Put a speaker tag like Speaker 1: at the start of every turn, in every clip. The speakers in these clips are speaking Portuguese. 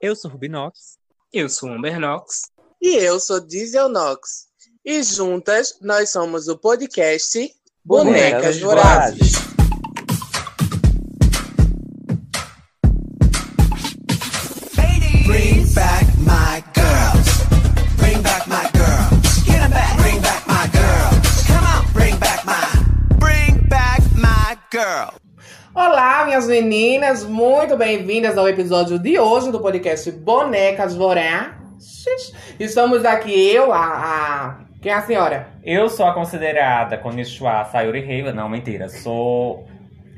Speaker 1: Eu sou Rubinox.
Speaker 2: Eu sou Amber Knox.
Speaker 3: E eu sou Diesel Knox. E juntas nós somos o podcast
Speaker 4: Bonecas
Speaker 3: Bonecas Vorazes.
Speaker 5: Bring back my girls. Bring back my girls. Get 'em back. Bring back my girls. Come on. Bring back my. Bring back my girl.
Speaker 4: Olá, minhas meninas, muito bem-vindas ao episódio de hoje do podcast Bonecas Vorazes. Estamos aqui, eu, a. a- Quem é a senhora?
Speaker 6: Eu sou a considerada Konnichiwa Sayuri Heiwa. Não, mentira. Sou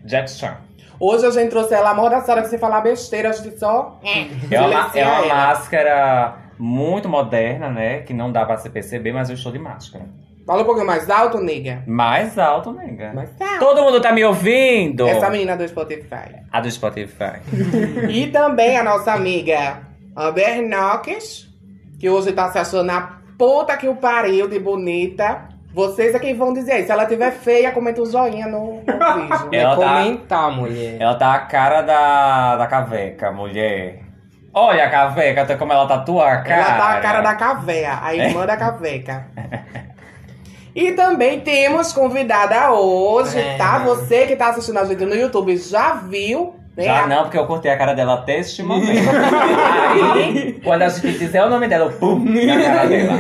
Speaker 6: Jack Chan.
Speaker 4: Hoje a gente trouxe ela, amor da senhora, que se falar besteira, a gente só.
Speaker 6: É uma,
Speaker 4: Silencia
Speaker 6: é uma
Speaker 4: ela.
Speaker 6: máscara muito moderna, né? Que não dá pra se perceber, mas eu estou de máscara.
Speaker 4: Fala um pouquinho mais alto, nega.
Speaker 6: Mais alto, nega.
Speaker 4: Mais alto.
Speaker 6: Todo mundo tá me ouvindo?
Speaker 4: Essa menina do Spotify.
Speaker 6: A do Spotify.
Speaker 4: e também a nossa amiga Amber Knox, que hoje tá se achando a puta que o pariu de bonita. Vocês é quem vão dizer isso. Se ela tiver feia, comenta um joinha no, no vídeo.
Speaker 6: É Ela tá-
Speaker 2: comentar, mulher.
Speaker 6: Ela tá a cara da, da caveca, mulher. Olha a caveca, até como ela tatua a cara. É?
Speaker 4: Ela tá a cara da caveia, a irmã da caveca. E também temos convidada hoje,
Speaker 2: É.
Speaker 4: tá? Você que tá assistindo a gente no YouTube já viu, né?
Speaker 6: Já não, porque eu cortei a cara dela até este momento. Aí, quando a gente dizer o nome dela, eu pum, na cara dela.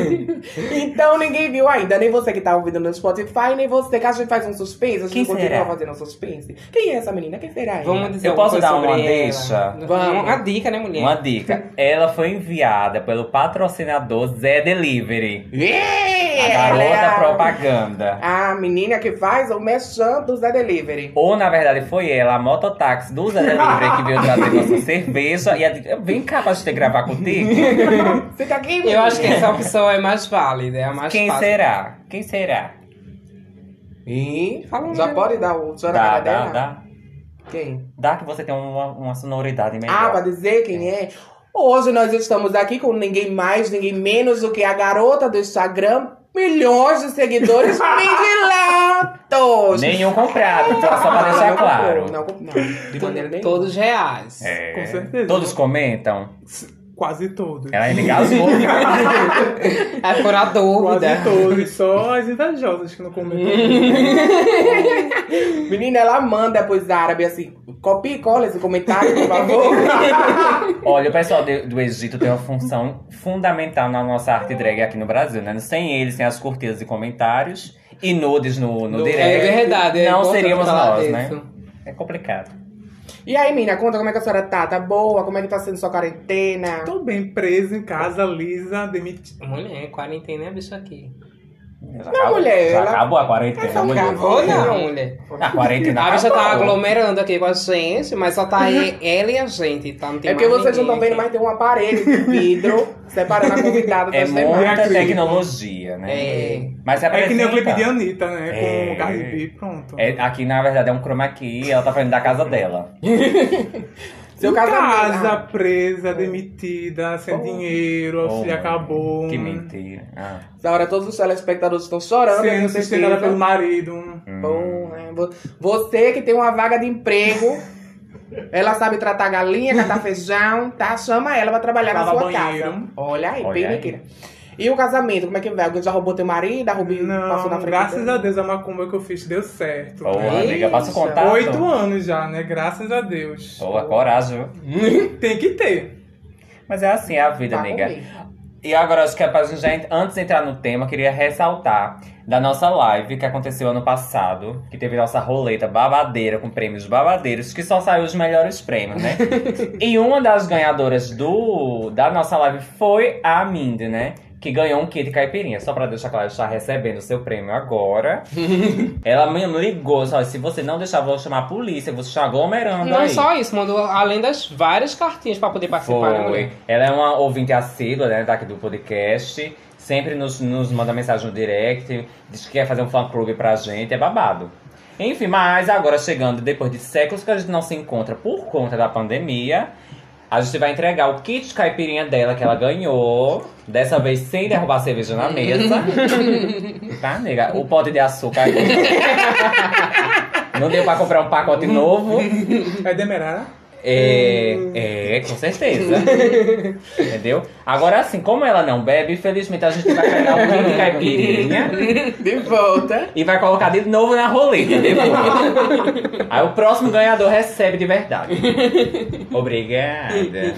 Speaker 4: Então ninguém viu ainda, nem você que tá ouvindo no Spotify, nem você que a gente faz um suspense, a gente
Speaker 6: Quem
Speaker 4: continua
Speaker 6: será?
Speaker 4: fazendo um suspense. Quem é essa menina? Quem será ela?
Speaker 2: Vamos dizer
Speaker 6: Eu posso
Speaker 2: alguma
Speaker 6: dar
Speaker 2: coisa
Speaker 6: uma
Speaker 2: sobre ela.
Speaker 6: deixa?
Speaker 4: Vamos.
Speaker 2: Uma dica, né, mulher?
Speaker 6: Uma dica. Ela foi enviada pelo patrocinador Zé Delivery. A
Speaker 4: Yeah!
Speaker 6: garota
Speaker 4: Ela é a-
Speaker 6: propaganda.
Speaker 4: A menina que faz o merchan dos da Delivery.
Speaker 6: Ou, na verdade, foi ela, a mototáxi do Zé Delivery, que veio trazer nossa cerveja. E a... dica, Vem cá pra gente gravar contigo.
Speaker 4: Fica aqui,
Speaker 2: Eu acho que
Speaker 4: menina.
Speaker 2: essa opção é mais válida, é a mais
Speaker 6: Quem
Speaker 2: fácil.
Speaker 6: será? Quem será?
Speaker 4: Ih,
Speaker 2: Fala um
Speaker 4: já
Speaker 2: nome.
Speaker 4: pode dar o senhor na
Speaker 6: Dá,
Speaker 4: cara
Speaker 6: dá,
Speaker 4: dela?
Speaker 6: dá.
Speaker 4: Quem?
Speaker 6: Dá que você tem uma, uma sonoridade melhor.
Speaker 4: Ah, pra dizer quem é? Hoje nós estamos aqui com ninguém mais, ninguém menos do que a garota do Instagram. Milhões de seguidores mentirosos!
Speaker 6: Nenhum comprado, tá? só pra
Speaker 4: Ela
Speaker 6: deixar
Speaker 4: não
Speaker 6: claro.
Speaker 4: comprou, Não, comprou, não, de maneira nenhuma.
Speaker 2: Todos reais.
Speaker 6: É.
Speaker 7: Com certeza.
Speaker 6: Todos comentam.
Speaker 7: Quase todos.
Speaker 6: Ela ainda engasgou.
Speaker 2: É por a
Speaker 7: Quase
Speaker 2: dúvida.
Speaker 7: todos. Só as invejosas que não
Speaker 6: Uhum.
Speaker 7: comentam.
Speaker 4: Menina, ela manda pros árabes assim: copia e cola esse comentário, por favor.
Speaker 6: Olha, o pessoal de- do Egito tem uma função fundamental na nossa arte drag aqui no Brasil, né? Sem eles, sem as curtidas e comentários e nudes no, no,
Speaker 4: No-
Speaker 2: É
Speaker 6: direct,
Speaker 2: verdade. é
Speaker 6: não
Speaker 2: importante
Speaker 6: seríamos
Speaker 2: falar
Speaker 6: nós,
Speaker 2: disso.
Speaker 6: né? É complicado.
Speaker 4: e aí, menina, conta como é que a senhora tá? Tá boa? Como é que tá sendo sua quarentena?
Speaker 7: Tô bem preso em casa, lisa, demitida.
Speaker 2: Mulher, quarentena é bicho aqui.
Speaker 6: Já
Speaker 4: mulher,
Speaker 6: já
Speaker 4: ela-
Speaker 6: acabou a
Speaker 4: Essa
Speaker 6: quarentena, mulher.
Speaker 4: acabou.
Speaker 2: Ou não, mulher.
Speaker 6: A quarentena
Speaker 2: A bicha tá
Speaker 6: acabou.
Speaker 2: aglomerando aqui com a gente, mas só tá aí ela e a gente, tá? Não tem
Speaker 4: É porque
Speaker 2: mais
Speaker 4: vocês não estão
Speaker 2: ninguém
Speaker 4: vendo, mas tem um aparelho de vidro separando a convidada
Speaker 6: É
Speaker 4: das demais.
Speaker 6: muita tecnologia, né?
Speaker 2: É.
Speaker 6: Mas se
Speaker 7: É que nem o clipe de
Speaker 6: apresenta.
Speaker 7: Anitta, né?
Speaker 6: É.
Speaker 7: Com o Garbi, pronto.
Speaker 6: É, aqui, na verdade, é um chroma key. Ela tá falando da casa dela.
Speaker 4: Seu
Speaker 7: em
Speaker 4: casamento.
Speaker 7: casa,
Speaker 6: Uhum.
Speaker 7: presa, demitida, sem dinheiro,
Speaker 6: Oh,
Speaker 7: auxílio
Speaker 6: mano,
Speaker 7: acabou. um-
Speaker 6: Que mentira. Ah.
Speaker 4: Da hora, todos os telespectadores estão chorando. eu tenho
Speaker 7: Sendo sustentada
Speaker 4: certeza.
Speaker 6: um
Speaker 7: pelo marido.
Speaker 6: Uhum.
Speaker 4: Bom, é, vo- Você que tem uma vaga de emprego, ela sabe tratar galinha, catar feijão, tá? Chama ela pra trabalhar na
Speaker 7: Lavar
Speaker 4: sua
Speaker 7: banheiro.
Speaker 4: casa. Olha aí,
Speaker 6: Olha aí.
Speaker 4: peniqueira. E o casamento, como é que vai? Alguém já roubou teu marido? A Rubi passou na
Speaker 7: Não,
Speaker 4: frente
Speaker 7: graças
Speaker 4: dele?
Speaker 7: a Deus a macumba que eu fiz deu certo. Né?
Speaker 6: Boa, Tá nega, passa o
Speaker 4: Isso.
Speaker 6: contato.
Speaker 7: Oito anos já, né? Graças a Deus.
Speaker 6: Boa, coragem. viu? Uhum.
Speaker 7: Tem que ter.
Speaker 6: Mas é assim a vida,
Speaker 4: Tá
Speaker 6: nega.
Speaker 4: comigo.
Speaker 6: E agora, acho que pra gente já, en- antes de entrar no tema, eu queria ressaltar da nossa live que aconteceu ano passado, que teve nossa roleta babadeira com prêmios babadeiros, que só saiu os melhores prêmios, né? e uma das ganhadoras do da nossa live foi a Mindy, né? Que ganhou um kit caipirinha. Só pra deixar claro, está recebendo o seu prêmio agora. Ela me ligou, sabe? Se você não deixar, eu vou chamar a polícia, você está aglomerando
Speaker 2: Não
Speaker 6: aí.
Speaker 2: Então é só isso, mandou além das várias cartinhas pra poder participar, né, mulher?
Speaker 6: Foi. Ela é uma ouvinte assídua, né, daqui do podcast. Sempre nos, nos manda mensagem no direct, diz que quer fazer um fã clube pra gente, é babado. Enfim, mas agora chegando, depois de séculos que a gente não se encontra por conta da pandemia, a gente vai entregar o kit caipirinha dela que ela ganhou. Dessa vez sem derrubar a cerveja na mesa. tá, nega? O pote de açúcar. aqui. não deu pra comprar um pacote novo.
Speaker 7: É demerara?
Speaker 6: É, é, com certeza. Entendeu? Agora, assim, como ela não bebe, infelizmente a gente vai pegar um pouquinho de caipirinha
Speaker 4: De volta.
Speaker 6: e vai colocar de novo na roleta. depois. Aí o próximo ganhador recebe de verdade. Obrigada.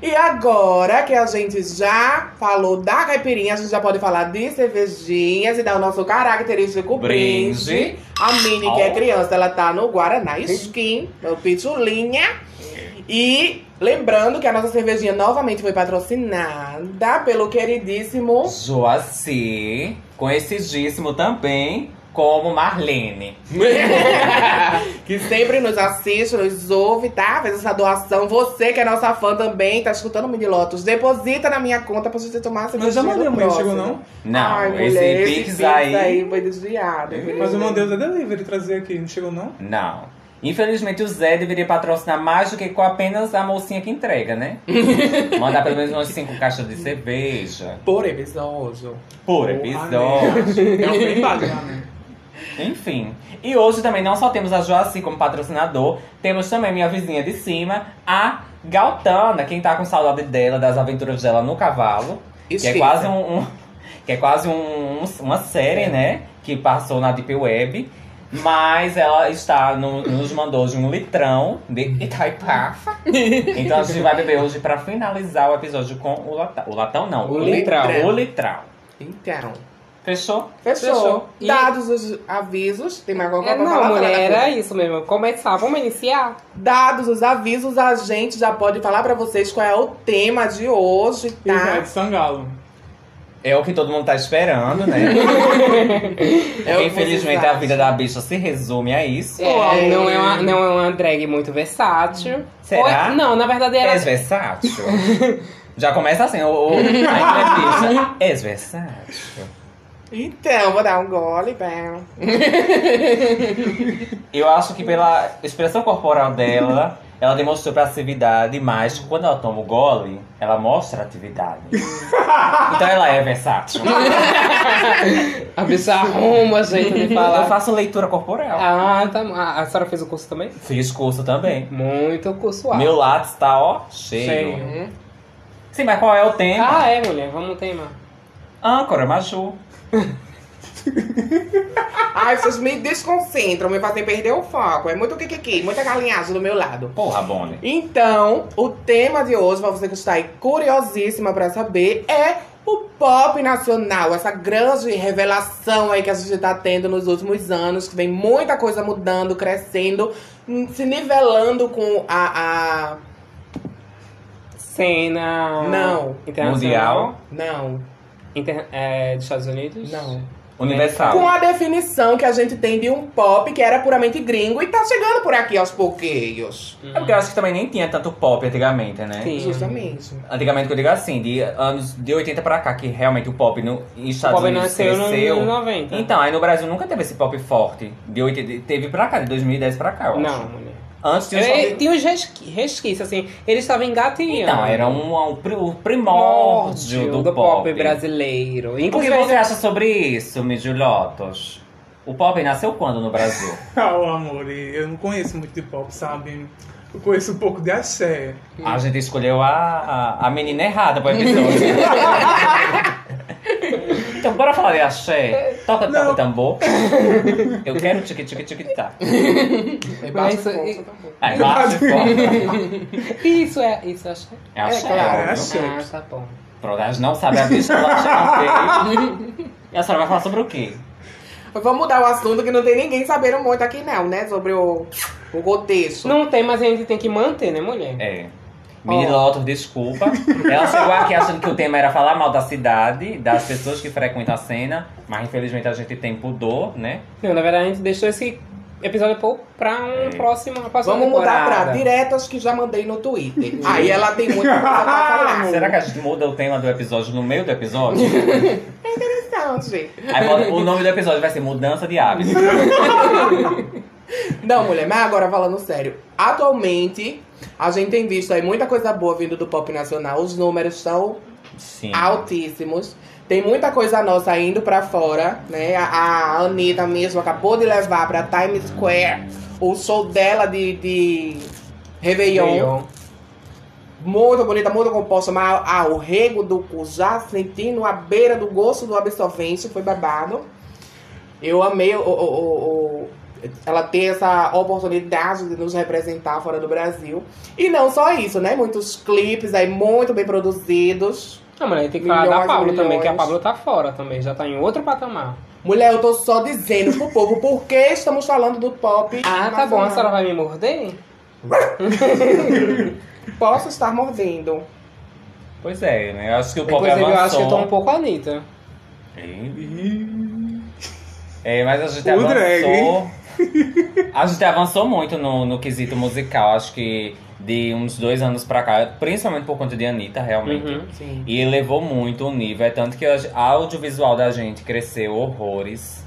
Speaker 4: E agora que a gente já falou da caipirinha, a gente já pode falar de cervejinhas e dar o nosso característico brinde.
Speaker 6: Brinde.
Speaker 4: A Mini, que é
Speaker 6: Oh.
Speaker 4: criança, ela tá no Guaraná Skin, no Pitulinha. E lembrando que a nossa cervejinha novamente foi patrocinada pelo queridíssimo
Speaker 6: Joaci, conhecidíssimo também como Marlene.
Speaker 4: que sempre nos assiste, nos ouve, tá? Fez essa doação. Você que é nossa fã também, tá escutando o Mini Lotus, deposita na minha conta pra gente tomar essa
Speaker 7: Mas eu já mandei o meu, chegou não?
Speaker 6: Não,
Speaker 4: Ai,
Speaker 6: esse
Speaker 4: mulher, esse
Speaker 6: Pix aí.
Speaker 4: foi desviado.
Speaker 7: Mas eu
Speaker 4: infelizmente.
Speaker 7: mandei o da delivery trazer aqui, não chegou
Speaker 6: Tá.
Speaker 7: não?
Speaker 6: Não. Infelizmente o Zé deveria patrocinar mais do que com apenas a mocinha que entrega, né? Mandar pelo menos umas cinco caixas de cerveja
Speaker 4: Por episódio.
Speaker 6: por episódio.
Speaker 7: É um bem pagar, né?
Speaker 6: Enfim. E hoje também não só temos a Joaci como patrocinador, temos também minha vizinha de cima, a Galtana, quem tá com saudade dela, das aventuras dela no cavalo. Que é
Speaker 4: Esqueça.
Speaker 6: quase um, um- que é quase um- um- uma
Speaker 4: É.
Speaker 6: série, né? Que passou na Deep Web. Mas ela está no- nos mandou de um litrão de Itaipá. Então a gente vai beber hoje pra finalizar o episódio com o latão. O latão não,
Speaker 4: O litrão.
Speaker 6: O litrão.
Speaker 4: Então.
Speaker 6: Fechou?
Speaker 4: Fechou.
Speaker 2: Fechou. E-
Speaker 4: Dados os avisos. Tem mais alguma
Speaker 2: É,
Speaker 4: coisa pra
Speaker 2: não,
Speaker 4: falar?
Speaker 2: mulher,
Speaker 4: Fala,
Speaker 2: era isso mesmo. Começar, vamos iniciar.
Speaker 4: Dados os avisos, a gente já pode falar pra vocês qual é o tema de hoje,
Speaker 7: E o Zé
Speaker 4: tá?
Speaker 7: de Sangalo.
Speaker 6: É o que todo mundo tá esperando, né?
Speaker 4: É o que
Speaker 6: Infelizmente
Speaker 4: vocês
Speaker 6: a vida da bicha se resume a isso.
Speaker 2: É, não, é uma, não é uma drag muito versátil.
Speaker 6: Será?
Speaker 2: Ou- não, na verdade ela.
Speaker 1: É
Speaker 6: És É versátil. Já começa assim, o, o, a entrevista. És versátil.
Speaker 4: Então, vou dar um gole, bem.
Speaker 6: Eu acho que pela expressão corporal dela, ela demonstrou passividade, mas quando ela toma o gole, ela mostra atividade. Então ela é versátil.
Speaker 2: A bicha arruma jeito de
Speaker 6: Eu
Speaker 2: falar.
Speaker 6: faço leitura corporal.
Speaker 2: Ah, tá. A, a senhora fez o curso também?
Speaker 6: Fiz curso também.
Speaker 2: Muito curso alto.
Speaker 6: Meu lápis tá, ó, cheio.
Speaker 2: Cheio.
Speaker 6: Sim, mas qual é o tema?
Speaker 2: Ah, é, mulher, vamos no tema.
Speaker 6: Âncora, Maju.
Speaker 4: Ai, vocês me desconcentram, me fazem perder o foco. É muito kikiki, muita galinhagem do meu lado.
Speaker 6: Porra, Bonnie.
Speaker 4: Então, o tema de hoje, pra você que está aí curiosíssima pra saber, é o pop nacional. Essa grande revelação aí que a gente tá tendo nos últimos anos, que vem muita coisa mudando, crescendo, hum, se nivelando com a. a...
Speaker 2: Cena.
Speaker 4: Não.
Speaker 2: Internacional.
Speaker 6: Mundial.
Speaker 4: Não,
Speaker 2: Inter- é, dos Estados Unidos?
Speaker 4: não. Com
Speaker 6: Universal.
Speaker 4: a definição que a gente tem de um pop que era puramente gringo e tá chegando por aqui aos pouquinhos.
Speaker 6: É porque eu acho que também nem tinha tanto pop antigamente, né?
Speaker 2: Sim.
Speaker 4: Justamente.
Speaker 6: Antigamente, que eu digo assim, de anos de 80 pra cá, que realmente o pop no, em
Speaker 2: O
Speaker 6: Estados
Speaker 2: pobre
Speaker 6: Unidos
Speaker 2: nasceu nos
Speaker 6: cresceu.
Speaker 2: anos 90.
Speaker 6: Então, aí no Brasil nunca teve esse pop forte. De 80, teve pra cá, de 2010 pra cá, eu acho.
Speaker 2: Não, mulher.
Speaker 6: Antes tinha os
Speaker 2: É,
Speaker 6: pop-
Speaker 2: Tinha uns resqui- resquícios, assim. Eles estavam engatinhando.
Speaker 6: Então, era um, um pri- o primórdio do,
Speaker 2: pop.
Speaker 6: pop.
Speaker 2: brasileiro.
Speaker 6: O que
Speaker 2: Inclusive,
Speaker 6: você acha sobre isso, Mijulhotos? O pop nasceu quando no Brasil?
Speaker 7: Ah, o amor, e eu não conheço muito de pop, sabe? Eu conheço um pouco de axé.
Speaker 6: A gente escolheu a, a, a menina errada pro episódio. então, bora falar de axé. Toca, toca o tambor. Eu quero tique tique tique tá.
Speaker 4: É
Speaker 2: Mas
Speaker 4: baixo
Speaker 2: isso-
Speaker 4: ponto,
Speaker 2: e-
Speaker 4: tá bom.
Speaker 6: Aí, bate, bota.
Speaker 2: Isso é. Isso eu acho.
Speaker 6: É axé.
Speaker 4: É claro,
Speaker 6: óbvio.
Speaker 7: é axé. Sim.
Speaker 2: Ah, tá bom.
Speaker 6: Pronto, a gente não sabe a bicha do axé não sei. E a senhora vai falar sobre o quê?
Speaker 4: Mas Vamos mudar o assunto que não tem ninguém sabendo muito aqui não, né? Sobre o, o contexto.
Speaker 2: Não tem, mas a gente tem que manter, né, mulher?
Speaker 6: É. Mini Lotus, desculpa. Ela chegou aqui achando que o tema era falar mal da cidade, das pessoas que frequentam a cena, mas infelizmente a gente tem pudor, né?
Speaker 2: Não, na verdade, a gente deixou esse episódio pou- pra um
Speaker 6: É.
Speaker 2: próximo. Uma próxima
Speaker 4: Vamos mudar pra
Speaker 2: temporada.
Speaker 4: diretas que já mandei no Twitter. Aí ela tem muita coisa pra
Speaker 6: Será que a gente muda o tema do episódio no meio do episódio?
Speaker 4: falar. Não, gente.
Speaker 6: Aí bota- o nome do episódio vai ser Mudança de Hábitos.
Speaker 4: Não, mulher, mas agora falando sério. Atualmente, a gente tem visto aí muita coisa boa vindo do pop nacional. Os números são
Speaker 6: Sim.
Speaker 4: altíssimos. Tem muita coisa nossa indo pra fora, né? A, a Anitta mesmo acabou de levar pra Times Square o show dela de, de Réveillon. Muito bonita, muito composta, mas ah, o rego do cu já sentindo a beira do gosto do absorvente, foi babado. Eu amei o, o- o- o- ela ter essa oportunidade de nos representar fora do Brasil. E não só isso, né? Muitos clipes aí muito bem produzidos.
Speaker 1: Não, mas a gente tem que falar da
Speaker 4: Milhões,
Speaker 1: Pablo também,
Speaker 4: milhões.
Speaker 1: que a Pablo tá fora também, já tá em outro patamar.
Speaker 4: Mulher, eu tô só dizendo pro povo por que estamos falando do pop.
Speaker 1: Ah, tá bom, a senhora
Speaker 4: nacional.
Speaker 1: vai me morder?
Speaker 4: Posso estar mordendo.
Speaker 6: Pois é, né? Eu acho que o pop
Speaker 1: Depois
Speaker 6: avançou.
Speaker 1: eu acho que eu tô um pouco Anitta.
Speaker 6: É, mas a gente
Speaker 7: O
Speaker 6: avançou.
Speaker 7: drag, hein?
Speaker 6: A gente avançou muito no, no quesito musical, acho que de uns dois anos pra cá, principalmente por conta de Anitta, realmente.
Speaker 1: Uhum.
Speaker 4: Sim.
Speaker 6: E elevou muito o nível, é tanto que hoje a audiovisual da gente cresceu horrores.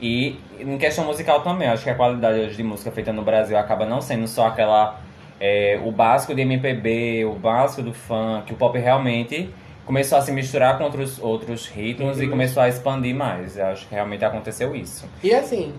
Speaker 6: E em questão musical também, acho que a qualidade hoje de música feita no Brasil acaba não sendo só aquela. é, o básico de MPB, o básico do funk, o pop realmente começou a se misturar com outros, outros ritmos
Speaker 7: Uhum.
Speaker 6: e começou a expandir mais. Eu acho que realmente aconteceu isso.
Speaker 4: E assim,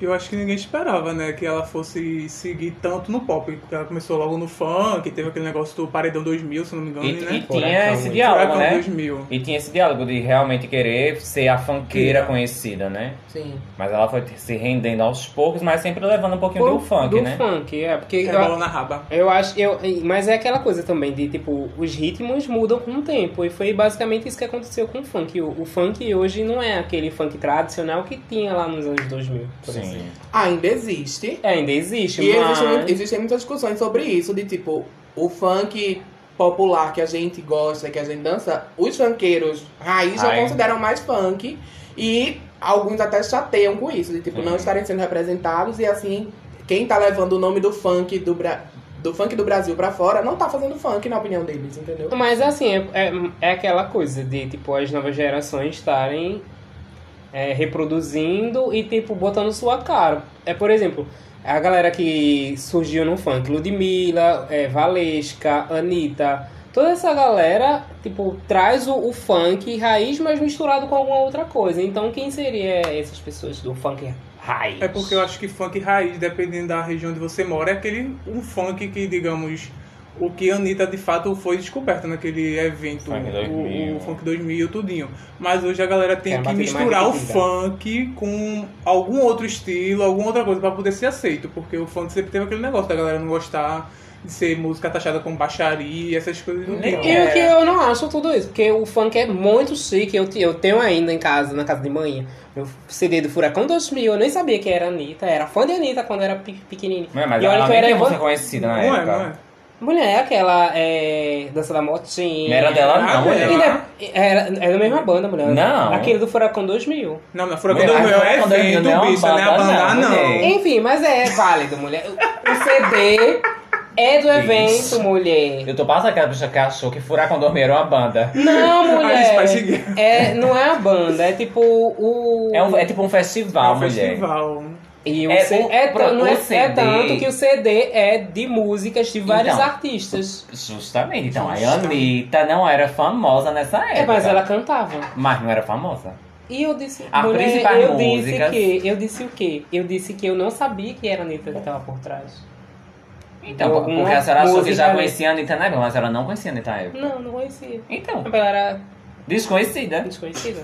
Speaker 7: Eu acho que ninguém esperava, né, que ela fosse seguir tanto no pop, porque ela começou logo no funk, teve aquele negócio do Paredão 2000, se não me engano,
Speaker 6: E,
Speaker 7: né?
Speaker 6: e tinha
Speaker 1: Furacão,
Speaker 6: esse
Speaker 1: hein?
Speaker 6: diálogo,
Speaker 7: Furacão
Speaker 6: né?
Speaker 7: 2000.
Speaker 6: E tinha esse diálogo de realmente querer ser a funkeira conhecida, né?
Speaker 4: sim.
Speaker 6: Mas ela foi se rendendo aos poucos, mas sempre levando um pouquinho do funk,
Speaker 1: do
Speaker 6: né?
Speaker 1: funk, é, porque
Speaker 7: É
Speaker 1: eu-
Speaker 7: bola na raba.
Speaker 1: Eu acho, eu, mas é aquela coisa também de tipo, os ritmos mudam com o tempo. E foi basicamente isso que aconteceu com o funk. O, o funk hoje não é aquele funk tradicional que tinha lá nos anos 2000, por exemplo.
Speaker 6: Sim.
Speaker 4: Ainda existe.
Speaker 1: É, ainda existe,
Speaker 4: E
Speaker 1: mas...
Speaker 4: existe mu- existem, muitas discussões sobre isso, de tipo, o funk popular que a gente gosta, que a gente dança, os funkeiros raiz já
Speaker 6: Ai.
Speaker 4: consideram mais funk. E alguns até chateiam com isso, de tipo, não
Speaker 6: Uhum.
Speaker 4: estarem sendo representados. E assim, quem tá levando o nome do funk do, Bra- do funk do Brasil pra fora não tá fazendo funk, na opinião deles, entendeu?
Speaker 1: Mas assim, é, é, é aquela coisa de tipo as novas gerações estarem é, reproduzindo e tipo botando sua cara. É por exemplo, a galera que surgiu no funk, Ludmilla, é, Valesca, Anitta, toda essa galera tipo traz o, o funk raiz, mas misturado com alguma outra coisa. Então quem seria essas pessoas do funk raiz?
Speaker 7: É porque eu acho que funk raiz, dependendo da região onde você mora, é aquele um funk que, digamos, o que a Anitta de fato foi descoberta naquele evento,
Speaker 6: Funk
Speaker 7: o,
Speaker 6: 2000.
Speaker 7: o Funk 2000 tudinho. Mas hoje a galera tem
Speaker 1: É uma
Speaker 7: que
Speaker 1: batida mais
Speaker 7: misturar o
Speaker 1: repetida.
Speaker 7: funk com algum outro estilo, alguma outra coisa pra poder ser aceito, porque o funk sempre teve aquele negócio da galera não gostar de ser música taxada como baixaria, essas coisas não
Speaker 6: Nem
Speaker 7: tem.
Speaker 1: E o que eu não acho tudo isso, porque o funk é muito chique, eu, te- eu tenho ainda em casa, na casa de manhã, meu CD do Furacão 2000, eu nem sabia que era Anitta, era fã de Anitta quando era pe- pequenininha.
Speaker 6: Não é, mas
Speaker 1: E olha
Speaker 6: ela
Speaker 1: que eu
Speaker 6: nem
Speaker 1: era
Speaker 6: tem
Speaker 1: evan-
Speaker 6: música conhecida na
Speaker 7: Não é,
Speaker 6: época.
Speaker 7: não é?
Speaker 1: Mulher, aquela é, dança da motinha.
Speaker 6: Não era dela
Speaker 7: Ah,
Speaker 6: não,
Speaker 7: é.
Speaker 1: E
Speaker 6: mulher.
Speaker 1: de- Era, era da mesma banda, mulher.
Speaker 6: Não.
Speaker 1: Aquele do Furacão 2000.
Speaker 7: Não, na Furacão
Speaker 6: Não é,
Speaker 7: 2000 é
Speaker 6: Furacão 2000 não é
Speaker 7: evento,
Speaker 6: uma
Speaker 7: bicho, não é a
Speaker 6: banda,
Speaker 7: banda,
Speaker 6: não,
Speaker 7: não.
Speaker 6: mulher.
Speaker 1: Enfim, mas é válido, mulher. O CD é do evento,
Speaker 6: Isso.
Speaker 1: mulher.
Speaker 6: Eu tô passando aquela bicha que achou que Furacão Dormeiro é uma banda.
Speaker 1: Não,
Speaker 7: Aí isso
Speaker 1: mulher.
Speaker 7: vai seguir.
Speaker 1: É, não é a banda, é tipo o.
Speaker 6: É, um- é tipo um
Speaker 7: É
Speaker 6: festival,
Speaker 7: um
Speaker 6: mulher.
Speaker 7: festival.
Speaker 1: E o
Speaker 6: É,
Speaker 1: C-
Speaker 6: o-
Speaker 1: é tan-
Speaker 6: pronto,
Speaker 1: não é,
Speaker 6: o CD.
Speaker 1: é tanto que o CD é de músicas de vários
Speaker 6: Então.
Speaker 1: artistas.
Speaker 6: Justamente. Então, a Anitta não era famosa nessa época.
Speaker 1: É, mas ela cantava.
Speaker 6: Mas não era famosa.
Speaker 1: E eu disse,
Speaker 6: A
Speaker 1: mulher,
Speaker 6: principal
Speaker 1: eu disse
Speaker 6: música-
Speaker 1: que, eu disse o quê? Eu disse que eu não sabia que era a Anitta que estava por trás.
Speaker 6: Então,
Speaker 1: Alguma
Speaker 6: porque a senhora achou que já
Speaker 1: música
Speaker 6: conhecia a Anitta na época, mas ela não conhecia a Anitta na época.
Speaker 1: Não, não conhecia.
Speaker 6: Então,
Speaker 1: Ela era
Speaker 6: desconhecida.
Speaker 1: desconhecida.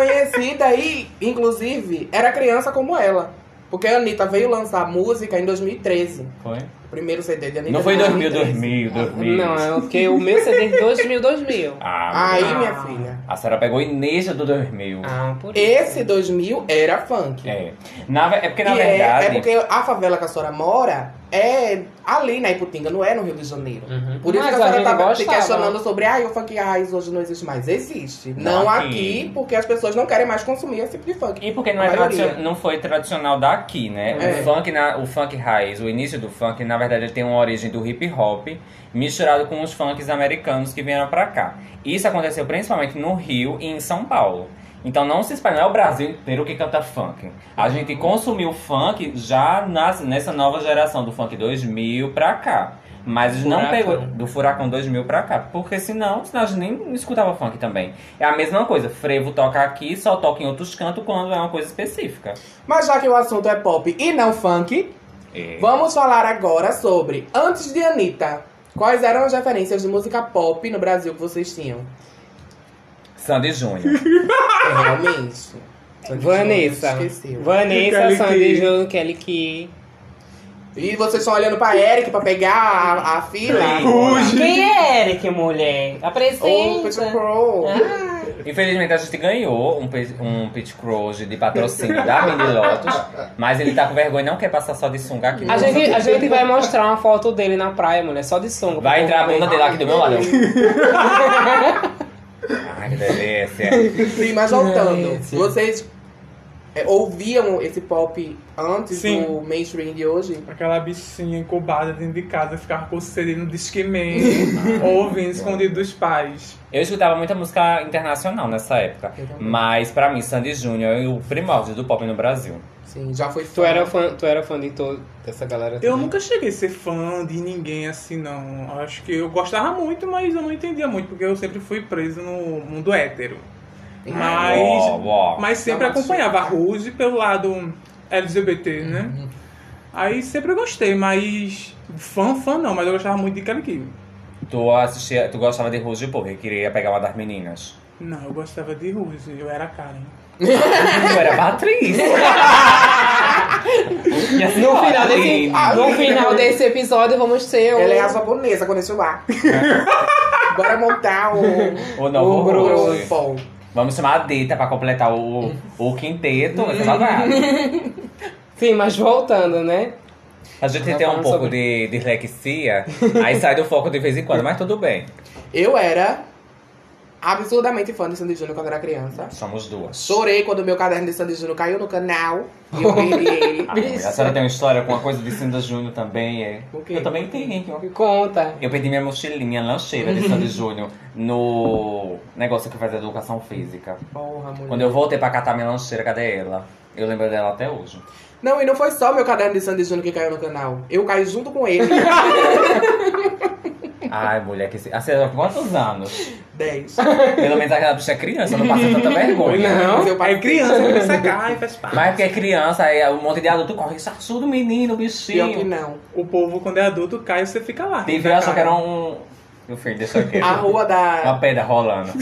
Speaker 4: desconhecida e, inclusive, era criança como ela. Porque a Anitta veio lançar música em 2013.
Speaker 6: Foi.
Speaker 4: O primeiro CD de Anitta.
Speaker 6: Não foi em
Speaker 4: em
Speaker 6: 2000,
Speaker 4: 2013.
Speaker 6: 2000, 2000.
Speaker 1: Não, é porque o meu CD de 2000, 2000.
Speaker 6: Ah,
Speaker 4: Aí,
Speaker 1: Ah.
Speaker 4: minha filha.
Speaker 6: a senhora pegou Inês do 2000.
Speaker 1: Ah, por isso.
Speaker 4: Esse 2000 era funk.
Speaker 6: É. Na ve- é porque, na
Speaker 4: E é-
Speaker 6: verdade...
Speaker 4: é, porque a favela que a senhora mora é ali na Iputinga, não é no Rio de Janeiro.
Speaker 6: Hum.
Speaker 1: Uhum.
Speaker 4: Por isso
Speaker 1: Mas
Speaker 4: que a
Speaker 1: a gente
Speaker 4: senhora tava se
Speaker 1: gostava.
Speaker 4: questionando sobre ah, o funk raiz hoje não existe mais. Existe.
Speaker 6: Não
Speaker 4: Não,
Speaker 6: aqui.
Speaker 4: aqui. porque as pessoas não querem mais consumir esse tipo de funk.
Speaker 6: E porque não,
Speaker 4: A
Speaker 6: é
Speaker 4: maioria.
Speaker 6: tradicio- não foi tradicional daqui, né?
Speaker 4: É.
Speaker 6: O, funk na- o funk raiz, o início do funk, na verdade, ele tem uma origem do hip hop misturado com os funks americanos que vieram pra cá. Isso aconteceu principalmente no Rio e em São Paulo. Então não se espalha, não é o Brasil inteiro que canta funk. A gente consumiu funk já nas- nessa nova geração do funk 2000 pra cá. Mas não
Speaker 1: Furacão.
Speaker 6: pegou do Furacão 2000 pra cá, porque senão, senão a gente nem escutava funk também. É a mesma coisa, frevo toca aqui, só toca em outros cantos quando é uma coisa específica.
Speaker 4: Mas já que o assunto é pop e não funk,
Speaker 6: É.
Speaker 4: Vamos falar agora sobre, antes de Anitta, quais eram as referências de música pop no Brasil que vocês tinham?
Speaker 6: Sandy Júnior.
Speaker 4: Realmente.
Speaker 1: Vanessa.
Speaker 4: Esqueceu.
Speaker 1: Vanessa,
Speaker 7: Kelly
Speaker 1: Sandy,
Speaker 7: Key.
Speaker 1: Júnior, Kelly Key.
Speaker 4: E vocês estão olhando pra Eric pra pegar a, a fila?
Speaker 7: Ruge.
Speaker 1: Quem é Eric, mulher?
Speaker 4: Ou um Pedro
Speaker 1: Apresenta.
Speaker 4: Pro.
Speaker 6: Infelizmente a gente ganhou um, pe- um pit cross de patrocínio da Mini Lotus, mas ele tá com vergonha e não quer passar só de sunga aqui.
Speaker 1: A gente, a gente vai mostrar uma foto dele na praia, mulher, só de sunga.
Speaker 6: Vai
Speaker 1: pro
Speaker 6: entrar a
Speaker 1: povo ver.
Speaker 6: bunda dele aqui do meu lado. Ai, que delícia.
Speaker 4: Sim, mas voltando,
Speaker 1: É, sim.
Speaker 4: vocês é, ouviam esse pop antes
Speaker 7: Sim.
Speaker 4: do mainstream de hoje?
Speaker 7: Aquela bichinha incubada dentro de casa, ficava com o CD no disqueman, ouvindo escondido dos pais.
Speaker 6: Eu escutava muita música internacional nessa época,
Speaker 4: Eu também.
Speaker 6: mas pra mim Sandy Júnior é o primórdio do pop no Brasil.
Speaker 4: Sim, já foi fã.
Speaker 1: Tu era fã, tu era fã de toda essa galera
Speaker 7: Eu
Speaker 1: também?
Speaker 7: nunca cheguei a ser fã de ninguém assim, não. Acho que eu gostava muito, mas eu não entendia muito, porque eu sempre fui preso no mundo hétero. Mas,
Speaker 6: Uó, uó.
Speaker 7: mas sempre
Speaker 4: Tá machuca.
Speaker 7: acompanhava a Ruge pelo lado LGBT, né? Aí sempre eu gostei, mas fã, fã não, mas eu gostava muito de Kelly Key.
Speaker 6: Tu assistia, tu gostava de Rouge porque queria pegar uma das meninas.
Speaker 7: Não, eu gostava de Ruge, eu era Karen.
Speaker 6: Eu era Patrícia.
Speaker 1: No
Speaker 6: Ah,
Speaker 1: final, assim, desse, no final desse episódio, vamos ter o,
Speaker 4: Ela é a japonesa quando eu lá. Bora montar o,
Speaker 6: Ou não,
Speaker 4: o
Speaker 6: o
Speaker 4: grupo.
Speaker 6: Vamos chamar a Dita pra completar o, o quinteto. é vai ser babado.
Speaker 1: Sim, mas voltando, né?
Speaker 6: A gente
Speaker 1: Não
Speaker 6: tem um
Speaker 1: falando
Speaker 6: pouco de de dislexia, aí sai do foco de vez em quando, mas tudo bem.
Speaker 4: Eu era absurdamente fã de Sandy Júnior quando era criança.
Speaker 6: Somos duas.
Speaker 4: Chorei quando meu caderno de Sandy Júnior caiu no canal e eu perdi ele.
Speaker 6: Ah, a senhora tem uma história com uma coisa de Cinda Júnior também, é?
Speaker 4: O quê?
Speaker 6: Eu também tenho.
Speaker 1: Conta.
Speaker 6: Eu perdi minha mochilinha lancheira de Sandy Júnior no negócio que faz educação física.
Speaker 4: Porra, mulher.
Speaker 6: Quando eu voltei pra catar minha lancheira, cadê ela? Eu lembro dela até hoje.
Speaker 4: Não, e não foi só meu caderno de Sandy Júnior que caiu no canal. Eu caí junto com ele.
Speaker 6: Ai, mulher, que. se- A senhora com quantos anos?
Speaker 4: 10.
Speaker 6: Pelo menos aquela bicha é criança, não passa tanta vergonha.
Speaker 4: Mas eu
Speaker 7: É
Speaker 4: passei.
Speaker 7: criança, começa a cai, faz parte.
Speaker 6: Mas porque é criança, aí um monte de adulto corre, sarsudo, menino,
Speaker 4: Pior que
Speaker 6: bichinho.
Speaker 4: não.
Speaker 7: O povo, quando é adulto, cai você fica lá.
Speaker 6: Teve eu só que era um. Meu filho, deixa aqui.
Speaker 4: A rua da.
Speaker 6: Uma pedra rolando.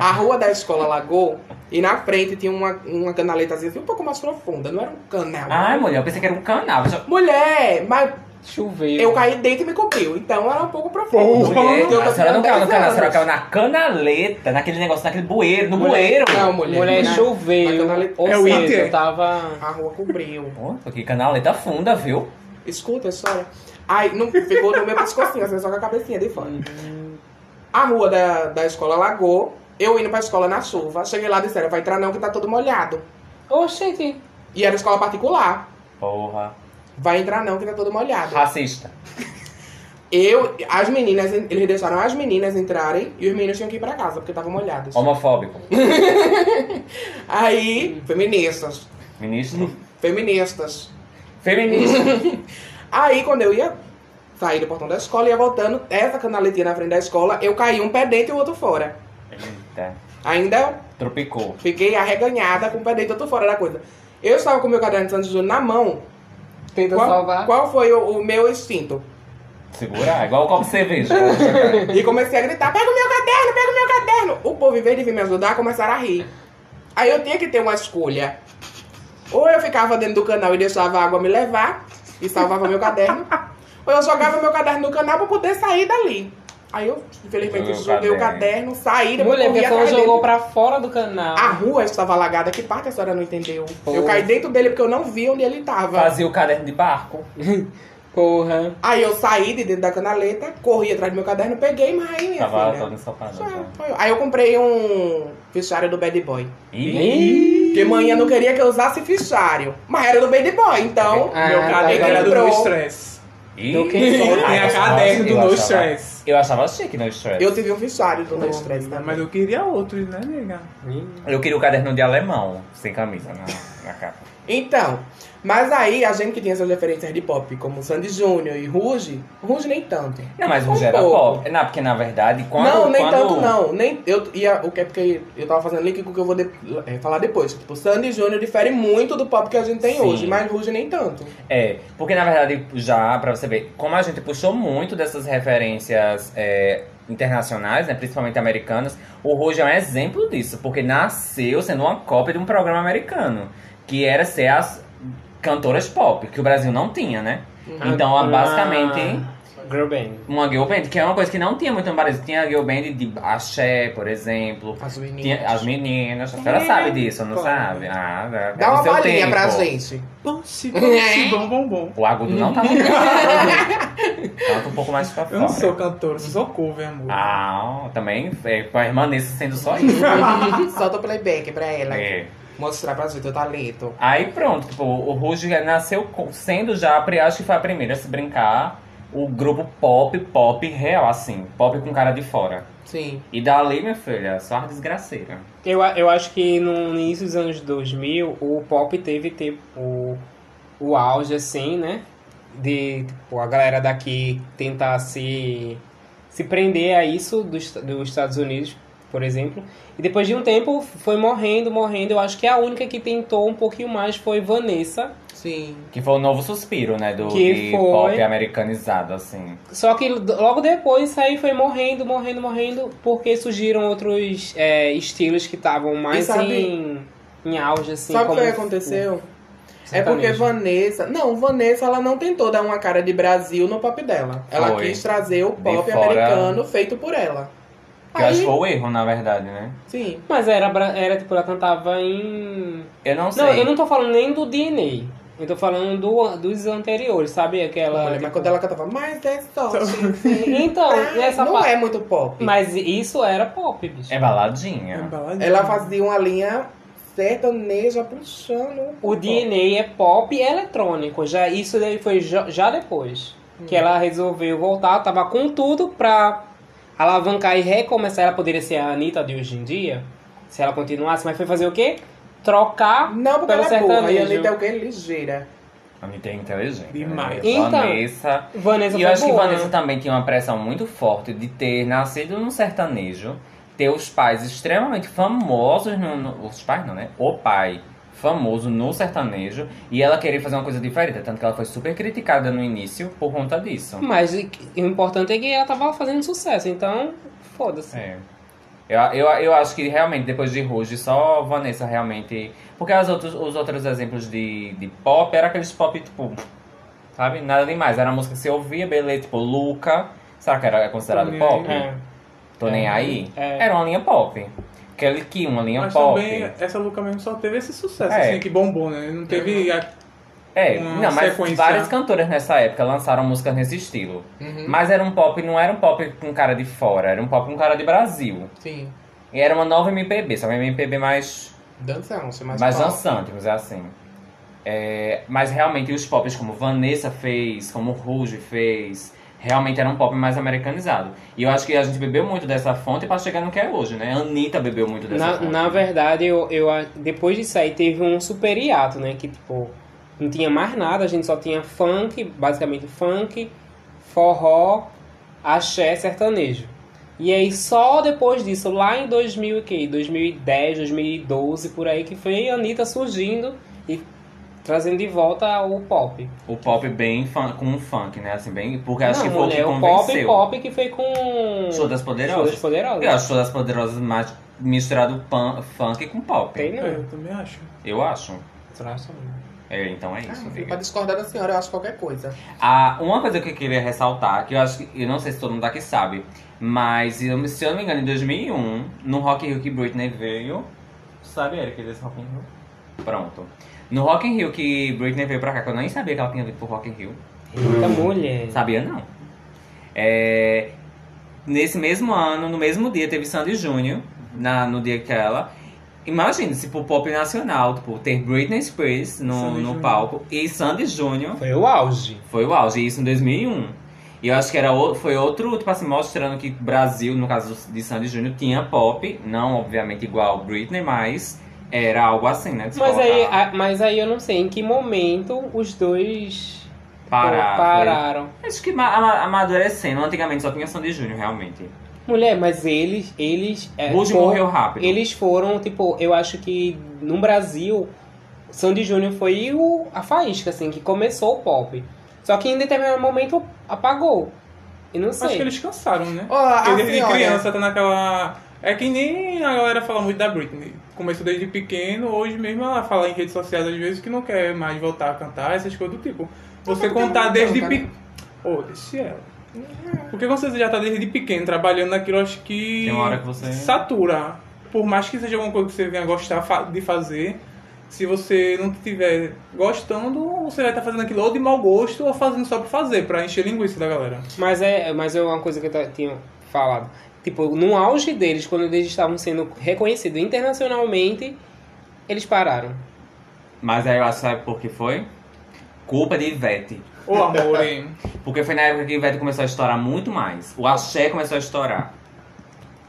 Speaker 4: A, a rua da escola lagou e na frente tinha uma, uma canaleta assim, um pouco mais profunda. Não era um canal.
Speaker 6: Ai, mulher, eu pensei que era um canal. Só-
Speaker 4: Mulher, mas
Speaker 1: Choveu.
Speaker 4: eu caí dentro e me cobriu. Então era um pouco profundo.
Speaker 6: Mulher,
Speaker 4: Então, eu
Speaker 6: a senhora não
Speaker 4: tinha
Speaker 6: caiu
Speaker 4: 10
Speaker 6: no canal, a senhora
Speaker 4: anos.
Speaker 6: caiu na canaleta, naquele negócio, naquele bueiro, no
Speaker 4: Mulher,
Speaker 6: bueiro.
Speaker 4: Não, mulher.
Speaker 1: Mulher,
Speaker 4: na- na
Speaker 1: choveu.
Speaker 4: canaleta-
Speaker 1: Ou
Speaker 7: É o
Speaker 1: seja,
Speaker 7: Inter?
Speaker 1: eu tava...
Speaker 4: A rua cobriu.
Speaker 6: Pô, que canaleta funda, viu?
Speaker 4: Escuta a história. Ai, não ficou no meu pescocinho, assim, só com a cabecinha de fora. A rua da, da escola lagou. Eu indo pra escola na chuva. Cheguei lá e disseram, vai entrar não que tá todo molhado.
Speaker 1: Oxente.
Speaker 4: E era escola particular.
Speaker 6: Porra.
Speaker 4: Vai entrar não que tá todo molhado.
Speaker 6: Racista.
Speaker 4: Eu, as meninas, eles deixaram as meninas entrarem e os meninos tinham que ir pra casa, porque estavam molhados.
Speaker 6: Homofóbico.
Speaker 4: Aí, feministas,
Speaker 6: Ministro.
Speaker 4: feministas.
Speaker 6: Feminista.
Speaker 4: Aí, quando eu ia sair do portão da escola, ia voltando, essa canaletinha na frente da escola, eu caí um pé dentro e o outro fora.
Speaker 6: Eita.
Speaker 4: Ainda
Speaker 6: Tropicou.
Speaker 4: fiquei arreganhada com o pé dentro e o outro fora da coisa. Eu estava com o meu caderno de Santos Júnior na mão.
Speaker 1: Tenta
Speaker 4: Qual,
Speaker 1: salvar.
Speaker 4: qual foi o, o meu instinto?
Speaker 6: Segurar, é igual o copo de cerveja.
Speaker 4: E comecei a gritar: pega o meu caderno, pega o meu caderno. O povo, em vez de vir me ajudar, começaram a rir. Aí eu tinha que ter uma escolha. Ou eu ficava dentro do canal e deixava a água me levar e salvava meu caderno. Ou eu jogava meu caderno no canal pra poder sair dali. Aí eu, infelizmente,
Speaker 6: Jogou o
Speaker 4: joguei o
Speaker 6: caderno.
Speaker 4: caderno, saí, depois
Speaker 1: Mulher,
Speaker 4: corri
Speaker 1: porque
Speaker 4: atrás
Speaker 1: ela
Speaker 4: dele.
Speaker 1: jogou pra fora do canal.
Speaker 4: A
Speaker 6: Ah.
Speaker 4: rua estava alagada, que parte a senhora não entendeu?
Speaker 1: Porra.
Speaker 4: Eu caí dentro dele porque eu não vi onde ele estava.
Speaker 6: Fazia o caderno de barco.
Speaker 1: Porra.
Speaker 4: Aí eu saí de dentro da canaleta, corri atrás do meu caderno, peguei e marrei, minha
Speaker 6: Tava
Speaker 4: filha.
Speaker 6: todo ensopado. né?
Speaker 4: Só eu.
Speaker 6: já.
Speaker 4: Foi eu. Aí eu comprei um fichário do Bad Boy.
Speaker 6: Ih.
Speaker 4: Porque manhã não queria que eu usasse fichário. Mas era do Bad Boy, então.
Speaker 1: Ah,
Speaker 7: Meu
Speaker 1: tá
Speaker 7: caderno
Speaker 1: bom.
Speaker 7: era do
Speaker 4: Lembrou.
Speaker 7: No Stress.
Speaker 1: Do que
Speaker 4: né?
Speaker 6: Ih.
Speaker 1: só-
Speaker 6: Ai,
Speaker 7: Tinha
Speaker 6: eu
Speaker 7: caderno
Speaker 6: achava-
Speaker 7: do
Speaker 6: eu
Speaker 7: No
Speaker 6: achava-
Speaker 7: Stress.
Speaker 6: Eu achava chique no Stress.
Speaker 4: Eu tive um fichário do meu estresse
Speaker 7: Mas
Speaker 4: também.
Speaker 7: eu queria outros, né, nega?
Speaker 6: Eu queria o caderno de alemão, sem camisa na, na capa.
Speaker 4: Então, mas aí a gente que tinha essas referências de pop, como Sandy Júnior e Ruge, Ruge nem tanto.
Speaker 6: Não, mas
Speaker 4: Um
Speaker 6: o era
Speaker 4: pouco.
Speaker 6: pop. Não, porque na verdade, quando.
Speaker 4: não, nem
Speaker 6: quando-
Speaker 4: tanto não. Nem, eu, e a- o que é porque eu tava fazendo link com o que eu vou de- é, falar depois. Tipo, Sandy Júnior difere muito do pop que a gente tem
Speaker 6: Sim.
Speaker 4: hoje, mas Ruge nem tanto.
Speaker 6: É, porque na verdade, já pra você ver, como a gente puxou muito dessas referências é, internacionais, né, principalmente americanas, o Rouge é um exemplo disso, porque nasceu sendo uma cópia de um programa americano, que era ser as cantoras pop, que o Brasil não tinha, né?
Speaker 4: Uhum.
Speaker 6: Então,
Speaker 1: Ah,
Speaker 6: basicamente,
Speaker 1: Girl Band.
Speaker 6: uma girl band, que é uma coisa que não tinha muito no Brasil. Tinha girl band de axé, por exemplo.
Speaker 4: As meninas.
Speaker 6: Tinha as meninas. A senhora sabe disso, não sabe? Ah, é
Speaker 4: Dá
Speaker 6: do
Speaker 4: uma
Speaker 6: seu
Speaker 4: palhinha pra
Speaker 6: tempo.
Speaker 4: gente.
Speaker 7: Bom, se bom, se bom, bom, bom.
Speaker 6: O agudo não tá muito Canta um pouco mais pra
Speaker 7: Eu
Speaker 6: fora.
Speaker 7: não sou cantor, sou cover, amor.
Speaker 6: Ah, também é, permaneça sendo só isso.
Speaker 4: Solta o playback pra ela.
Speaker 6: É.
Speaker 4: Mostrar pra gente o talento.
Speaker 6: Aí pronto, tipo, o Rouge nasceu com- sendo já, a pri- acho que foi a primeira a se brincar, o grupo pop, pop real, assim. Pop com cara de fora.
Speaker 4: Sim.
Speaker 6: E dali, minha filha, só a desgraceira.
Speaker 1: Eu, a- eu acho que no início dos anos 2000, o pop teve tipo, o, o auge, assim, né? De tipo, a galera daqui tentar se, se prender a isso dos, dos Estados Unidos, por exemplo. E depois de um tempo foi morrendo, morrendo. Eu acho que a única que tentou um pouquinho mais foi Vanessa.
Speaker 4: Sim.
Speaker 6: Que foi o novo suspiro, né? Do
Speaker 1: Que
Speaker 6: de
Speaker 1: foi.
Speaker 6: pop americanizado, assim.
Speaker 1: Só que d- logo depois isso aí foi morrendo, morrendo, morrendo, porque surgiram outros é, estilos que estavam mais
Speaker 4: sabe-
Speaker 1: em, em auge, assim.
Speaker 4: Sabe o que
Speaker 1: como
Speaker 4: aconteceu? É
Speaker 1: sertanejo.
Speaker 4: porque Vanessa. Não, Vanessa ela não tentou dar uma cara de Brasil no pop dela. Ela
Speaker 6: Foi.
Speaker 4: quis trazer o
Speaker 6: De
Speaker 4: pop
Speaker 6: fora.
Speaker 4: americano feito por ela.
Speaker 6: Que eu acho que
Speaker 4: Aí,
Speaker 6: foi o erro, na verdade, né?
Speaker 4: sim.
Speaker 1: Mas era, bra- era tipo, ela cantava em.
Speaker 6: Eu não sei.
Speaker 1: Não, eu não tô falando nem do DNA. Eu tô falando do- dos anteriores, sabe? Aquela.
Speaker 4: Olha, mas
Speaker 1: tipo-
Speaker 4: quando ela cantava, mas é sorte.
Speaker 1: Então, essa
Speaker 4: não
Speaker 1: parte.
Speaker 4: é muito pop.
Speaker 1: Mas isso era pop, bicho.
Speaker 6: É baladinha.
Speaker 4: Ela fazia uma linha sertaneja puxando.
Speaker 1: O DNA é pop e eletrônico. Já, isso daí foi já, já depois.
Speaker 4: Hum.
Speaker 1: Que ela resolveu voltar, tava com tudo pra alavancar e recomeçar. Ela poderia ser a Anitta de hoje em dia, se ela continuasse, mas foi fazer o quê? Trocar.
Speaker 4: Não, porque
Speaker 1: Pelo
Speaker 4: ela é burra. E a
Speaker 1: sertanejo.
Speaker 4: Anitta é o quê? Ligeira.
Speaker 6: A Anitta é inteligente.
Speaker 7: Demais.
Speaker 6: Né?
Speaker 1: Então,
Speaker 6: Vanessa.
Speaker 1: Vanessa
Speaker 6: E eu
Speaker 1: foi
Speaker 6: acho que
Speaker 1: boa, né?
Speaker 6: Vanessa também tinha uma pressão muito forte de ter nascido num sertanejo, ter os pais extremamente famosos no, no- Os pais não, né? O pai famoso no sertanejo e ela querer fazer uma coisa diferente. Tanto que ela foi super criticada no início por conta disso.
Speaker 1: Mas e- o importante é que ela tava fazendo sucesso, então foda-se.
Speaker 6: É. Eu, eu, eu acho que realmente, depois de Rouge, só Vanessa realmente. Porque as outros, os outros exemplos de, de pop era aqueles pop, tipo. Sabe? Nada demais. Era a música que você ouvia, beleza, tipo, Luca. Será que era considerado
Speaker 7: Tô nem
Speaker 6: pop?
Speaker 1: É.
Speaker 6: Tô nem aí.
Speaker 1: É.
Speaker 6: Era uma linha pop. Aquele que uma linha
Speaker 7: Mas
Speaker 6: pop.
Speaker 7: também, essa Luca mesmo só teve esse sucesso,
Speaker 6: É.
Speaker 7: assim, que bombou, né? Não teve a
Speaker 6: É,
Speaker 7: uma
Speaker 6: não, mas
Speaker 7: sequência.
Speaker 6: várias cantoras nessa época lançaram músicas nesse estilo. Mas era um pop, não era um pop com cara de fora, era um pop com cara de Brasil.
Speaker 4: Sim.
Speaker 6: E era uma nova MPB, só uma MPB mais
Speaker 4: Dançante, mas.
Speaker 6: mais
Speaker 4: pop.
Speaker 6: dançante, vamos dizer assim. É, mas realmente os pops como Vanessa fez, como Rouge fez, realmente era um pop mais americanizado. E eu acho que a gente bebeu muito dessa fonte pra chegar no que é hoje, né? A Anitta bebeu muito dessa
Speaker 1: Na,
Speaker 6: fonte.
Speaker 1: na verdade, eu, eu a- depois disso aí teve um super hiato, né? Que tipo, não tinha mais nada, a gente só tinha funk, basicamente funk, forró, axé, sertanejo. E aí só depois disso, lá em 2000 e quê? 2010, 2012, por aí, que foi a Anitta surgindo e trazendo de volta o pop.
Speaker 6: O pop bem fun- com o funk, né? Assim, bem, porque acho
Speaker 1: não,
Speaker 6: que foi o que
Speaker 1: né, o pop
Speaker 6: convenceu.
Speaker 1: pop que foi com...
Speaker 6: Show das Poderosas.
Speaker 1: Show das Poderosas.
Speaker 6: Eu acho Show das Poderosas mais misturado pan- funk com pop.
Speaker 1: Tem
Speaker 7: É,
Speaker 1: não.
Speaker 7: eu também acho.
Speaker 6: Eu acho.
Speaker 1: Traço não.
Speaker 6: É, então é
Speaker 4: Ah,
Speaker 6: isso,
Speaker 4: filho,
Speaker 6: amiga.
Speaker 4: pra discordar da senhora, eu acho qualquer coisa.
Speaker 6: Ah, uma coisa que eu queria ressaltar, que eu acho que, eu não sei se todo mundo aqui sabe, mas eu- se eu não me engano, em 2001, no Rock in Rio que Britney veio. Sabe, Eric, desse Rock in Rio? Pronto. No Rock in Rio que Britney veio pra cá, que eu nem sabia que ela tinha vindo pro Rock in Rio.
Speaker 1: Eita, mulher.
Speaker 6: Sabia não. É, nesse mesmo ano, no mesmo dia, teve Sandy Júnior, na, no dia que ela. Imagina, se pro pop nacional, tipo, ter Britney Spears no,
Speaker 7: Sandy
Speaker 6: no
Speaker 7: Júnior.
Speaker 6: palco e Sandy Júnior.
Speaker 1: Foi o auge.
Speaker 6: Foi o auge, isso em 2001. E eu acho que era o- foi outro, tipo assim, mostrando que o Brasil, no caso de Sandy Júnior, tinha pop, não obviamente igual Britney, mas Era algo assim, né? de se
Speaker 1: Mas aí,
Speaker 6: colocar.
Speaker 1: a- mas aí eu não sei em que momento os dois
Speaker 6: Parar, foi-
Speaker 1: pararam.
Speaker 6: Acho que ma- ama- amadurecendo. Antigamente só tinha Sandy Júnior, realmente.
Speaker 1: Mulher, mas eles. Eles. é,
Speaker 6: Rude
Speaker 1: for-
Speaker 6: morreu rápido.
Speaker 1: Eles foram, tipo, eu acho que no Brasil, Sandy Júnior foi o, a faísca, assim, que começou o pop. Só que em determinado momento apagou. E não sei.
Speaker 7: Acho que eles cansaram, né?
Speaker 4: Ó, a
Speaker 1: é
Speaker 7: Porque desde
Speaker 4: senhora-
Speaker 7: criança tá naquela. É que nem a galera fala muito da Britney. Começou desde pequeno, hoje mesmo ela fala em redes sociais às vezes que não quer mais voltar a cantar, essas coisas do tipo. Você contar desde pequeno. Ô, deixa ela. Porque quando você já tá desde pequeno trabalhando naquilo, acho que.
Speaker 6: Tem uma hora que você-
Speaker 7: Satura. Por mais que seja alguma coisa que você venha gostar fa- de fazer, se você não estiver gostando, você vai estar fazendo aquilo ou de mau gosto ou fazendo só pra fazer, pra encher linguiça da galera.
Speaker 1: Mas é, mas é uma coisa que eu ta- tinha falado. Tipo, no auge deles, quando eles estavam sendo reconhecidos internacionalmente, eles pararam.
Speaker 6: Mas aí eu acho, sabe por que foi? Culpa de Ivete.
Speaker 7: Ô, amor, hein?
Speaker 6: Porque foi na época que Ivete começou a estourar muito mais. O axé começou a estourar.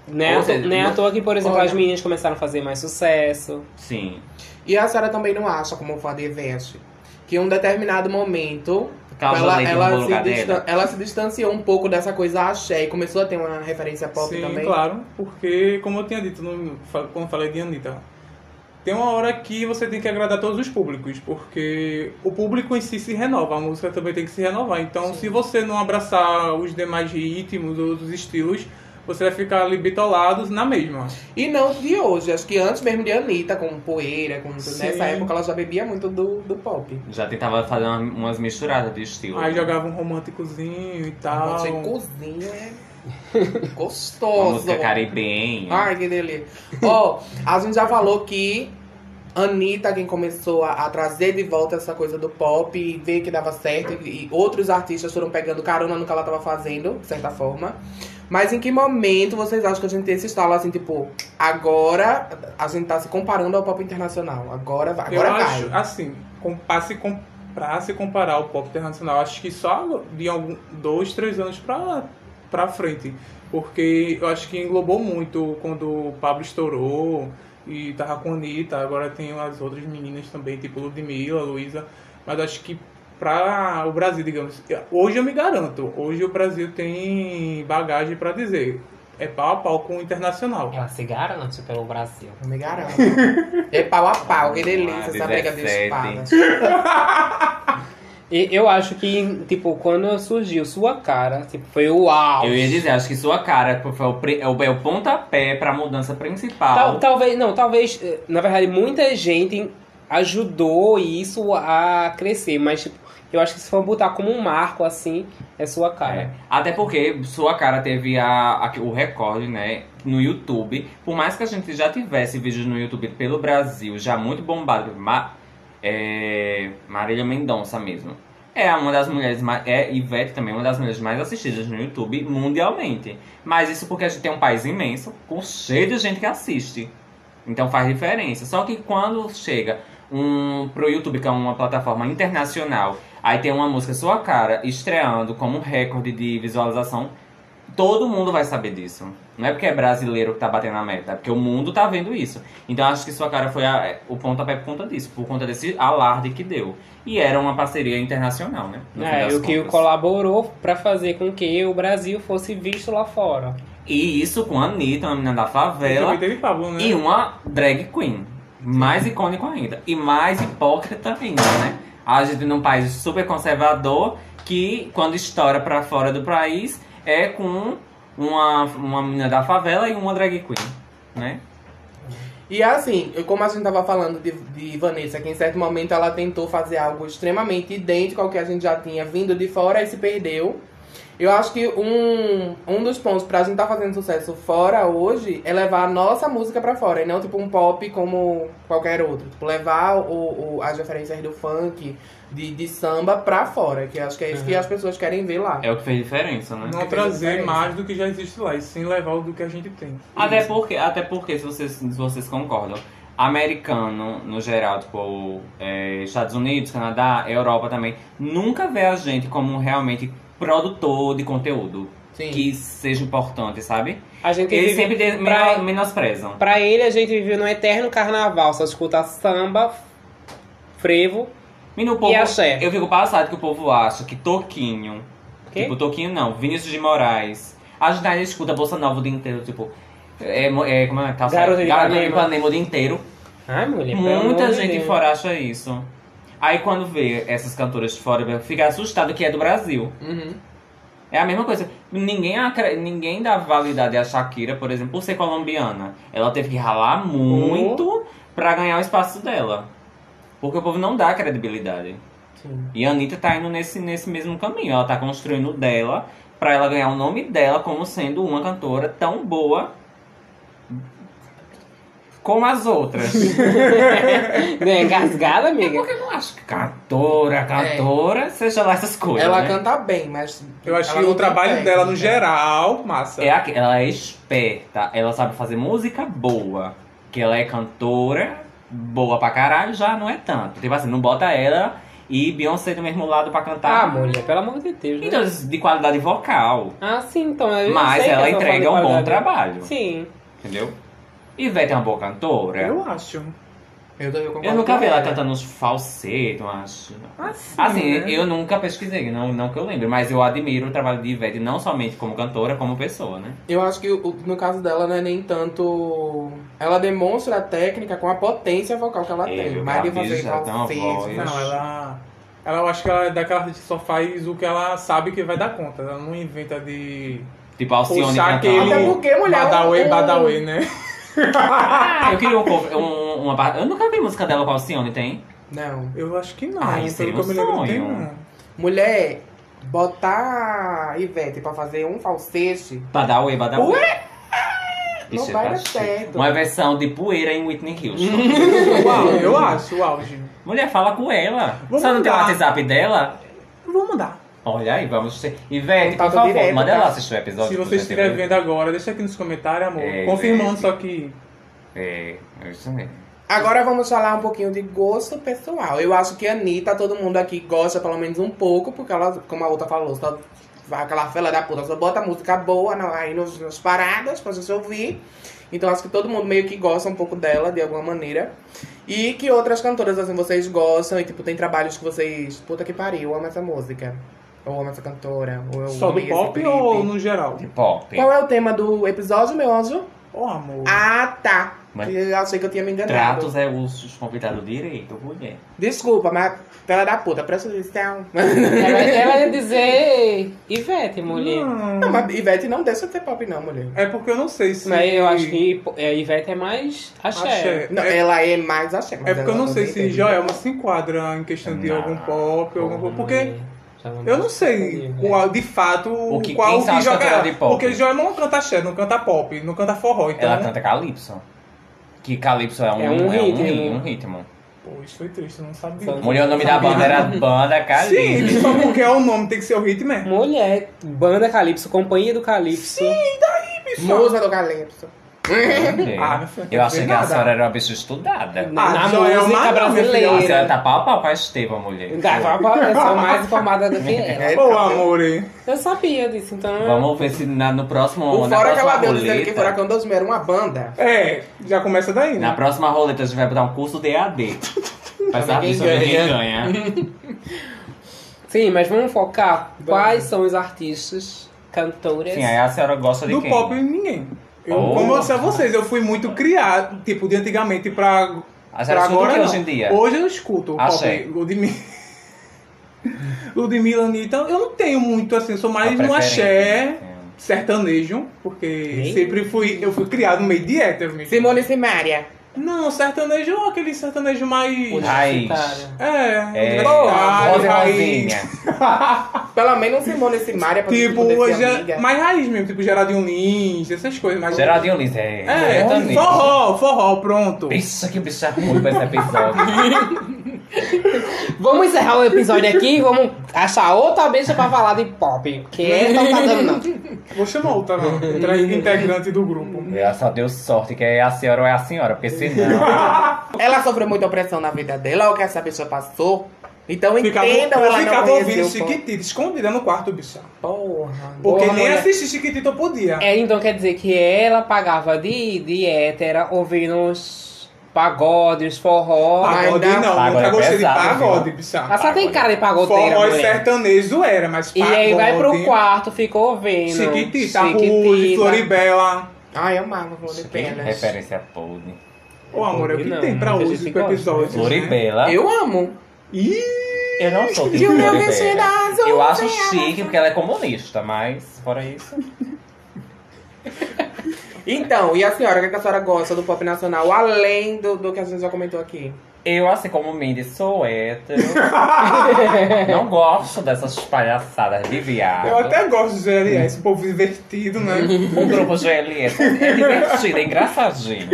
Speaker 1: Né?
Speaker 6: Ou
Speaker 1: à to-
Speaker 6: seja,
Speaker 1: né, à
Speaker 6: não-
Speaker 1: toa que, por exemplo,
Speaker 4: Olha.
Speaker 1: as meninas começaram a fazer mais sucesso.
Speaker 6: Sim.
Speaker 4: E a senhora também não acha, como fã de Ivete, que em um determinado momento
Speaker 6: Causa
Speaker 4: ela,
Speaker 6: leite
Speaker 4: ela
Speaker 6: no
Speaker 4: se
Speaker 6: lugar dela.
Speaker 4: distan- ela se distanciou um pouco dessa coisa axé e começou a ter uma referência pop
Speaker 7: Sim,
Speaker 4: também.
Speaker 7: claro, porque como eu tinha dito no- fa- quando falei de Anitta, tem uma hora que você tem que agradar todos os públicos, porque o público em si se renova, a música também tem que se renovar. Então, se você não abraçar os demais ritmos, outros estilos, você vai ficar ali bitolado na mesma.
Speaker 4: E não de hoje, acho que antes mesmo de Anitta, com poeira, com
Speaker 7: Sim.
Speaker 4: nessa época ela já bebia muito do, do pop.
Speaker 6: Já tentava fazer uma- umas misturadas de estilo.
Speaker 7: Aí jogava um românticozinho e tal.
Speaker 4: Nossa, e cozinha é
Speaker 6: Uma
Speaker 4: gostosa.
Speaker 6: música caribenha.
Speaker 4: Ai, que delícia. Ó, a gente já falou que Anitta, quem começou a, a trazer de volta essa coisa do pop e ver que dava certo, e, e outros artistas foram pegando carona no que ela tava fazendo, de certa forma. Mas em que momento vocês acham que a gente tem esse estalo assim, tipo, agora a gente tá se comparando ao pop internacional? Agora, vai- agora
Speaker 7: eu
Speaker 4: vai.
Speaker 7: acho, assim, com, pra, se, com, pra se comparar o pop internacional, acho que só de algum, dois, três anos pra, pra frente. Porque eu acho que englobou muito quando o Pablo estourou e tava com a Anitta, agora tem as outras meninas também, tipo Ludmilla, Luísa. Mas acho que pra o Brasil, digamos, hoje eu me garanto, hoje o Brasil tem bagagem pra dizer. É pau a pau com o internacional.
Speaker 1: Ela se garante
Speaker 6: tipo,
Speaker 1: pelo Brasil.
Speaker 4: Eu me garanto. É pau a pau, que delícia essa briga de
Speaker 6: 17.
Speaker 4: espadas.
Speaker 1: E eu acho que, tipo, quando surgiu sua cara, tipo, foi uau!
Speaker 6: Eu ia dizer, acho que sua cara foi o, pri- é o, é o pontapé pra mudança principal.
Speaker 4: Tá,
Speaker 1: Tal- talvez, não, talvez, eh, na verdade, muita gente ajudou isso a crescer, mas tipo, eu acho que se for botar como um marco assim, é sua
Speaker 6: É.
Speaker 1: cara.
Speaker 6: Até porque sua cara teve a, a- o recorde, né? No YouTube. Por mais que a gente já tivesse vídeos no YouTube pelo Brasil, já muito bombado. Ma, é, Marília Mendonça mesmo. É uma das mulheres mais. É Ivete também, uma das mulheres mais assistidas no YouTube mundialmente. Mas isso porque a gente tem um país imenso, com cheio de gente que assiste. Então faz diferença. Só que quando chega um pro YouTube, que é uma plataforma internacional, Aí tem uma música sua cara estreando como um recorde de visualização. Todo mundo vai saber disso. Não é porque é brasileiro que tá batendo a meta, é porque o mundo tá vendo isso. Então acho que sua cara foi a- o pontapé por conta disso, por conta desse alarde que deu. E era uma parceria internacional, né? No fim
Speaker 1: É,
Speaker 6: das
Speaker 1: o que
Speaker 6: contas.
Speaker 1: colaborou pra fazer com que o Brasil fosse visto lá fora.
Speaker 6: E isso com a Anitta, uma menina da
Speaker 1: tipo
Speaker 7: E
Speaker 6: favela,
Speaker 7: também teve Pablo, né?
Speaker 6: e uma drag queen. Mais icônico ainda. E mais hipócrita ainda, né? A gente num país super conservador que, quando estoura pra fora do país, é com uma, uma menina da favela e uma drag queen, né?
Speaker 4: E assim, eu- como a gente tava falando de, de Vanessa, que em certo momento ela tentou fazer algo extremamente idêntico ao que a gente já tinha vindo de fora e se perdeu. Eu acho que um, um dos pontos pra gente tá fazendo sucesso fora hoje é levar a nossa música pra fora, e não tipo um pop como qualquer outro. Tipo, levar o, o- as referências do funk, de, de samba pra fora, que eu acho que é isso que as pessoas querem ver lá.
Speaker 6: É o que fez diferença, né?
Speaker 7: Não
Speaker 4: fez
Speaker 7: trazer
Speaker 4: diferença.
Speaker 7: mais do que já existe lá, e sim levar o do que a gente tem.
Speaker 6: Até porque, até porque se, vocês, se vocês concordam, americano, no geral, tipo, é, Estados Unidos, Canadá, Europa também, nunca vê a gente como realmente produtor de conteúdo.
Speaker 4: Sim.
Speaker 6: que seja importante, sabe?
Speaker 1: A gente
Speaker 6: Eles
Speaker 1: vive
Speaker 6: sempre de-
Speaker 1: é pra-
Speaker 6: menor- menosprezam.
Speaker 1: Pra ele, a gente vive num eterno carnaval. Só escuta samba, frevo.
Speaker 6: E no povo,
Speaker 1: axé?
Speaker 6: eu fico passado que o povo acha que Toquinho,
Speaker 1: Quê?
Speaker 6: tipo, Toquinho não, Vinícius de Moraes, a gente ainda escuta Bolsa Nova o dia inteiro, tipo, é, mo- é, como é, calça,
Speaker 1: Garota de
Speaker 6: Garota
Speaker 1: Ipanema.
Speaker 6: o dia inteiro.
Speaker 1: Ai, mulher. pelo amor
Speaker 6: Muita
Speaker 1: de
Speaker 6: gente
Speaker 1: Deus.
Speaker 6: fora acha isso. Aí quando vê essas cantoras de fora, fica assustado que é do Brasil.
Speaker 4: Uhum.
Speaker 6: É a mesma coisa. Ninguém, acre- ninguém dá validade à Shakira, por exemplo, por ser colombiana. Ela teve que ralar muito
Speaker 1: Oh.
Speaker 6: pra ganhar o espaço dela. Porque o povo não dá credibilidade. E a Anitta tá indo nesse, nesse mesmo caminho. Ela tá construindo o dela pra ela ganhar o nome dela como sendo uma cantora tão boa como as outras.
Speaker 1: Não é engasgada, amiga?
Speaker 6: Porque eu não acho que cantora, cantora,
Speaker 1: É.
Speaker 6: seja lá essas coisas.
Speaker 4: Ela
Speaker 6: né?
Speaker 4: canta bem, mas. assim,
Speaker 7: Eu acho
Speaker 4: ela
Speaker 7: que
Speaker 4: não
Speaker 7: o trabalho
Speaker 4: tem né?
Speaker 7: dela, no
Speaker 4: técnica.
Speaker 7: geral, massa.
Speaker 6: É aqu- ela é esperta, ela sabe fazer música boa. Que ela é cantora, boa pra caralho, já não é tanto. Tipo assim, não bota ela e Beyoncé do mesmo lado pra
Speaker 1: Ah,
Speaker 6: cantar.
Speaker 1: mulher, pelo amor de Deus. Né?
Speaker 6: então, de qualidade vocal.
Speaker 1: ah, sim, então. eu
Speaker 6: Mas
Speaker 1: sei que
Speaker 6: ela
Speaker 1: eu sou fã de
Speaker 6: entrega um bom
Speaker 1: qualidade.
Speaker 6: trabalho.
Speaker 1: Sim.
Speaker 6: Entendeu? Ivete é uma boa cantora. Eu,
Speaker 7: Eu acho.
Speaker 4: Eu, também concordo
Speaker 6: nunca
Speaker 4: com
Speaker 6: vi ela
Speaker 4: ela.
Speaker 6: cantando uns falsetos, eu acho.
Speaker 7: Assim,
Speaker 6: Assim,
Speaker 7: né?
Speaker 6: eu nunca pesquisei, não, não que eu lembre, mas eu admiro o trabalho de Ivete, não somente como cantora, como pessoa, né?
Speaker 4: Eu acho que o- no caso dela não é nem tanto. Ela demonstra a técnica com a potência vocal que ela
Speaker 6: É,
Speaker 4: tem.
Speaker 6: eu
Speaker 4: Mas de
Speaker 6: já vi,
Speaker 4: fazer
Speaker 6: já tem uma
Speaker 4: falsete.
Speaker 6: voz.
Speaker 7: Não, ela. Ela eu acho que ela é daquela que só faz o que ela sabe que vai dar conta. Ela não inventa de
Speaker 6: Tipo, Alcione
Speaker 7: puxar
Speaker 6: cantando.
Speaker 7: aquele
Speaker 4: Até porque, mulher,
Speaker 7: Badawi,
Speaker 4: um-
Speaker 7: Badawi, né?
Speaker 6: Ah, eu queria um, cover- um- uma parte. Eu nunca vi música dela com Alcione, tem?
Speaker 4: Não.
Speaker 7: Eu acho que não.
Speaker 6: Ai,
Speaker 7: pelo
Speaker 6: seria
Speaker 7: que eu
Speaker 6: um
Speaker 7: me lembro, não
Speaker 6: sonho.
Speaker 7: tem não.
Speaker 4: Mulher, botar Ivete pra fazer um falsete.
Speaker 6: Badawi, Badawi. Ué!
Speaker 4: Não vai dar certo.
Speaker 6: Uma versão de poeira em Whitney Houston.
Speaker 7: Uau, eu acho o auge.
Speaker 6: Mulher, fala com ela.
Speaker 7: Vou
Speaker 6: Você não tem o
Speaker 7: mandar.
Speaker 6: WhatsApp dela?
Speaker 7: Vou mandar.
Speaker 6: Olha aí, vamos. ser- Ivete,
Speaker 4: Contato
Speaker 6: por favor,
Speaker 4: direto,
Speaker 6: manda
Speaker 4: tá?
Speaker 6: ela assistir o episódio.
Speaker 7: Se
Speaker 6: do
Speaker 7: você estiver
Speaker 6: GTV.
Speaker 7: vendo agora, deixa aqui nos comentários, amor.
Speaker 6: É,
Speaker 7: Confirmando
Speaker 6: é.
Speaker 7: só que.
Speaker 6: É, é isso mesmo.
Speaker 4: Agora vamos falar um pouquinho de gosto pessoal. Eu acho que a Anitta, todo mundo aqui gosta pelo menos um pouco, porque ela, como a outra falou, só vai aquela fela da puta, só bota música boa na- aí nos, nas paradas pra você ouvir. Então acho que todo mundo meio que gosta um pouco dela, de alguma maneira. E que outras cantoras, assim, vocês gostam e, tipo, tem trabalhos que vocês... Puta que pariu, eu amo essa música. Eu amo essa cantora. Ou eu
Speaker 7: Só
Speaker 4: amo
Speaker 7: do
Speaker 4: É esse
Speaker 7: pop
Speaker 4: clipe.
Speaker 7: ou no geral?
Speaker 6: De pop.
Speaker 4: Qual é o tema do episódio, meu anjo?
Speaker 7: Ô, amor.
Speaker 4: Ah, tá.
Speaker 6: Mas-
Speaker 4: Eu achei que eu tinha me enganado.
Speaker 6: Tratos é os convidados direito, mulher.
Speaker 4: Desculpa, mas pela da puta, presta atenção.
Speaker 7: Hum.
Speaker 1: Ela, ela ia dizer Ivete, mulher.
Speaker 7: Não.
Speaker 4: Não, mas Ivete não deixa de ser pop, não, mulher.
Speaker 7: É porque eu não sei se.
Speaker 1: Mas eu acho que é, Ivete é mais axé.
Speaker 7: Axé.
Speaker 4: Não,
Speaker 7: é,
Speaker 4: ela é mais achei.
Speaker 7: é porque eu não sei se Joelma se enquadra em questão de
Speaker 6: Não.
Speaker 7: algum pop, alguma coisa. Porque
Speaker 1: Já
Speaker 7: eu não sei qual, de fato
Speaker 6: né? O que-
Speaker 7: qual
Speaker 6: quem sabe
Speaker 7: que joga
Speaker 6: cantora
Speaker 7: ela.
Speaker 6: de pop?
Speaker 7: Porque Joelma não canta axé, não canta pop, não canta forró. Então,
Speaker 6: Ela canta Calypso. Que Calypso é um,
Speaker 1: É um
Speaker 6: é um
Speaker 1: ritmo.
Speaker 6: ri- um ritmo.
Speaker 7: pô, isso foi triste, eu não sabia.
Speaker 1: Só-
Speaker 6: Mulher, o nome da
Speaker 1: Sabia.
Speaker 6: banda era Banda Calypso.
Speaker 7: Sim, só porque é o nome, tem que ser o ritmo, é.
Speaker 1: Mulher, banda Calypso, companhia do Calypso. né,
Speaker 7: é
Speaker 4: Musa do Calypso.
Speaker 7: Ah, não foi
Speaker 6: Eu achei que a
Speaker 7: nada.
Speaker 6: senhora era uma bicha estudada.
Speaker 1: Na, na
Speaker 7: Ah, Joelma
Speaker 1: música
Speaker 7: não,
Speaker 1: brasileira.
Speaker 6: A senhora tá pau a pau com a Estevam, mulher.
Speaker 1: Tá, vá, vá, Eu sou mais informada do que ela.
Speaker 7: Ô, amor, hein?
Speaker 1: Eu sabia disso, então.
Speaker 6: Vamos ver se na, no próximo.
Speaker 4: O
Speaker 6: na
Speaker 4: fora que
Speaker 6: próxima
Speaker 4: ela deu dizendo que
Speaker 6: né, roleta.
Speaker 4: Furacão 2000 era uma banda.
Speaker 7: É, já começa daí,
Speaker 6: Na
Speaker 7: né?
Speaker 6: próxima roleta a gente vai botar um curso de EAD. Pra saber
Speaker 4: Ninguém
Speaker 6: sobre quem ganha.
Speaker 4: ganha.
Speaker 1: Sim, mas vamos focar quais são os artistas, cantoras.
Speaker 6: Sim, é. aí a senhora gosta de
Speaker 7: Do
Speaker 6: quem?
Speaker 7: pop, ninguém. Eu,
Speaker 6: Oh.
Speaker 7: Como eu disse a vocês, eu fui muito criado, tipo, de antigamente pra
Speaker 6: A
Speaker 7: Pra
Speaker 6: senhora escuta o
Speaker 7: agora
Speaker 6: que
Speaker 7: não.
Speaker 6: hoje em dia? Ah,
Speaker 7: Hoje eu escuto o
Speaker 6: Axé.
Speaker 7: pop Ludmilla. Ludmilla, Anitta. então, Eu não tenho muito assim, eu sou
Speaker 6: A
Speaker 7: mais no
Speaker 6: preferência.
Speaker 7: axé
Speaker 6: Ah, É.
Speaker 7: sertanejo, porque sempre fui, eu fui criado no meio de hétero mesmo.
Speaker 4: Simone Simaria.
Speaker 7: Não, sertanejo é aquele sertanejo mais...
Speaker 1: Os
Speaker 6: Raiz.
Speaker 1: citaram.
Speaker 7: É,
Speaker 6: É,
Speaker 7: universitário,
Speaker 6: Rosa e
Speaker 7: raiz.
Speaker 6: Rosinha.
Speaker 4: Pelo menos Simone Simaria pra
Speaker 7: Tipo,
Speaker 4: poder ser
Speaker 7: hoje é
Speaker 4: amiga.
Speaker 7: mais raiz mesmo, tipo Geraldinho Lins, essas coisas. Mas...
Speaker 6: Geraldinho Lins, é.
Speaker 7: É,
Speaker 6: sertanejo.
Speaker 7: forró, forró, pronto.
Speaker 6: Bicha, que bicha ruim pra esse episódio.
Speaker 1: Vamos encerrar o episódio aqui e vamos achar outra bicha pra falar de pop. Que essa não tá dando, não.
Speaker 7: Vou chamar outra, não. outra integrante do grupo.
Speaker 6: Ela só deu sorte que é a senhora ou é a senhora, porque senão.
Speaker 4: Ela sofreu muita opressão na vida dela, ou que essa bicha passou. Então
Speaker 7: Ficava,
Speaker 4: entendam,
Speaker 7: eu
Speaker 4: ela não
Speaker 7: ficava ouvindo
Speaker 4: conheceu. o fã.
Speaker 7: Chiquitita escondida no quarto, bicha.
Speaker 4: Porra.
Speaker 7: Porque
Speaker 4: boa
Speaker 7: nem
Speaker 4: mulher.
Speaker 7: assistir Chiquitita eu podia.
Speaker 1: É, então quer dizer que ela pagava de, de hétera ouvindo os pagodes, forró.
Speaker 7: Pagode
Speaker 4: ainda-
Speaker 7: não,
Speaker 6: Pagode é
Speaker 7: nunca gostei de
Speaker 6: pesado,
Speaker 7: pagode,
Speaker 1: Ela
Speaker 6: viu?
Speaker 7: bicha.
Speaker 1: só tem cara de pagodeira,
Speaker 7: Forró e
Speaker 1: mulher.
Speaker 7: sertanejo era, mas
Speaker 1: E
Speaker 7: pagode...
Speaker 1: aí vai pro quarto, fica ouvindo.
Speaker 4: tá
Speaker 1: tá
Speaker 7: Chiquitita, Rude, Floribela.
Speaker 4: Ai, eu amava o Floripela.
Speaker 6: Referência podre.
Speaker 7: Ô, amor, é o que
Speaker 1: Não,
Speaker 7: tem pra
Speaker 1: mas a
Speaker 7: hoje
Speaker 1: gente
Speaker 7: pro
Speaker 1: gosta.
Speaker 7: episódio? né?
Speaker 6: Floribela.
Speaker 4: Eu amo.
Speaker 7: Ih,
Speaker 6: Eu não sou tipo
Speaker 4: E o meu vestido
Speaker 6: Floribela.
Speaker 4: azul.
Speaker 6: Eu acho chique porque ela é comunista, mas fora isso.
Speaker 4: Então, e a senhora, o que, é que a senhora gosta do pop nacional? Além do, do que a gente já comentou aqui.
Speaker 6: Eu, assim como o Mindy, sou hétero. não gosto dessas palhaçadas de viado.
Speaker 7: eu até gosto de GLS, esse povo divertido, né?
Speaker 6: O grupo GLS é divertido, é engraçadinho.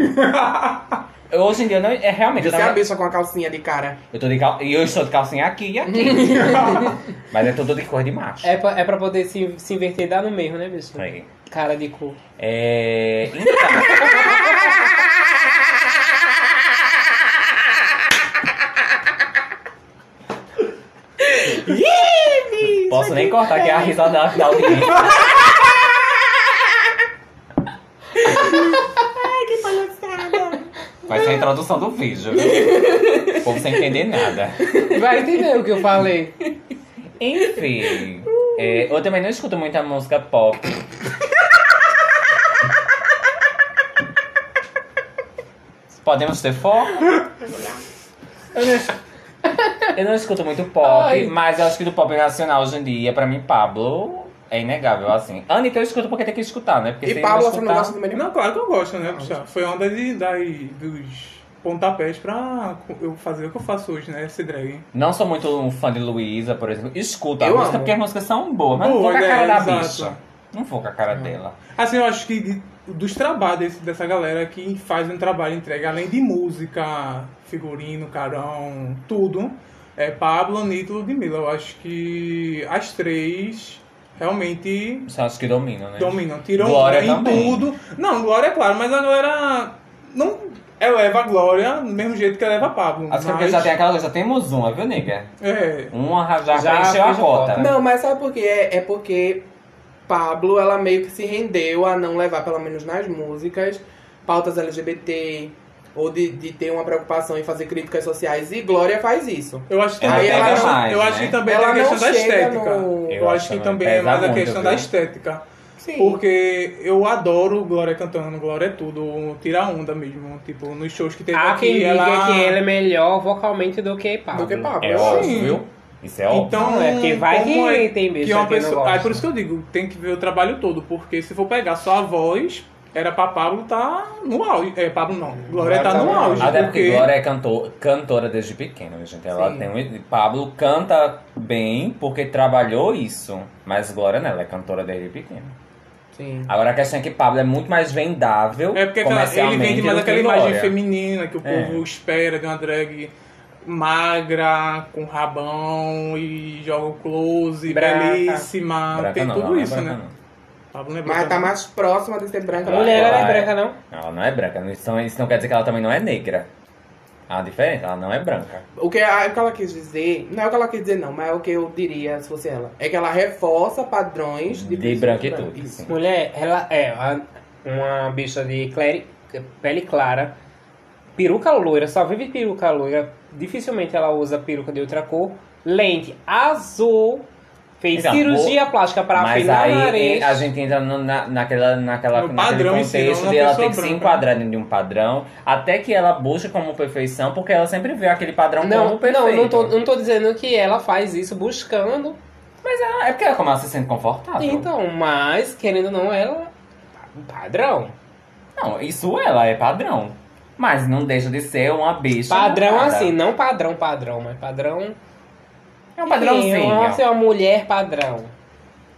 Speaker 6: Hoje em dia, eu não, é realmente. Eu,
Speaker 4: Você é a
Speaker 6: não,
Speaker 4: bicha com a calcinha de cara.
Speaker 6: eu, tô de cal, e eu estou de calcinha aqui e aqui. Mas é tudo de cor de macho.
Speaker 1: É pra, é pra poder se, se inverter e dar no mesmo, né, bicho?
Speaker 6: Aí.
Speaker 1: Cara de cu.
Speaker 6: É, Então. Posso nem cortar que é a risada da- da audiência. Vai ser a introdução do vídeo. viu? O povo sem entender nada.
Speaker 1: Vai entender o que eu falei.
Speaker 6: Enfim. é, eu também não escuto muita música pop. Podemos ter foco? Eu não, es- eu não escuto muito pop,
Speaker 1: Ai.
Speaker 6: mas eu acho que do pop nacional hoje em dia, pra mim, Pablo é inegável, assim. Anitta eu escuto porque tem que escutar, né? Porque
Speaker 4: E
Speaker 6: se
Speaker 4: Pablo, um
Speaker 6: não
Speaker 4: você não
Speaker 6: escutar...
Speaker 4: gosta do menino?
Speaker 7: Não, claro que eu gosto, né, bicha? Foi onda de, daí, dos pontapés pra eu fazer o que eu faço hoje, né? Esse drag.
Speaker 6: Não sou muito um fã de Luísa, por exemplo. Escuta a
Speaker 4: Eu
Speaker 6: música,
Speaker 4: amo.
Speaker 6: porque as músicas são boas, mas não vou
Speaker 7: Boa,
Speaker 6: com a
Speaker 7: né?
Speaker 6: cara da
Speaker 7: Exato.
Speaker 6: bicha. Não vou com a cara
Speaker 4: Hum.
Speaker 6: dela.
Speaker 7: Assim, eu acho que de- dos trabalhos desse- dessa galera que faz um trabalho entrega, além de música, figurino, carão, tudo, é Pablo, Anitta e Ludmilla. Eu acho que as três realmente
Speaker 6: Você acha que domina, né?
Speaker 7: dominam, tiram
Speaker 6: Glória
Speaker 7: onda em
Speaker 6: também.
Speaker 7: tudo. Não, Glória é claro, mas a galera não eleva a Glória do mesmo jeito que eleva a Pablo.
Speaker 6: Acho que é porque
Speaker 7: mas...
Speaker 6: já tem aquela coisa, temos uma, viu, nega?
Speaker 7: É,
Speaker 6: Uma já, já,
Speaker 1: Já
Speaker 6: preencheu a
Speaker 1: fez a
Speaker 6: cota.
Speaker 1: cota.
Speaker 4: Não, mas sabe por quê? É, é porque Pablo, ela meio que se rendeu a não levar, pelo menos nas músicas, pautas LGBT, ou de, de ter uma preocupação em fazer críticas sociais, e Glória faz isso.
Speaker 7: eu acho que
Speaker 6: Ela
Speaker 7: também,
Speaker 4: pega
Speaker 7: eu acho-
Speaker 6: mais,
Speaker 7: eu acho
Speaker 6: né?
Speaker 7: que também tem
Speaker 4: Ela
Speaker 7: a questão
Speaker 4: não
Speaker 7: da
Speaker 4: chega
Speaker 7: estética.
Speaker 4: no-
Speaker 7: Eu,
Speaker 6: Eu
Speaker 7: acho que
Speaker 6: acho também
Speaker 7: também é mais
Speaker 6: pesa
Speaker 7: a
Speaker 6: muito,
Speaker 7: questão da
Speaker 6: viu?
Speaker 7: estética.
Speaker 4: Sim.
Speaker 7: Porque eu adoro Glória cantando, Glória é tudo, tira onda mesmo, tipo, nos shows que tem
Speaker 1: Há quem diga que ela é melhor vocalmente do que Pablo.
Speaker 4: Do que Pablo.
Speaker 6: É
Speaker 7: Sim.
Speaker 6: óbvio, viu? Isso é óbvio.
Speaker 7: Então,
Speaker 1: Não, é porque vai
Speaker 7: como
Speaker 1: que
Speaker 7: é
Speaker 1: tem bicho
Speaker 7: que é uma
Speaker 1: que não
Speaker 7: pessoa...
Speaker 1: gosta.
Speaker 7: Ah, por isso que eu digo, tem que ver o trabalho todo, porque se for pegar só a voz, era pra Pablo tá no auge. É, Pablo não, Glória tá no auge,
Speaker 6: Até porque
Speaker 7: porque...
Speaker 6: Glória é cantor, cantora desde pequena, né, gente. Ela
Speaker 4: Sim.
Speaker 6: tem um. Pablo canta bem porque trabalhou isso. Mas Glória não, ela é cantora desde pequena.
Speaker 4: Sim.
Speaker 6: Agora a questão é que Pablo é muito mais vendável.
Speaker 7: É porque aquela- ele
Speaker 6: comercialmente
Speaker 7: vende mais
Speaker 6: do que
Speaker 7: aquela imagem
Speaker 6: Glória.
Speaker 7: feminina que o
Speaker 6: É.
Speaker 7: povo espera de uma drag magra, com rabão e joga o close,
Speaker 1: Branca.
Speaker 7: belíssima,
Speaker 6: Branca
Speaker 7: tem
Speaker 6: não,
Speaker 7: tudo
Speaker 6: ela não é
Speaker 7: isso,
Speaker 6: branca,
Speaker 7: né?
Speaker 6: não.
Speaker 7: Pablo não é
Speaker 4: Mas
Speaker 7: branca,
Speaker 4: tá
Speaker 7: não.
Speaker 4: mais próxima de ser branca.
Speaker 6: Claro.
Speaker 1: Mulher ela não
Speaker 6: Ela
Speaker 1: é
Speaker 6: é.
Speaker 1: branca, não?
Speaker 6: Ela não é branca. Isso, isso não quer dizer que ela também não é negra. Há uma diferença, ela não é branca.
Speaker 4: O que, a- o que ela quis dizer, não é o que ela quis dizer, não, mas é o que eu diria se fosse ela. É que ela reforça padrões de,
Speaker 6: De
Speaker 4: pessoas
Speaker 6: branquitude,
Speaker 4: brancas.
Speaker 6: sim.
Speaker 1: Mulher, ela é a- uma bicha de cleri- pele clara, peruca loira, só vive peruca loira. Dificilmente ela usa peruca de outra cor. Lente azul, fez
Speaker 6: Então,
Speaker 1: cirurgia plástica para
Speaker 6: Mas
Speaker 1: afinar o
Speaker 6: aí eh,
Speaker 1: nariz.
Speaker 6: a gente entra no- na, naquela, naquela,
Speaker 7: No
Speaker 6: naquele
Speaker 7: padrão em si, não
Speaker 6: contexto
Speaker 7: na
Speaker 6: de ela
Speaker 7: pessoa
Speaker 6: ter que se
Speaker 7: branca.
Speaker 6: enquadrar dentro de um padrão, até que ela busca como perfeição, porque ela sempre vê aquele padrão
Speaker 1: Não,
Speaker 6: como um perfeito.
Speaker 1: não, não tô, não tô dizendo que ela faz isso buscando.
Speaker 6: Ah, É porque ela começa a se sente confortável.
Speaker 1: Então, mas querendo ou não, ela padrão.
Speaker 6: Não, isso ela é padrão. Mas não deixa de ser uma bicha.
Speaker 1: Padrão
Speaker 6: é nada.
Speaker 1: assim, não padrão padrão, mas padrão.
Speaker 6: É um padrãozinho.
Speaker 1: Sim, uma- assim, uma mulher padrão.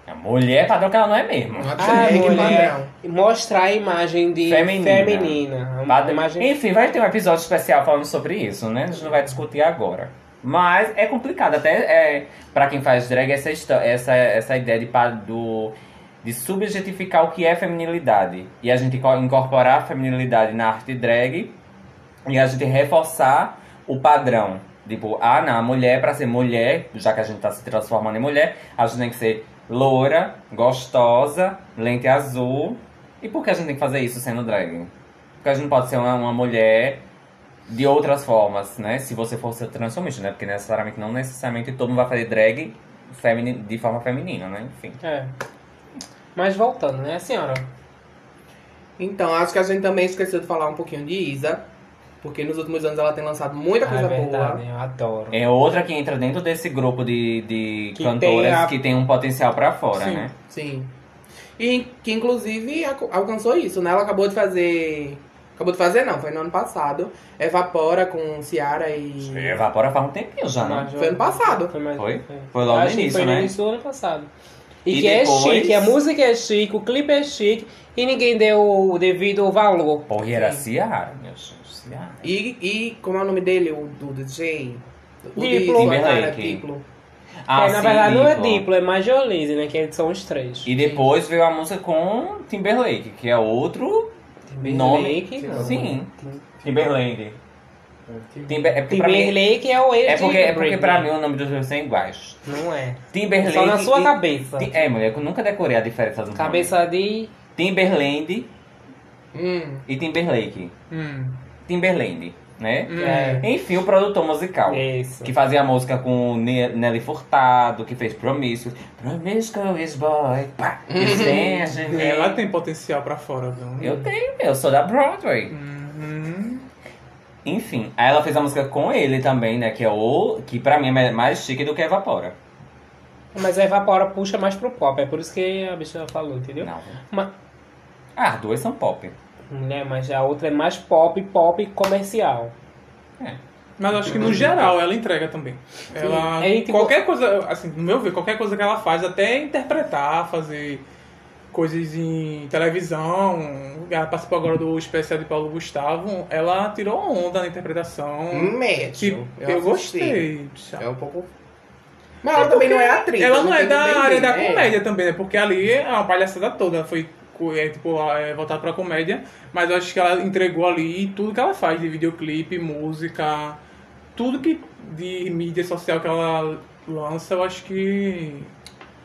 Speaker 6: A mulher é padrão que ela não é mesmo.
Speaker 4: Uma
Speaker 1: Ah,
Speaker 4: drag
Speaker 1: mulher.
Speaker 4: padrão.
Speaker 1: Mostrar a imagem de
Speaker 6: Feminina.
Speaker 1: feminina. Uma
Speaker 6: Padrão-
Speaker 1: imagem...
Speaker 6: Enfim, vai ter um episódio especial falando sobre isso, né? A gente não vai discutir agora. Mas é complicado, até é, para quem faz drag, essa, histó- essa, essa ideia de, pa- do, de subjetificar o que é feminilidade. E a gente co- incorporar a feminilidade na arte drag e a gente reforçar o padrão. Tipo, ah, não, a mulher, pra ser mulher, já que a gente tá se transformando em mulher, a gente tem que ser loura, gostosa, lente azul. E por que a gente tem que fazer isso sendo drag? Porque a gente não pode ser uma, uma mulher de outras formas, né? Se você for ser transformista, né? Porque necessariamente, não necessariamente todo mundo vai fazer drag femini- de forma feminina, né? Enfim.
Speaker 1: É. Mas voltando, né, senhora?
Speaker 4: Então, acho que a gente também esqueceu de falar um pouquinho de Isa. Porque nos últimos anos ela tem lançado muita
Speaker 1: Ah,
Speaker 4: coisa
Speaker 1: é verdade,
Speaker 4: boa.
Speaker 1: eu adoro.
Speaker 6: É outra que entra dentro desse grupo de, de
Speaker 4: Que
Speaker 6: cantoras
Speaker 4: tem a-
Speaker 6: que tem um potencial pra fora,
Speaker 7: Sim.
Speaker 6: né?
Speaker 4: Sim. E que inclusive acu- alcançou isso, né? Ela acabou de fazer. Acabou de fazer, não, foi no ano passado. Evapora com Ciara e.
Speaker 6: Evapora faz um tempinho já, né?
Speaker 1: Mas
Speaker 4: Foi ano passado.
Speaker 1: Foi, mais... é.
Speaker 6: Foi? Foi logo
Speaker 1: Acho
Speaker 6: no
Speaker 1: que foi
Speaker 6: início, né?
Speaker 1: no início do ano passado. E,
Speaker 6: E
Speaker 1: que
Speaker 6: depois-
Speaker 1: é chique, a música é chique, o clipe é chique e ninguém deu o devido valor.
Speaker 6: Porra, e era Ciara, meu gente,
Speaker 1: É,
Speaker 6: Ciara.
Speaker 4: E, e como é o nome dele? O do DJ? O
Speaker 1: Diplo.
Speaker 4: Diplo, cara,
Speaker 6: Timberlake.
Speaker 4: Diplo.
Speaker 6: Ah,
Speaker 1: é, na
Speaker 6: sim,
Speaker 1: verdade não é
Speaker 6: Diplo.
Speaker 1: diplo, é Majorlise, né? Que são os três.
Speaker 6: E depois veio a música com Timberlake, que é outro
Speaker 1: Timberlake,
Speaker 6: nome.
Speaker 1: não.
Speaker 6: Sim. Timberlake. Timber... É porque pra mim...
Speaker 1: Timberlake é o ex
Speaker 6: É
Speaker 1: de
Speaker 6: porque, é porque
Speaker 1: Britney.
Speaker 6: pra mim o nome dos dois são iguais.
Speaker 1: Não é.
Speaker 6: Timberlake.
Speaker 1: Só na sua
Speaker 6: e-
Speaker 1: cabeça.
Speaker 6: Ti- É, mulher, eu nunca decorei a diferença dos
Speaker 1: Cabeça de.
Speaker 6: nomes. Timberland
Speaker 4: Hum.
Speaker 6: e Timberlake.
Speaker 7: Hum.
Speaker 6: Timberland, né?
Speaker 1: É.
Speaker 6: Enfim, o produtor musical.
Speaker 1: Isso.
Speaker 6: Que fazia música com o Ne- Nelly Furtado, que fez Promiscuous. Promiscuous boy. Pá, Esse-
Speaker 1: É
Speaker 7: Ela tem potencial pra fora, viu?
Speaker 6: Eu tenho, eu sou da Broadway.
Speaker 7: Uhum.
Speaker 6: Enfim, aí ela fez a música com ele também, né? Que é o. Que pra mim é mais chique do que Evapora.
Speaker 1: Mas a Evapora puxa mais pro pop, é por isso que a bicha falou, entendeu?
Speaker 6: Não.
Speaker 1: Mas-
Speaker 6: Ah, as duas são pop.
Speaker 1: Mulher, mas a outra é mais pop, pop comercial.
Speaker 7: Mas acho que no geral ela entrega também. Ela.
Speaker 1: Uhum. É, e tipo-
Speaker 7: Qualquer coisa, assim, no meu ver, qualquer coisa que ela faz, até interpretar, fazer coisas em televisão. Ela participou agora do especial de Paulo Gustavo. Ela tirou onda na interpretação.
Speaker 4: Mete.
Speaker 7: É. que eu, gostei.
Speaker 4: É um pouco. Mas ela também não é atriz.
Speaker 7: Ela
Speaker 4: a gente
Speaker 7: não é
Speaker 4: tem que
Speaker 7: da área da
Speaker 4: entender, né?
Speaker 7: comédia também, né? Porque ali é uma palhaçada toda. Foi co- é, tipo, é, voltar pra comédia. Mas eu acho que ela entregou ali tudo que ela faz de videoclipe, música, tudo que de mídia social que ela lança, eu acho que.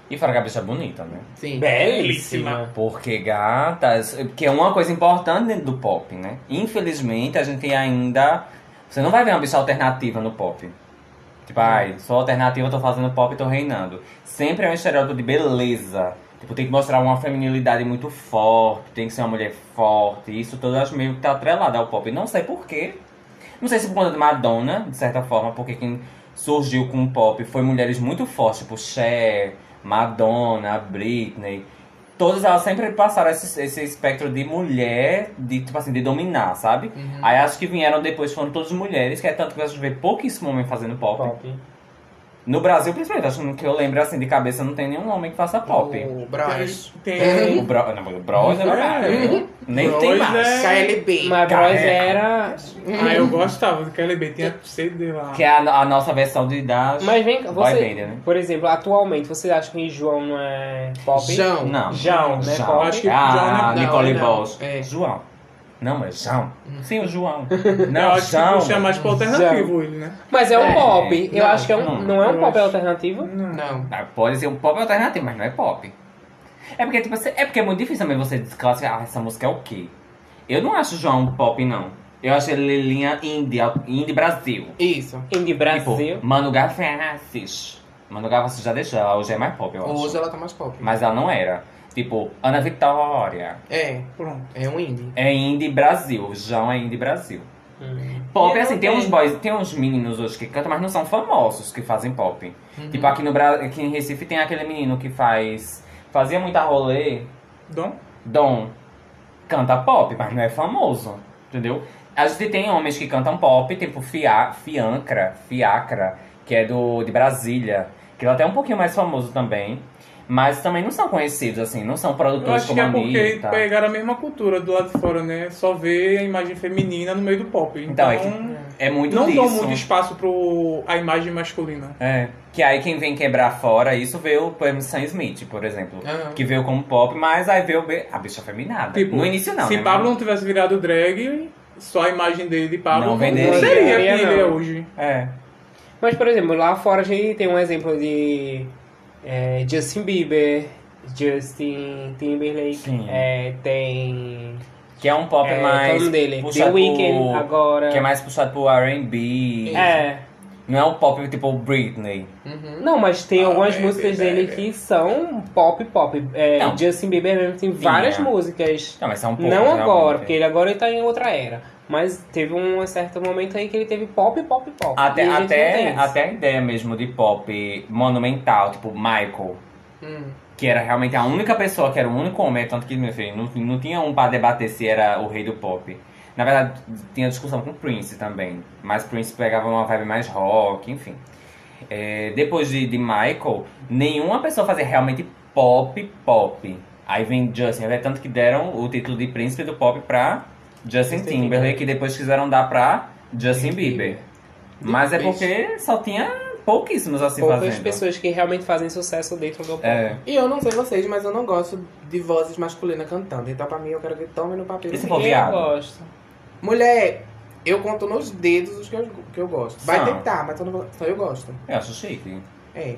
Speaker 6: E fora que a bicha é bonita, né?
Speaker 4: Sim.
Speaker 1: Belíssima.
Speaker 6: Porque gatas. Que é uma coisa importante dentro do pop, né? Infelizmente, a gente tem ainda. Você não vai ver uma bicha alternativa no pop. Tipo, ai, sou alternativa, tô fazendo pop e tô reinando. Sempre é um estereótipo de beleza. Tipo, tem que mostrar uma feminilidade muito forte, tem que ser uma mulher forte. Isso tudo eu acho meio que tá atrelado ao pop. Não sei porquê. Não sei se por conta de Madonna, de certa forma, porque quem surgiu com o pop foi mulheres muito fortes, tipo Cher, Madonna, Britney. Todas elas sempre passaram esse, esse espectro de mulher, de tipo assim, de dominar, sabe?
Speaker 1: Uhum.
Speaker 6: Aí acho que vieram depois, foram todas mulheres, que é tanto que a gente vê pouquíssimo homem fazendo pop.
Speaker 1: Pop.
Speaker 6: No Brasil, principalmente, acho que eu lembro assim, de cabeça não tem nenhum homem que faça
Speaker 1: Uhum.
Speaker 6: pop.
Speaker 4: O Braz.
Speaker 7: Tem.
Speaker 6: O Bro... Não, o Bros é
Speaker 7: É.
Speaker 1: Uhum.
Speaker 6: maravilhoso. Nem tem
Speaker 7: Bros
Speaker 4: né?
Speaker 6: mais.
Speaker 7: é-
Speaker 4: KLB.
Speaker 1: Mas
Speaker 6: Carrega.
Speaker 1: Bros era.
Speaker 7: Ah, eu gostava do KLB, tinha CD lá.
Speaker 6: Que é a, a nossa versão de das...
Speaker 1: Mas vem cá,
Speaker 6: Boy
Speaker 1: você.
Speaker 6: band, né?
Speaker 1: Por exemplo, atualmente, você acha que João não é pop?
Speaker 4: João.
Speaker 6: Não.
Speaker 1: João, né?
Speaker 6: João.
Speaker 1: Pop.
Speaker 7: Acho que João
Speaker 6: ah,
Speaker 7: não-
Speaker 6: Nicole
Speaker 4: não,
Speaker 6: Balls.
Speaker 4: não, é.
Speaker 6: João. Não, mas João. Sim, o João.
Speaker 7: eu
Speaker 6: Não,
Speaker 7: acho que
Speaker 6: João.
Speaker 7: puxa mais pro alternativo ele, né?
Speaker 1: Mas é um
Speaker 6: É,
Speaker 1: pop. Eu
Speaker 4: não,
Speaker 1: acho que é um,
Speaker 6: não.
Speaker 1: não, é um
Speaker 7: Eu
Speaker 1: pop
Speaker 7: acho-
Speaker 1: alternativo.
Speaker 4: Não.
Speaker 6: Ah, Pode ser um pop alternativo, mas não é pop. É porque, tipo, assim, é porque é muito difícil também você desclassificar ah, essa música é o quê? Eu não acho João um pop, não. Eu acho ele linha indie, al- indie Brasil.
Speaker 4: Isso.
Speaker 1: Indie Brasil.
Speaker 6: Tipo, Manu Gavassis. Manu Gavassis já deixou, ela hoje é mais pop, eu acho.
Speaker 4: Hoje ela tá mais pop.
Speaker 6: Mas ela não era. Tipo, Ana Vitória.
Speaker 4: É,
Speaker 7: Pronto.
Speaker 4: é um indie.
Speaker 6: É indie Brasil. João é indie Brasil.
Speaker 1: Hum.
Speaker 6: Pop,
Speaker 4: Eu
Speaker 6: assim,
Speaker 4: não
Speaker 6: tem uns
Speaker 4: tenho.
Speaker 6: boys, tem uns meninos hoje que cantam, mas não são famosos que fazem pop.
Speaker 7: Uhum.
Speaker 6: Tipo, aqui no Brasil, aqui em Recife tem aquele menino que faz. Fazia muita rolê,
Speaker 7: Dom?
Speaker 6: Dom. Canta pop, mas não é famoso. Entendeu? A gente tem homens que cantam pop, tipo Fia, Fiancra, Fiacra, que é do de Brasília. Que ele é até um pouquinho mais famoso também. Mas também não são conhecidos, assim, não são
Speaker 7: Eu
Speaker 6: produtores
Speaker 7: acho que
Speaker 6: como a
Speaker 7: é porque
Speaker 6: Anitta.
Speaker 7: pegaram a mesma cultura do lado de fora, né? Só vê a imagem feminina no meio do pop.
Speaker 6: Então,
Speaker 7: Então,
Speaker 6: é que- É muito
Speaker 7: não
Speaker 6: disso.
Speaker 7: dão muito espaço pro a imagem masculina.
Speaker 6: É. Que aí quem vem quebrar fora isso veio o poema Sam Smith, por exemplo.
Speaker 4: Aham.
Speaker 6: Que veio como pop, mas aí veio be- a bicha feminada.
Speaker 7: Tipo,
Speaker 6: no início não.
Speaker 7: Se
Speaker 6: né,
Speaker 7: Pablo não tivesse virado drag, só a imagem dele de Pablo
Speaker 6: Não
Speaker 7: não,
Speaker 6: venderia.
Speaker 7: seria quem
Speaker 1: Não.
Speaker 7: ele é hoje.
Speaker 6: É.
Speaker 1: Mas, por exemplo, lá fora a gente tem um exemplo de é, Justin Bieber, Justin Timberlake,
Speaker 6: Sim.
Speaker 1: é, tem.
Speaker 6: Que é um pop
Speaker 1: é, qual é o
Speaker 6: mais.
Speaker 1: nome dele? The
Speaker 6: puxado
Speaker 1: Weeknd
Speaker 6: pro-
Speaker 1: agora.
Speaker 6: Que é mais puxado pro RB.
Speaker 1: É.
Speaker 6: Não é um pop tipo Britney.
Speaker 1: Não, mas tem
Speaker 7: Ah,
Speaker 1: algumas
Speaker 6: é,
Speaker 7: baby,
Speaker 1: músicas dele
Speaker 7: baby.
Speaker 1: que são pop pop. É,
Speaker 6: Não.
Speaker 1: Justin Bieber mesmo tem
Speaker 6: Vinha.
Speaker 1: várias músicas.
Speaker 6: Não, mas é um pouco.
Speaker 1: Não agora, porque
Speaker 6: realmente.
Speaker 1: ele agora ele tá em outra era. Mas teve um certo momento aí que ele teve pop, pop, pop.
Speaker 6: Até,
Speaker 1: E a gente não tem
Speaker 6: até,
Speaker 1: isso.
Speaker 6: até a ideia mesmo de pop monumental, tipo Michael.
Speaker 1: Hum.
Speaker 6: Que era realmente a única pessoa, que era o único homem, tanto que, meu filho, não, não tinha um pra debater se era o rei do pop. Na verdade, tinha discussão com Prince também. Mas Prince pegava uma vibe mais rock, enfim. É, depois de, de Michael, nenhuma pessoa fazia realmente pop, pop. Aí vem Justin, é tanto que deram o título de príncipe do pop pra Justin Timberlake, que depois quiseram dar pra Justin Bieber. Mas é porque só tinha pouquíssimos assim
Speaker 1: poucas
Speaker 6: fazendo.
Speaker 1: pessoas que realmente fazem sucesso dentro do pop.
Speaker 6: É.
Speaker 4: E eu não sei vocês, mas eu não gosto de vozes masculinas cantando. Então, pra mim, eu quero que tome no papel.
Speaker 6: E se
Speaker 4: Sim.
Speaker 6: for viado?
Speaker 1: gosto.
Speaker 4: Mulher, eu conto nos dedos os que eu, que eu gosto. Vai
Speaker 6: Só.
Speaker 4: tentar, mas eu não vou- só eu gosto.
Speaker 6: Eu acho chique.
Speaker 4: É.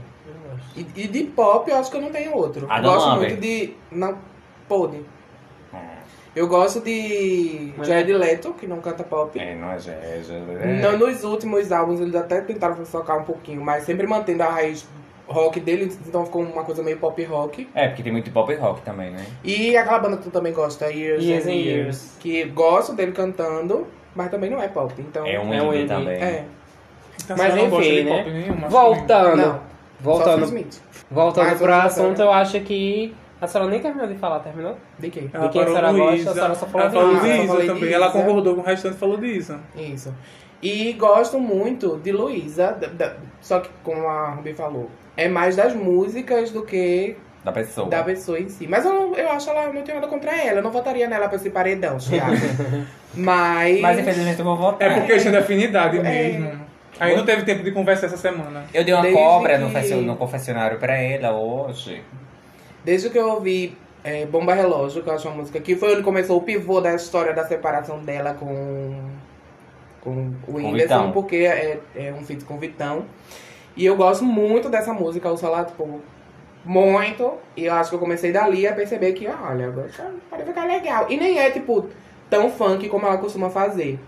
Speaker 4: E, e de pop, eu acho que eu não tenho outro.
Speaker 6: Adam
Speaker 4: eu gosto
Speaker 6: Lambert. É.
Speaker 4: muito de. Não, pode. Eu gosto de Jared Leto, que não canta pop.
Speaker 6: É, não é, já é, já é.
Speaker 4: Não, Então, nos últimos álbuns eles até tentaram focar um pouquinho, mas sempre mantendo a raiz rock dele, então ficou uma coisa meio pop rock.
Speaker 6: É, porque tem muito pop rock também, né?
Speaker 4: E aquela banda que tu também gosta, Years,
Speaker 1: Years
Speaker 4: and
Speaker 1: and
Speaker 4: Years,
Speaker 1: Years.
Speaker 4: que gosto dele cantando, mas também não é pop, então...
Speaker 6: É um
Speaker 1: é um
Speaker 6: indie
Speaker 1: indie.
Speaker 6: também.
Speaker 4: É,
Speaker 7: Então,
Speaker 1: Mas
Speaker 7: você não gosta
Speaker 1: enfim,
Speaker 7: de
Speaker 1: né?
Speaker 7: pop nenhuma, assim?
Speaker 1: Voltando.
Speaker 4: não, só
Speaker 1: Voltando,
Speaker 4: Sam Smith.
Speaker 1: voltando
Speaker 4: Mas
Speaker 1: pro
Speaker 4: vamos
Speaker 1: assunto,
Speaker 4: voltar.
Speaker 1: eu acho que. A senhora nem terminou de falar, terminou?
Speaker 4: De quê?
Speaker 7: Ela
Speaker 1: quem a
Speaker 7: parou
Speaker 1: senhora
Speaker 7: no
Speaker 1: gosta, a
Speaker 7: Isa.
Speaker 1: senhora só falou
Speaker 7: Ela
Speaker 1: de
Speaker 7: falou
Speaker 4: Isa.
Speaker 7: de
Speaker 4: Ah, só
Speaker 7: Isa
Speaker 4: falei de
Speaker 7: também. Ela
Speaker 4: Isa.
Speaker 7: concordou com o restante e falou de Isa.
Speaker 4: Isso. E gosto muito de Luísa, da- da- só que como a Rubi falou, é mais das músicas do que
Speaker 6: Da pessoa.
Speaker 4: da pessoa em si. Mas eu, não- eu acho ela, eu não tenho nada contra ela, eu não votaria nela pra esse paredão, Thiago. Mas...
Speaker 6: Mas infelizmente eu vou votar.
Speaker 7: É por questão de afinidade
Speaker 4: É.
Speaker 7: mesmo. Aí não teve tempo de conversa essa semana.
Speaker 6: Eu dei uma
Speaker 4: Desde
Speaker 6: cobra no,
Speaker 4: que-
Speaker 6: festi- no confessionário pra ela hoje.
Speaker 4: Desde que eu ouvi é, Bomba Relógio, que eu acho uma música que foi onde começou o pivô da história da separação dela com, com o Whindersson,
Speaker 6: Vitão.
Speaker 4: porque é, é um feat com o Vitão. E eu gosto muito dessa música, o lá, tipo, muito. E eu acho que eu comecei dali a perceber que, ah, olha, agora pode ficar legal. E nem é, tipo, tão funk como ela costuma fazer.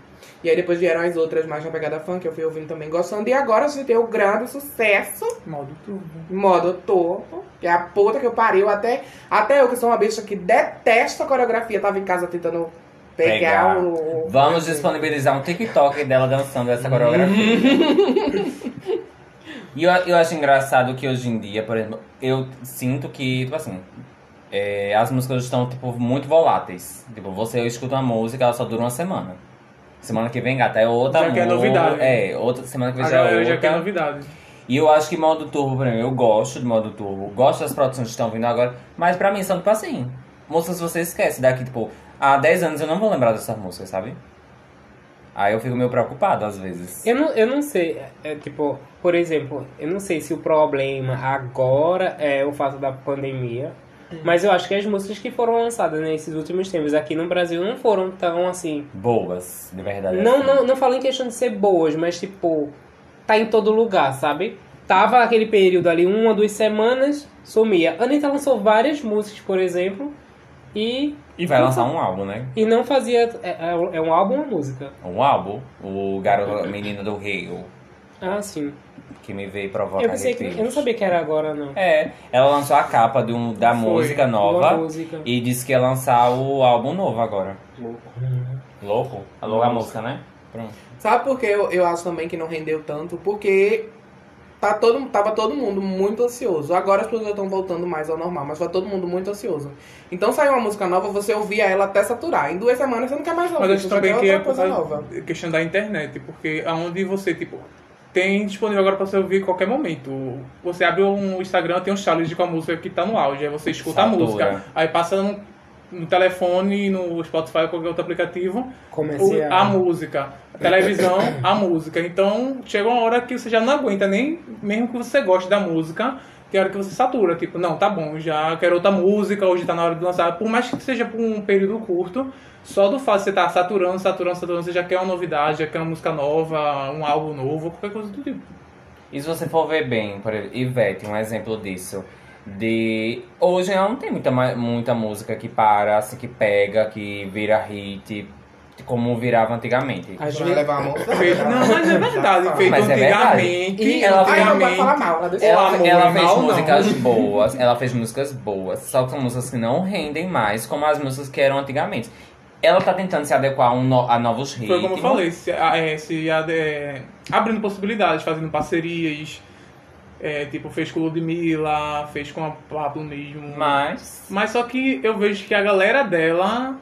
Speaker 4: E aí depois vieram as outras mais na pegada funk, eu fui ouvindo também gostando. E agora a gente tem o grande sucesso
Speaker 7: Mal do tudo.
Speaker 4: modo torto, que é a puta que eu pariu. Até, até eu, que sou uma bicha que detesta a coreografia, tava em casa tentando pegar,
Speaker 6: Pegar.
Speaker 4: o.
Speaker 6: Vamos disponibilizar um TikTok dela dançando essa coreografia. e eu, eu acho engraçado que hoje em dia, por exemplo, eu sinto que, tipo assim, é, as músicas estão, tipo, muito voláteis. Tipo, você escuta uma música, ela só dura uma semana. Semana que vem, gata, é outra
Speaker 7: Já quer
Speaker 6: mu-
Speaker 7: novidade.
Speaker 6: É, outra semana que vem
Speaker 7: A
Speaker 6: já é
Speaker 7: galera
Speaker 6: outra.
Speaker 7: já quer novidade.
Speaker 6: E eu acho que modo turbo, pra mim, eu gosto de modo turbo, gosto das produções que estão vindo agora, mas pra mim são tipo assim. Músicas que você esquece, daqui tipo, há 10 anos eu não vou lembrar dessas músicas, sabe? Aí eu fico meio preocupado às vezes.
Speaker 1: Eu não, eu não sei, é, é, tipo, por exemplo, eu não sei se o problema agora é o fato da pandemia, mas eu acho que as músicas que foram lançadas nesses últimos tempos aqui no Brasil não foram tão assim.
Speaker 6: Boas, de verdade.
Speaker 1: Não,
Speaker 6: assim.
Speaker 1: não, não falo em questão de ser boas, mas tipo, tá em todo lugar, sabe? Tava aquele período ali, uma, duas semanas, sumia. Anitta lançou várias músicas, por exemplo, e,
Speaker 6: E vai lançar um álbum, né?
Speaker 1: e não fazia. É, é- é um álbum uma música?
Speaker 6: Um álbum, o garoto, menino do Rio,
Speaker 1: Ah, sim.
Speaker 6: que me veio provocar
Speaker 1: Eu pensei que.
Speaker 6: arrepios.
Speaker 1: Eu não sabia que era agora, não.
Speaker 6: É, ela lançou a capa de um, da
Speaker 7: Foi.
Speaker 6: música nova.
Speaker 1: Uma música.
Speaker 6: E disse que ia lançar o álbum novo agora. Louco. Louco? A louca música, né? Pronto.
Speaker 4: Sabe por que eu, eu acho também que não rendeu tanto? Porque tá todo, tava todo mundo muito ansioso. Agora as coisas estão voltando mais ao normal, mas tá todo mundo muito ansioso. Então saiu uma música nova, você ouvia ela até saturar. Em duas semanas você não quer mais ouvir,
Speaker 7: Mas
Speaker 4: você
Speaker 7: acho
Speaker 4: tipo, só
Speaker 7: também
Speaker 4: quer
Speaker 7: que é
Speaker 4: outra
Speaker 7: por
Speaker 4: coisa
Speaker 7: causa
Speaker 4: nova.
Speaker 7: da questão da internet, porque aonde você, tipo, tem disponível agora pra você ouvir a qualquer momento. Você abre um Instagram, tem um challenge com a música que tá no auge, aí você escuta
Speaker 6: Satura.
Speaker 7: a música, aí passa no, no telefone, no Spotify ou qualquer outro aplicativo,
Speaker 1: Comecei
Speaker 7: o- a música. A televisão, a música. Então chega uma hora que você já não aguenta nem, mesmo que você goste da música, tem hora que você satura, tipo, não, tá bom, já quero outra música, hoje tá na hora de lançar. Por mais que seja por um período curto, só do fato de você tá estar saturando, saturando, saturando, você já quer uma novidade, já quer uma música nova, um álbum novo, qualquer coisa do tipo.
Speaker 6: E se você for ver bem, por exemplo, Ivete, um exemplo disso. De. Hoje ela não tem muita, ma- muita música que para, assim, que pega, que vira hit, como virava antigamente.
Speaker 1: A
Speaker 4: Vai
Speaker 1: Ju-
Speaker 4: levar a moça.
Speaker 7: Feito- Não, mas é verdade, feito
Speaker 6: Mas é verdade.
Speaker 7: antigamente.
Speaker 6: E ela-
Speaker 4: Ai, ela vai
Speaker 7: antigamente.
Speaker 4: falar mal. Ela deixa.
Speaker 6: Ela,
Speaker 7: amor,
Speaker 6: ela fez
Speaker 7: mal não.
Speaker 6: músicas boas, ela fez músicas boas, só que são músicas que não rendem mais como as músicas que eram antigamente. Ela tá tentando se adequar a, um no- a novos ritmos.
Speaker 7: Foi como eu falei, se, a- é, se a- é, abrindo possibilidades, fazendo parcerias. é, tipo, fez com o Ludmilla, fez com a Pablo mesmo.
Speaker 6: Mas.
Speaker 7: Mas só que eu vejo que a galera dela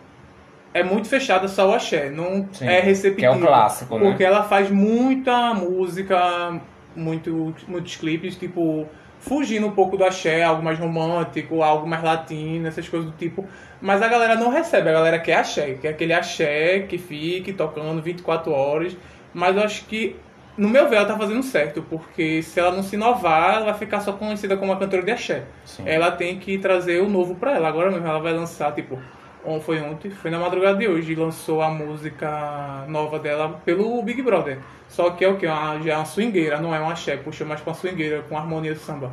Speaker 7: é muito fechada só ao axé, não
Speaker 6: Sim, Que
Speaker 7: é
Speaker 6: é
Speaker 7: receptiva.
Speaker 6: o clássico, né?
Speaker 7: Porque ela faz muita música, muito, muitos clipes, tipo, fugindo um pouco do axé, algo mais romântico, algo mais latino, essas coisas do tipo. Mas a galera não recebe, a galera quer axé, quer aquele axé que fique tocando 24 horas. Mas eu acho que, no meu ver, ela tá fazendo certo, porque se ela não se inovar, ela vai ficar só conhecida como uma cantora de axé.
Speaker 6: Sim.
Speaker 7: Ela tem que trazer o novo pra ela. Agora mesmo ela vai lançar, tipo, on- foi ontem, foi na madrugada de hoje, lançou a música nova dela pelo Big Brother. Só que é o que? Já é uma swingueira, não é um axé, puxa mais pra uma swingueira, com harmonia do samba.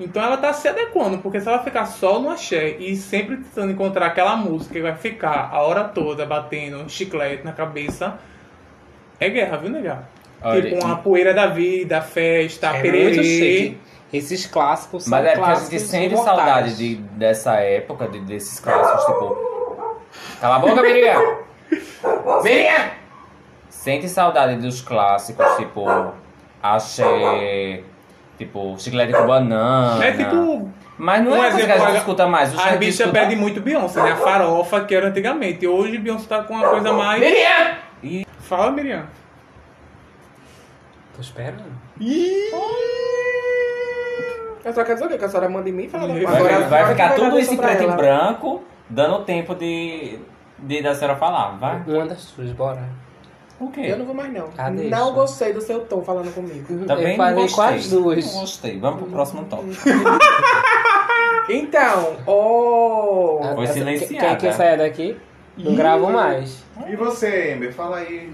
Speaker 7: Então ela tá se adequando, porque se ela ficar só no axé e sempre tentando encontrar aquela música que vai ficar a hora toda batendo um chiclete na cabeça, é guerra, viu, nega?
Speaker 6: Olha,
Speaker 7: tipo, uma poeira da vida, festa,
Speaker 1: É
Speaker 7: pererê.
Speaker 1: muito chique. Esses clássicos são
Speaker 6: Mas é porque a
Speaker 1: clássicos
Speaker 6: gente sente
Speaker 1: imortais.
Speaker 6: saudade de, dessa época, de, desses clássicos, tipo. Cala a boca, Miriam! Miriam! Sente saudade dos clássicos, tipo. Axé. Tipo, chiclete com banana.
Speaker 7: É tipo
Speaker 6: Mas não
Speaker 7: Um
Speaker 6: é coisa que a
Speaker 7: exemplo,
Speaker 6: gente
Speaker 7: a-
Speaker 6: escuta mais. Os
Speaker 7: A
Speaker 6: gente
Speaker 7: bicha
Speaker 6: escuta...
Speaker 7: pede muito Beyoncé, né? A farofa que era antigamente. Hoje Beyoncé tá com uma coisa mais.
Speaker 6: Miriam!
Speaker 7: Fala, Miriam.
Speaker 1: Tô esperando.
Speaker 4: Eu só quero dizer o quê? Que a senhora manda em mim e fala.
Speaker 7: Vai-
Speaker 6: Vai,
Speaker 4: Agora,
Speaker 6: vai ficar
Speaker 4: dar
Speaker 6: tudo isso em
Speaker 4: pra
Speaker 6: preto
Speaker 4: ela.
Speaker 6: e branco, dando tempo de, de da senhora falar. Vai.
Speaker 1: Uma das suas, bora.
Speaker 6: O quê?
Speaker 4: Eu não vou mais, não.
Speaker 1: Ah, deixa.
Speaker 4: não gostei do seu tom falando comigo.
Speaker 6: Também
Speaker 1: eu
Speaker 6: não
Speaker 1: falei
Speaker 6: gostei.
Speaker 1: quase duas.
Speaker 6: Não gostei. Vamos pro próximo tópico.
Speaker 4: Então, oh.
Speaker 1: Ah,
Speaker 6: Foi
Speaker 1: essa-
Speaker 6: silenciada.
Speaker 1: Quem quer sair daqui? Não gravo mais.
Speaker 8: E você, Ember? Fala aí.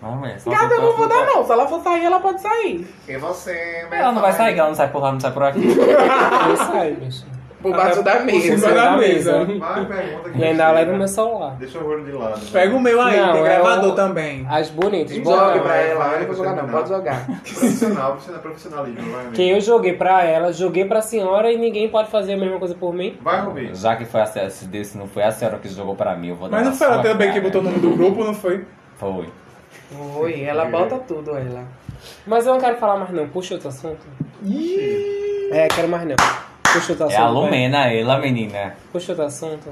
Speaker 6: Vamos ver. só
Speaker 4: Gata,
Speaker 6: pro
Speaker 4: eu não vou
Speaker 6: próximo
Speaker 4: dar,
Speaker 6: tópico.
Speaker 4: não. Se ela for sair, ela pode sair.
Speaker 8: E é você, Ember?
Speaker 6: Ela não vai
Speaker 8: Fala
Speaker 6: sair,
Speaker 8: aí.
Speaker 6: que ela não sai por lá, não sai por aqui.
Speaker 1: Quem sai, bicho?
Speaker 4: Por baixo da
Speaker 7: Por
Speaker 4: Tá mesa.
Speaker 7: cima da
Speaker 1: da
Speaker 7: mesa.
Speaker 8: Vai, pergunta que
Speaker 1: E ainda leva o meu celular.
Speaker 8: Deixa o olho de lado. né?
Speaker 7: Pega o meu aí,
Speaker 1: Não,
Speaker 7: tem
Speaker 1: é
Speaker 7: gravador
Speaker 1: o-
Speaker 7: também.
Speaker 1: As bonitas,
Speaker 8: Joga
Speaker 4: Jogue
Speaker 1: bora.
Speaker 4: pra
Speaker 8: Vai,
Speaker 4: ela.
Speaker 8: vai,
Speaker 4: Eu não vou jogar, não.
Speaker 8: vai.
Speaker 4: Pode jogar.
Speaker 8: Profissional, profissional, profissionalismo. Vai, Ember.
Speaker 1: Que eu joguei pra ela, joguei pra senhora e ninguém pode fazer a mesma coisa por mim.
Speaker 8: Vai, Rubinho.
Speaker 6: Já que foi a senhora, se desse, não foi a senhora que jogou pra mim, eu vou dar
Speaker 7: Mas não
Speaker 6: na
Speaker 7: foi ela
Speaker 6: sua
Speaker 7: também que
Speaker 6: cara.
Speaker 7: botou o nome do grupo, não foi?
Speaker 6: Foi.
Speaker 4: Oi, ela bota tudo, ela.
Speaker 1: Mas eu não quero falar mais não, puxa outro assunto. É, quero mais não. Puxa outro
Speaker 6: É
Speaker 1: assunto.
Speaker 6: a
Speaker 1: vai.
Speaker 6: Lumena, ela, menina.
Speaker 1: Puxa outro assunto.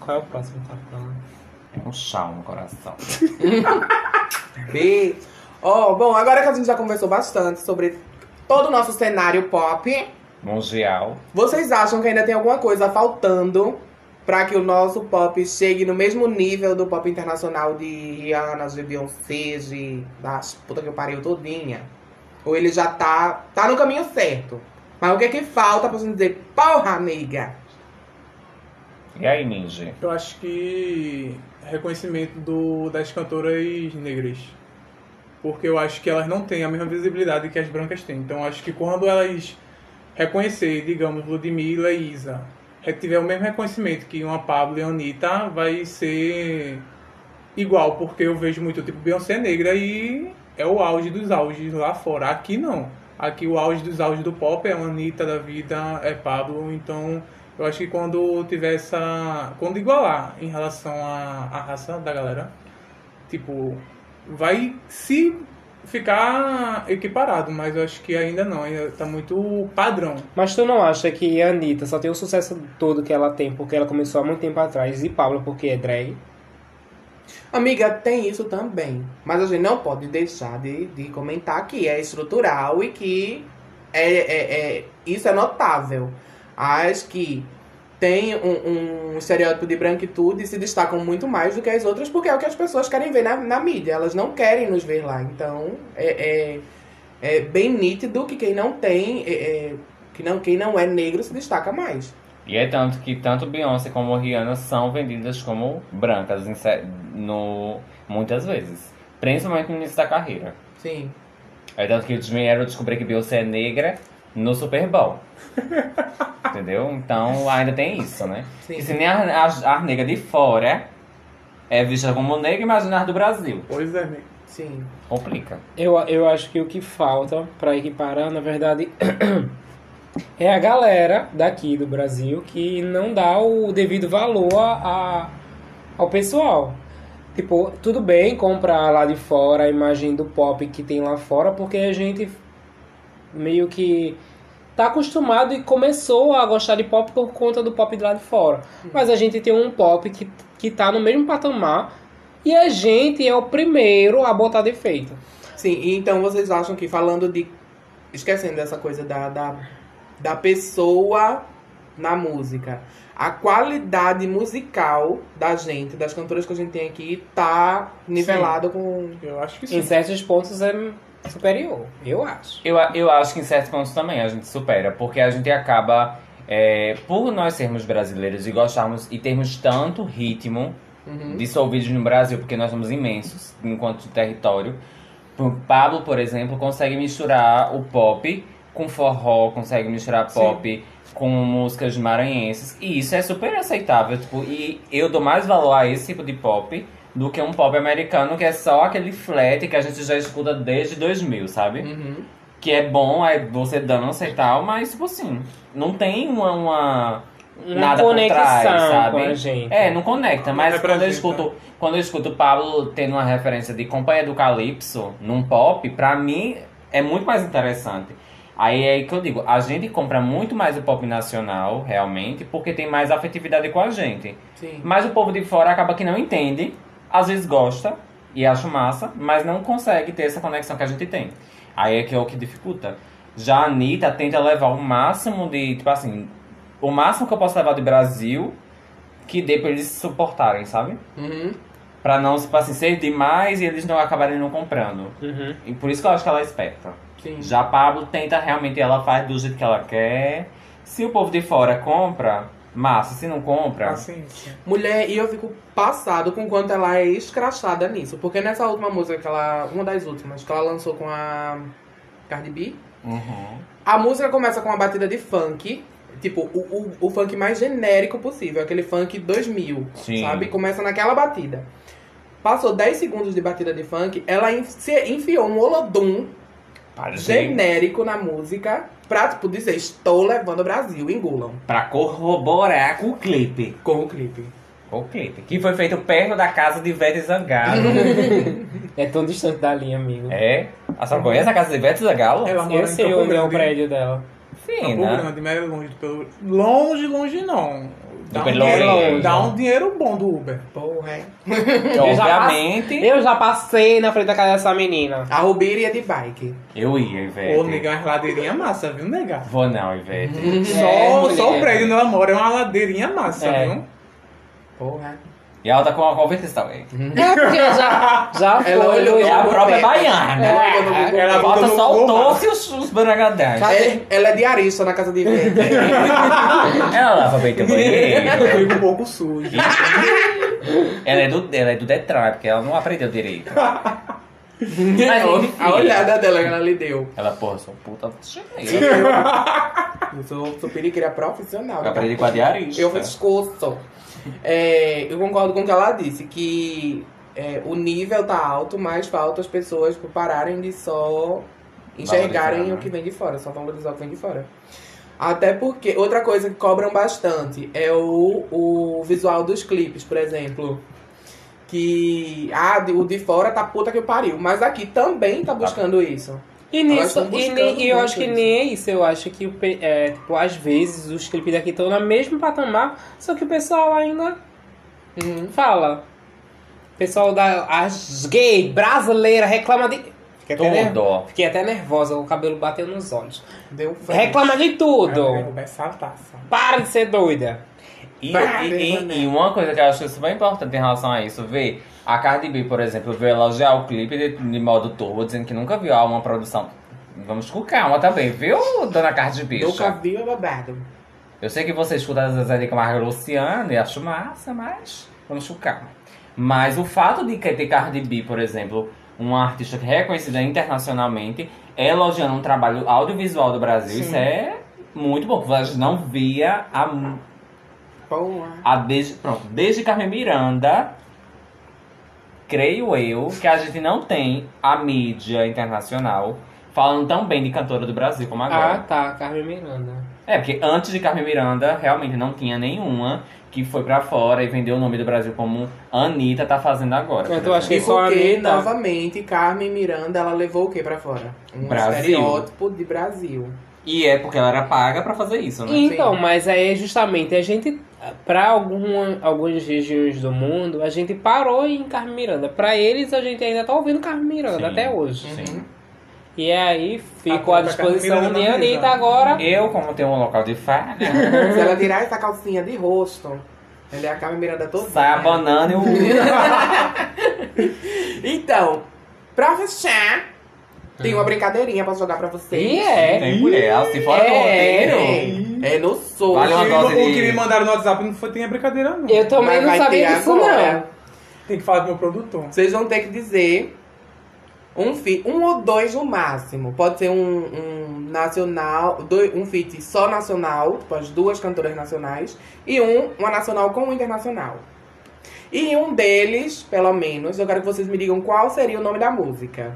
Speaker 1: Qual é o próximo que tá falando?
Speaker 6: É um chão no coração.
Speaker 4: Beijo. Ó, bom, agora que a gente já conversou bastante sobre todo o nosso cenário pop,
Speaker 6: Mundial.
Speaker 4: vocês acham que ainda tem alguma coisa faltando pra que o nosso pop chegue no mesmo nível do pop internacional de Rihanna, de Beyoncé, de das puta que eu pariu todinha? Ou ele já tá, tá no caminho certo? Mas o que é que falta pra gente dizer, porra, amiga?
Speaker 6: E aí, Ninja?
Speaker 7: Eu acho que reconhecimento do, das cantoras negras. Porque eu acho que elas não têm a mesma visibilidade que as brancas têm. Então eu acho que quando elas reconhecer, digamos, Ludmilla e Isa, re- tiver o mesmo reconhecimento que uma Pablo e a Anitta, vai ser igual. Porque eu vejo muito, tipo, Beyoncé é negra e é o auge dos auges lá fora. Aqui não. Aqui o auge dos auges do pop é a Anitta da vida, é Pablo. Então eu acho que quando tiver essa. Quando igualar em relação à, à raça da galera, tipo, vai se ficar equiparado, mas eu acho que ainda não, ainda tá muito padrão.
Speaker 1: Mas tu não acha que a Anitta só tem o sucesso todo que ela tem porque ela começou há muito tempo atrás e Pablo porque é drag?
Speaker 4: Amiga, tem isso também. Mas a gente não pode deixar de, de comentar que é estrutural e que é, é- é- isso é notável. As que têm um, um estereótipo de branquitude se destacam muito mais do que as outras, porque é o que as pessoas querem ver na, na mídia. Elas não querem nos ver lá. Então é, é, é bem nítido que quem não tem. é- é, que não, quem não é negro se destaca mais.
Speaker 6: E é tanto que tanto Beyoncé como Rihanna são vendidas como brancas em se- no, muitas vezes. Principalmente no início da carreira.
Speaker 4: Sim.
Speaker 6: Aí É tanto que eles vieram descobrir que Beyoncé é negra no Super Bowl. Entendeu? Então ainda tem isso, né?
Speaker 4: Sim.
Speaker 6: E se nem a, a, a negra de fora é vista como negra, imagina as do Brasil.
Speaker 7: Pois é, amigo.
Speaker 4: Sim.
Speaker 6: Complica.
Speaker 1: Eu, eu acho que o que falta pra equiparar, na verdade, é a galera daqui do Brasil que não dá o devido valor a, a- ao pessoal. Tipo, tudo bem comprar lá de fora a imagem do pop que tem lá fora, porque a gente meio que tá acostumado e começou a gostar de pop por conta do pop de lá de fora. Mas a gente tem um pop que, que tá no mesmo patamar e a gente é o primeiro a botar defeito.
Speaker 4: Sim, e então vocês acham que falando de. Esquecendo dessa coisa da, da, da pessoa na música. A qualidade musical da gente, das cantoras que a gente tem aqui, tá nivelada com.
Speaker 7: Eu acho que sim.
Speaker 1: Em certos pontos é superior, eu acho.
Speaker 6: Eu, a- eu acho que em certos pontos também a gente supera, porque a gente acaba, é, por nós sermos brasileiros e gostarmos e termos tanto ritmo
Speaker 4: Uhum.
Speaker 6: dissolvidos é no Brasil, porque nós somos imensos enquanto território. O Pablo, por exemplo, consegue misturar o pop com forró, consegue misturar pop com músicas maranhenses, e isso é super aceitável. Tipo, e eu dou mais valor a esse tipo de pop do que um pop americano que é só aquele flat que a gente já escuta desde 2000, sabe?
Speaker 4: Uhum.
Speaker 6: que é bom, aí você dança e tal, mas tipo assim, não tem uma. uma-
Speaker 1: Uma
Speaker 6: Nada por
Speaker 1: conexão
Speaker 6: trás, sabe?
Speaker 1: com a gente.
Speaker 6: É, não conecta, mas quando eu
Speaker 7: representa.
Speaker 6: escuto, quando eu escuto o Pablo tendo uma referência de companhia do Calypso num pop, pra mim é muito mais interessante. Aí é que eu digo, a gente compra muito mais o pop nacional, realmente, porque tem mais afetividade com a gente.
Speaker 4: Sim.
Speaker 6: Mas o povo de fora acaba que não entende, às vezes gosta e acha massa, mas não consegue ter essa conexão que a gente tem. Aí é que é o que dificulta. Já a Anitta tenta levar o máximo de, tipo assim, o máximo que eu posso levar do Brasil que dê pra eles suportarem, sabe?
Speaker 4: Uhum.
Speaker 6: Pra não, tipo assim, ser demais e eles não acabarem não comprando.
Speaker 1: Uhum.
Speaker 6: E por isso que eu acho que ela é esperta.
Speaker 4: Sim.
Speaker 6: Já a Pablo tenta realmente, ela faz do jeito que ela quer. Se o povo de fora compra, massa. Se não
Speaker 7: Ah,
Speaker 6: compra,
Speaker 7: Paciência.
Speaker 4: Mulher, e eu fico passado com quanto ela é escrachada nisso. Porque nessa última música que ela. Uma das últimas, que ela lançou com a Cardi B.
Speaker 6: uhum.
Speaker 4: A música começa com uma batida de funk. Tipo, o, o, o funk mais genérico possível. Aquele funk 2000,
Speaker 6: Sim.
Speaker 4: sabe? Começa naquela batida. Passou 10 segundos de batida de funk. Ela en- se enfiou um holodum
Speaker 6: Parece
Speaker 4: genérico na música. Pra, tipo, dizer, estou levando o Brasil, engulam.
Speaker 6: Pra corroborar com o clipe.
Speaker 4: Com o clipe.
Speaker 6: O clipe. Que foi feito perto da casa de Ivete Zangalo.
Speaker 1: É tão distante da linha, amigo.
Speaker 6: é. A senhora conhece a casa de Ivete Zangalo?
Speaker 7: Ela mora
Speaker 1: Eu
Speaker 7: em
Speaker 1: sei
Speaker 7: Campo
Speaker 1: onde é o
Speaker 7: Grande.
Speaker 1: prédio dela.
Speaker 6: Sim,
Speaker 7: Campo
Speaker 6: né?
Speaker 7: Grande, mas é longe do Pelo... Longe, longe não. Dá um,
Speaker 6: Pelo né?
Speaker 7: dinheiro,
Speaker 6: Oriente.
Speaker 7: dá um dinheiro bom do Uber.
Speaker 4: Porra, é.
Speaker 6: Obviamente.
Speaker 1: Eu já passei na frente da casa dessa menina.
Speaker 4: A Rubira ia de bike.
Speaker 6: Eu ia, Ivete.
Speaker 7: Ou negar umas ladeirinhas massa, viu, negar?
Speaker 6: Vou não, Ivete.
Speaker 7: Só,
Speaker 1: mulher.
Speaker 7: só o prédio onde ela mora é uma ladeirinha massa,
Speaker 1: É.
Speaker 7: viu?
Speaker 4: Porra.
Speaker 6: E ela tá com uma conversa também.
Speaker 1: É porque eu já, já
Speaker 4: Ela
Speaker 1: foi.
Speaker 4: olhou
Speaker 1: eu
Speaker 6: É
Speaker 1: já-
Speaker 6: a própria
Speaker 4: Google Maps.
Speaker 6: baiana.
Speaker 4: É. Ela olhou no Google
Speaker 7: Ela
Speaker 4: Maps.
Speaker 6: Bota
Speaker 7: no
Speaker 6: só o
Speaker 7: Google
Speaker 6: doce e os, os bragadãs.
Speaker 4: Ela- Ela é diarista na casa de Ivete.
Speaker 6: Ela lava bem teu
Speaker 7: Eu
Speaker 6: banheiro.
Speaker 7: fico um pouco sujo.
Speaker 6: ela, é do, ela é do Detran, porque ela não aprendeu direito. Mas, enfim.
Speaker 4: a olhada dela que ela lhe deu.
Speaker 6: Ela, porra, sou um puta chinesa.
Speaker 4: Eu sou, sou periqueira profissional.
Speaker 6: Eu aprendi com a diarista.
Speaker 4: Eu fiz curso. É, eu concordo com o que ela disse, que é, o nível tá alto, mas falta as pessoas pararem de só enxergarem
Speaker 6: Valorizar, né?
Speaker 4: o que vem de fora, só valorizar o que vem de fora. Até porque, outra coisa que cobram bastante é o, o visual dos clipes, por exemplo. Que, ah, de- o de fora tá puta que pariu. Mas aqui também tá buscando isso.
Speaker 1: E nisso,
Speaker 4: estão
Speaker 1: e,
Speaker 4: buscando
Speaker 1: nem- e eu
Speaker 4: muito
Speaker 1: acho que
Speaker 4: isso.
Speaker 1: nem é isso. Eu acho que, o pe- é, tipo, às vezes os clipes daqui estão no mesmo patamar, só que o pessoal ainda
Speaker 4: Uhum.
Speaker 1: fala. O pessoal da as gay brasileira reclama de. Fiquei até, nerv-
Speaker 6: Tudo.
Speaker 1: Fiquei até nervosa, o cabelo bateu nos olhos.
Speaker 4: Deu fé.
Speaker 1: Reclama de
Speaker 7: Ela vai
Speaker 1: tudo.
Speaker 7: roubar essa taça.
Speaker 1: Para de ser doida.
Speaker 6: E,
Speaker 4: Vai,
Speaker 6: e-
Speaker 4: vai,
Speaker 6: e- e uma coisa que eu acho super importante em relação a isso, ver a Cardi B, por exemplo, veio elogiar o clipe de, de modo turbo, dizendo que nunca viu uma produção. Vamos com calma também, viu, dona Cardi B?
Speaker 4: Nunca vi o babado.
Speaker 6: Eu sei que você escuta as Zezé de Camargo e Luciano e acho massa, mas vamos com calma. Mas o fato de que ter Cardi B, por exemplo, uma artista reconhecida internacionalmente, elogiando um trabalho audiovisual do Brasil. Isso é muito bom. Eu não via há mu-
Speaker 4: Boa.
Speaker 6: a desde, pronto, desde Carmen Miranda, creio eu, que a gente não tem a mídia internacional falando tão bem de cantora do Brasil como
Speaker 1: Ah,
Speaker 6: agora.
Speaker 1: tá, Carmen Miranda.
Speaker 6: É, porque antes de Carmen Miranda, realmente não tinha nenhuma que foi pra fora e vendeu o nome do Brasil como Anitta tá fazendo agora.
Speaker 1: Eu
Speaker 6: por
Speaker 1: tô achando-
Speaker 6: exemplo.
Speaker 1: Porque
Speaker 4: E
Speaker 1: só a
Speaker 4: porque,
Speaker 1: Anitta-
Speaker 4: novamente, Carmen Miranda, ela levou o que pra fora? Um
Speaker 6: Brasil.
Speaker 4: estereótipo de Brasil.
Speaker 6: E é porque ela era paga pra fazer isso, né?
Speaker 1: Então, mas aí justamente a gente, para algumas regiões do mundo, a gente parou em Carmen Miranda. Para eles, a gente ainda tá ouvindo Carmen Miranda
Speaker 6: Sim.
Speaker 1: até hoje.
Speaker 6: Sim.
Speaker 1: E aí ficou
Speaker 7: A
Speaker 1: à
Speaker 7: própria
Speaker 1: disposição
Speaker 7: Carmen
Speaker 1: de
Speaker 7: Miranda
Speaker 1: Anitta
Speaker 7: mesmo.
Speaker 1: agora.
Speaker 6: Eu, como tenho um local de fala,
Speaker 4: Se ela tirar essa calcinha de rosto, ele acaba mirando a todo
Speaker 6: sai a banana e o.
Speaker 4: Então, pra fechar, tem uma brincadeirinha pra jogar pra vocês.
Speaker 1: E é.
Speaker 6: Tem mulher, se fora do roteiro.
Speaker 4: É, é no soco.
Speaker 6: Vale uma
Speaker 7: O
Speaker 6: dose
Speaker 7: que me
Speaker 6: de-
Speaker 7: mandaram no WhatsApp não foi, tem a brincadeira, não.
Speaker 1: Eu também
Speaker 4: Mas
Speaker 1: não
Speaker 4: vai ter
Speaker 1: sabia disso,
Speaker 4: agora.
Speaker 1: não.
Speaker 7: Tem que falar do meu produtor.
Speaker 4: Vocês vão ter que dizer um fit, um ou dois no máximo. Pode ser um, um nacional, dois, um fit só nacional, tipo as duas cantoras nacionais, e um, uma nacional com um internacional. E um deles, pelo menos, eu quero que vocês me digam qual seria o nome da música.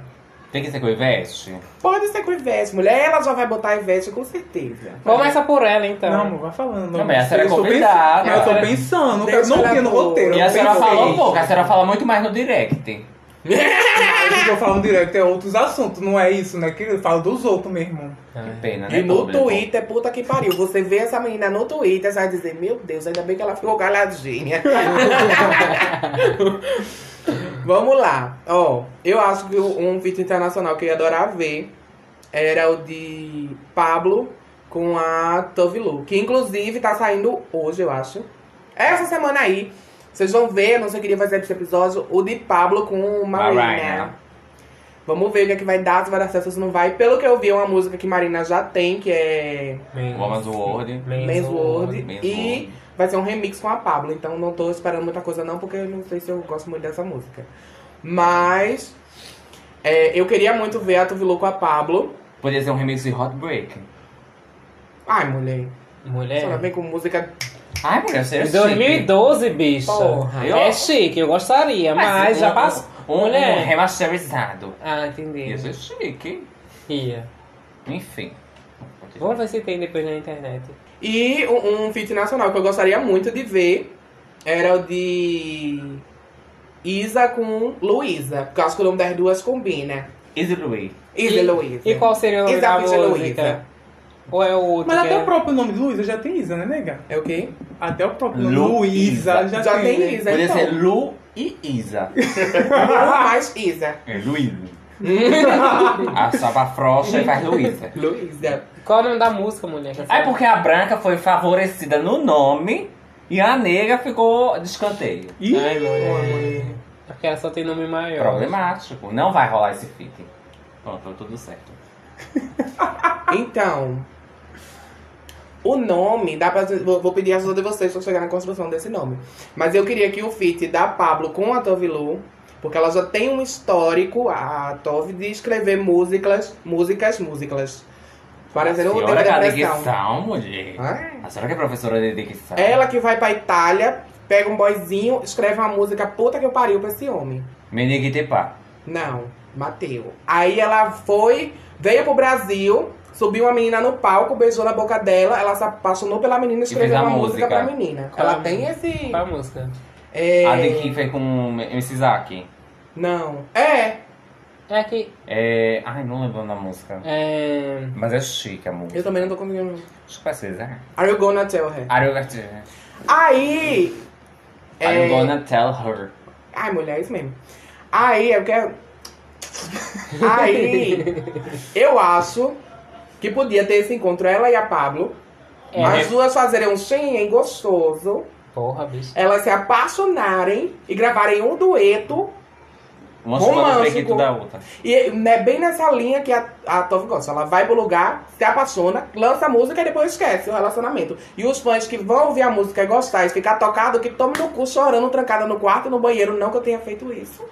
Speaker 6: Tem que ser com o Ivete?
Speaker 4: Pode ser com Ivete, mulher, ela já vai botar Ivete com certeza.
Speaker 1: Começa por ela, então.
Speaker 7: Não, amor, vai falando.
Speaker 6: Não, mas a senhora é
Speaker 7: Eu tô
Speaker 6: convidada.
Speaker 7: pensando- Eu tô pensando, não
Speaker 4: Deixa
Speaker 7: quero- não
Speaker 4: ela
Speaker 7: porque no
Speaker 4: boa.
Speaker 7: roteiro.
Speaker 6: E
Speaker 7: eu
Speaker 6: a senhora
Speaker 7: pensei.
Speaker 6: falou pouco, a senhora fala muito mais no
Speaker 1: É.
Speaker 6: direct.
Speaker 7: Mas o que eu falo no direto é outros assuntos, não é isso, né? Que eu falo dos outros mesmo.
Speaker 6: Que pena, né?
Speaker 4: E no
Speaker 6: público?
Speaker 4: Twitter, puta que pariu. Você vê essa menina no Twitter, você vai dizer, meu Deus, ainda bem que ela ficou caladinha. Vamos lá. Ó, eu acho que o- um vídeo internacional que eu ia adorar ver era o de Pablo com a Tovilu. Que inclusive tá saindo hoje, eu acho. É Essa semana aí. Vocês vão ver, não sei se eu queria fazer esse episódio, o de Pablo com Marina.
Speaker 6: Marina.
Speaker 4: Vamos ver o que, é que vai dar, se vai dar certo, se não vai. Pelo que eu vi, é uma música que Marina já tem, que é
Speaker 6: Woman's World.
Speaker 4: Men's World.
Speaker 6: Men's
Speaker 4: E vai ser um remix com a Pablo. Então não tô esperando muita coisa não, porque eu não sei se eu gosto muito dessa música. Mas é, eu queria muito ver a Tuvilu com a Pablo.
Speaker 6: Podia ser um remix de Hot Break.
Speaker 4: Ai, mulher. É. Só
Speaker 1: Mulher.
Speaker 4: vem com música.
Speaker 6: Ai, mulher, você é
Speaker 1: Em
Speaker 6: chique.
Speaker 1: 2012, bicha.
Speaker 4: Porra.
Speaker 1: É chique, eu gostaria, mas,
Speaker 6: um-
Speaker 1: já passou.
Speaker 6: Um, um
Speaker 1: Mulher.
Speaker 6: remasterizado.
Speaker 1: Ah, entendi.
Speaker 6: Ia ser chique.
Speaker 1: Ia.
Speaker 6: Enfim.
Speaker 1: Vamos ver se tem depois na internet.
Speaker 4: E um, um feat nacional que eu gostaria muito de ver era o de Isa com Luísa. Porque eu acho que o nome das duas combina.
Speaker 6: Easy Louis.
Speaker 4: Isa e Luísa.
Speaker 1: E qual seria o nome da
Speaker 4: Exatamente,
Speaker 1: música?
Speaker 4: Luísa.
Speaker 1: Ou é o outro? que
Speaker 7: Mas
Speaker 4: um
Speaker 7: até
Speaker 1: é-
Speaker 7: o próprio nome de Luísa já tem Isa, né, nega?
Speaker 4: É o quê?
Speaker 7: Até o próprio nome.
Speaker 6: Luísa.
Speaker 7: Luísa já,
Speaker 4: Já tem
Speaker 7: né?
Speaker 4: Isa,
Speaker 6: Podia
Speaker 4: então.
Speaker 6: ser Lu e Isa.
Speaker 4: Mais Isa.
Speaker 6: É Luísa. a sapa frouxa e faz Luísa.
Speaker 4: Luísa.
Speaker 1: Qual é o nome da música, mulher? Que
Speaker 6: É porque a branca foi favorecida no nome e a negra ficou de escanteio.
Speaker 7: Ih,
Speaker 1: Ai, mulher. Porque ela só tem nome maior.
Speaker 6: É Problemático. Não vai rolar esse fique. Pronto, tá tudo certo.
Speaker 4: Então, o nome, dá pra, vou vou pedir a ajuda de vocês pra chegar na construção desse nome. Mas eu queria que o feat da Pablo com a Tovilu, porque ela já tem um histórico, a Tove, de escrever músicas, músicas, músicas. Parecendo um o tema
Speaker 6: Senhora, que é
Speaker 4: da
Speaker 6: a
Speaker 4: depressão.
Speaker 6: dicção, mulher.
Speaker 4: Ai.
Speaker 6: A senhora que é professora de dicção.
Speaker 4: Ela que vai pra Itália, pega um boyzinho, escreve uma música puta que eu pariu pra esse homem.
Speaker 6: Meniguitepá.
Speaker 4: Não, Mateu. Aí ela foi, veio pro Brasil, subiu uma menina no palco, beijou na boca dela, ela se apaixonou pela menina e
Speaker 6: fez
Speaker 4: escreveu
Speaker 6: a
Speaker 4: uma
Speaker 6: música.
Speaker 4: música pra menina.
Speaker 1: Qual
Speaker 4: Ela
Speaker 1: a
Speaker 4: tem esse.
Speaker 1: Qual a música?
Speaker 4: é,
Speaker 6: A de "Ah, que foi com esse Isaac.
Speaker 4: Não. É,
Speaker 1: É que.
Speaker 6: É... Ai, não lembro da música.
Speaker 1: É...
Speaker 6: Mas é chique a música.
Speaker 4: eu também não tô É. conseguindo.
Speaker 6: Acho que vai ser né? Isaac.
Speaker 4: Are you gonna tell her?
Speaker 6: Are you going to-
Speaker 4: Aí.
Speaker 6: are
Speaker 4: é,
Speaker 6: you gonna tell her?
Speaker 4: Ai, mulher, é isso mesmo. Aí, eu quero. Aí, eu acho que podia ter esse encontro, ela e a Pablo.
Speaker 1: É.
Speaker 4: As duas fazerem um xinguem gostoso.
Speaker 1: Porra, bicho.
Speaker 4: elas se apaixonarem e gravarem um dueto.
Speaker 6: Uma chamada
Speaker 4: Romântico.
Speaker 6: prequito da outra.
Speaker 4: E né, bem nessa linha que a, a Tove gosta. Ela vai pro lugar, se apaixona, lança a música e depois esquece o relacionamento. E os fãs que vão ouvir a música e gostar e ficar tocado, que tome no cu chorando, trancada no quarto e no banheiro. Não que eu tenha feito isso.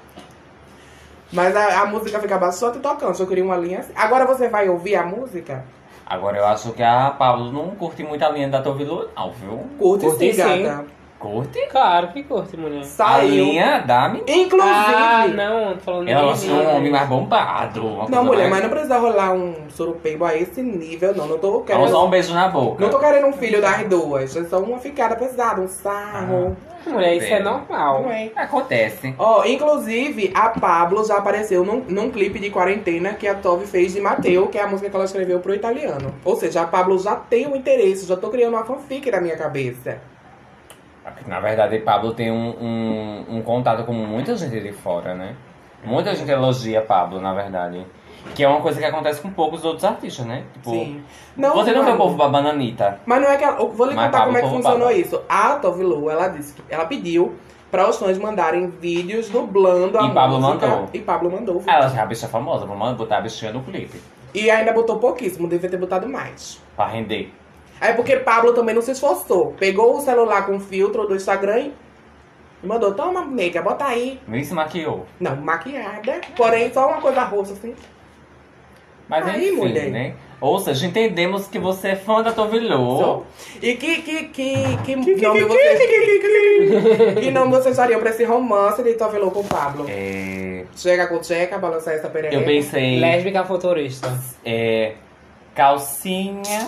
Speaker 4: Mas a, a música fica bastante tocando, só queria uma linha assim. Agora você vai ouvir a música?
Speaker 6: Agora eu acho que a Pablo não curte muito a linha da Tovilo, não, viu?
Speaker 4: Curte,
Speaker 1: Curte
Speaker 4: sim,
Speaker 1: sim.
Speaker 4: gata.
Speaker 6: Curte?
Speaker 1: Claro que curte, mulher.
Speaker 6: A
Speaker 4: Saiu.
Speaker 6: linha da menina.
Speaker 4: Inclusive.
Speaker 1: Ah, não, falando
Speaker 6: Ela gosta de um homem mais bombado. uma coisa
Speaker 4: Não, mulher, mas
Speaker 6: mais-
Speaker 4: não precisa rolar um surupeibo a esse nível, não. Não tô
Speaker 6: Vamos dar
Speaker 4: querendo.
Speaker 6: um beijo na boca.
Speaker 4: Não tô querendo um filho das duas. É só uma ficada pesada, um sarro.
Speaker 6: Ah.
Speaker 1: Mulher, isso é
Speaker 6: Velho.
Speaker 1: normal.
Speaker 4: Não é.
Speaker 6: Acontece.
Speaker 4: Ó, inclusive, a Pablo já apareceu num, num clipe de quarentena que a Tove fez de Mateu, que é a música que ela escreveu pro italiano. Ou seja, a Pablo já tem o interesse, já tô criando uma fanfic na minha cabeça.
Speaker 6: Na verdade, Pablo tem um, um, um contato com muita gente de fora, né? Muita gente elogia Pablo, na verdade. Que é uma coisa que acontece com poucos outros artistas, né? Tipo,
Speaker 4: Sim. Não,
Speaker 6: você não vê
Speaker 4: mano.
Speaker 6: o povo babando a Anitta.
Speaker 4: Mas não é que ela. eu Vou lhe
Speaker 6: Mas
Speaker 4: contar
Speaker 6: Pablo
Speaker 4: como é que
Speaker 6: foi
Speaker 4: funcionou
Speaker 6: roubada.
Speaker 4: isso. A Tove Lo, ela disse que ela pediu para os fãs mandarem vídeos dublando a
Speaker 6: E Pablo
Speaker 4: música.
Speaker 6: mandou.
Speaker 4: E Pablo mandou.
Speaker 6: Ah, Ela já é a bicha famosa, vamos botar a bichinha no clipe.
Speaker 4: E ainda botou pouquíssimo, devia ter botado mais.
Speaker 6: Pra render.
Speaker 4: É porque Pablo também não se esforçou. Pegou o celular com o filtro do Instagram e mandou, toma, nega, bota aí.
Speaker 6: Nem se maquiou.
Speaker 4: Não, maquiada. Porém, só uma coisa roxa, assim.
Speaker 6: Mas
Speaker 4: Aí,
Speaker 6: enfim,
Speaker 4: mulher.
Speaker 6: né? Ou seja, entendemos que você é fã da Tovilô.
Speaker 4: Só. E que, que, Oh. que, que nome vocês... que nome vocês dariam pra esse romance de Tovelo com Pablo?
Speaker 6: É,
Speaker 4: Chega com checa, balança essa perereca.
Speaker 6: eu pensei.
Speaker 1: Lésbica futurista.
Speaker 6: É, calcinha.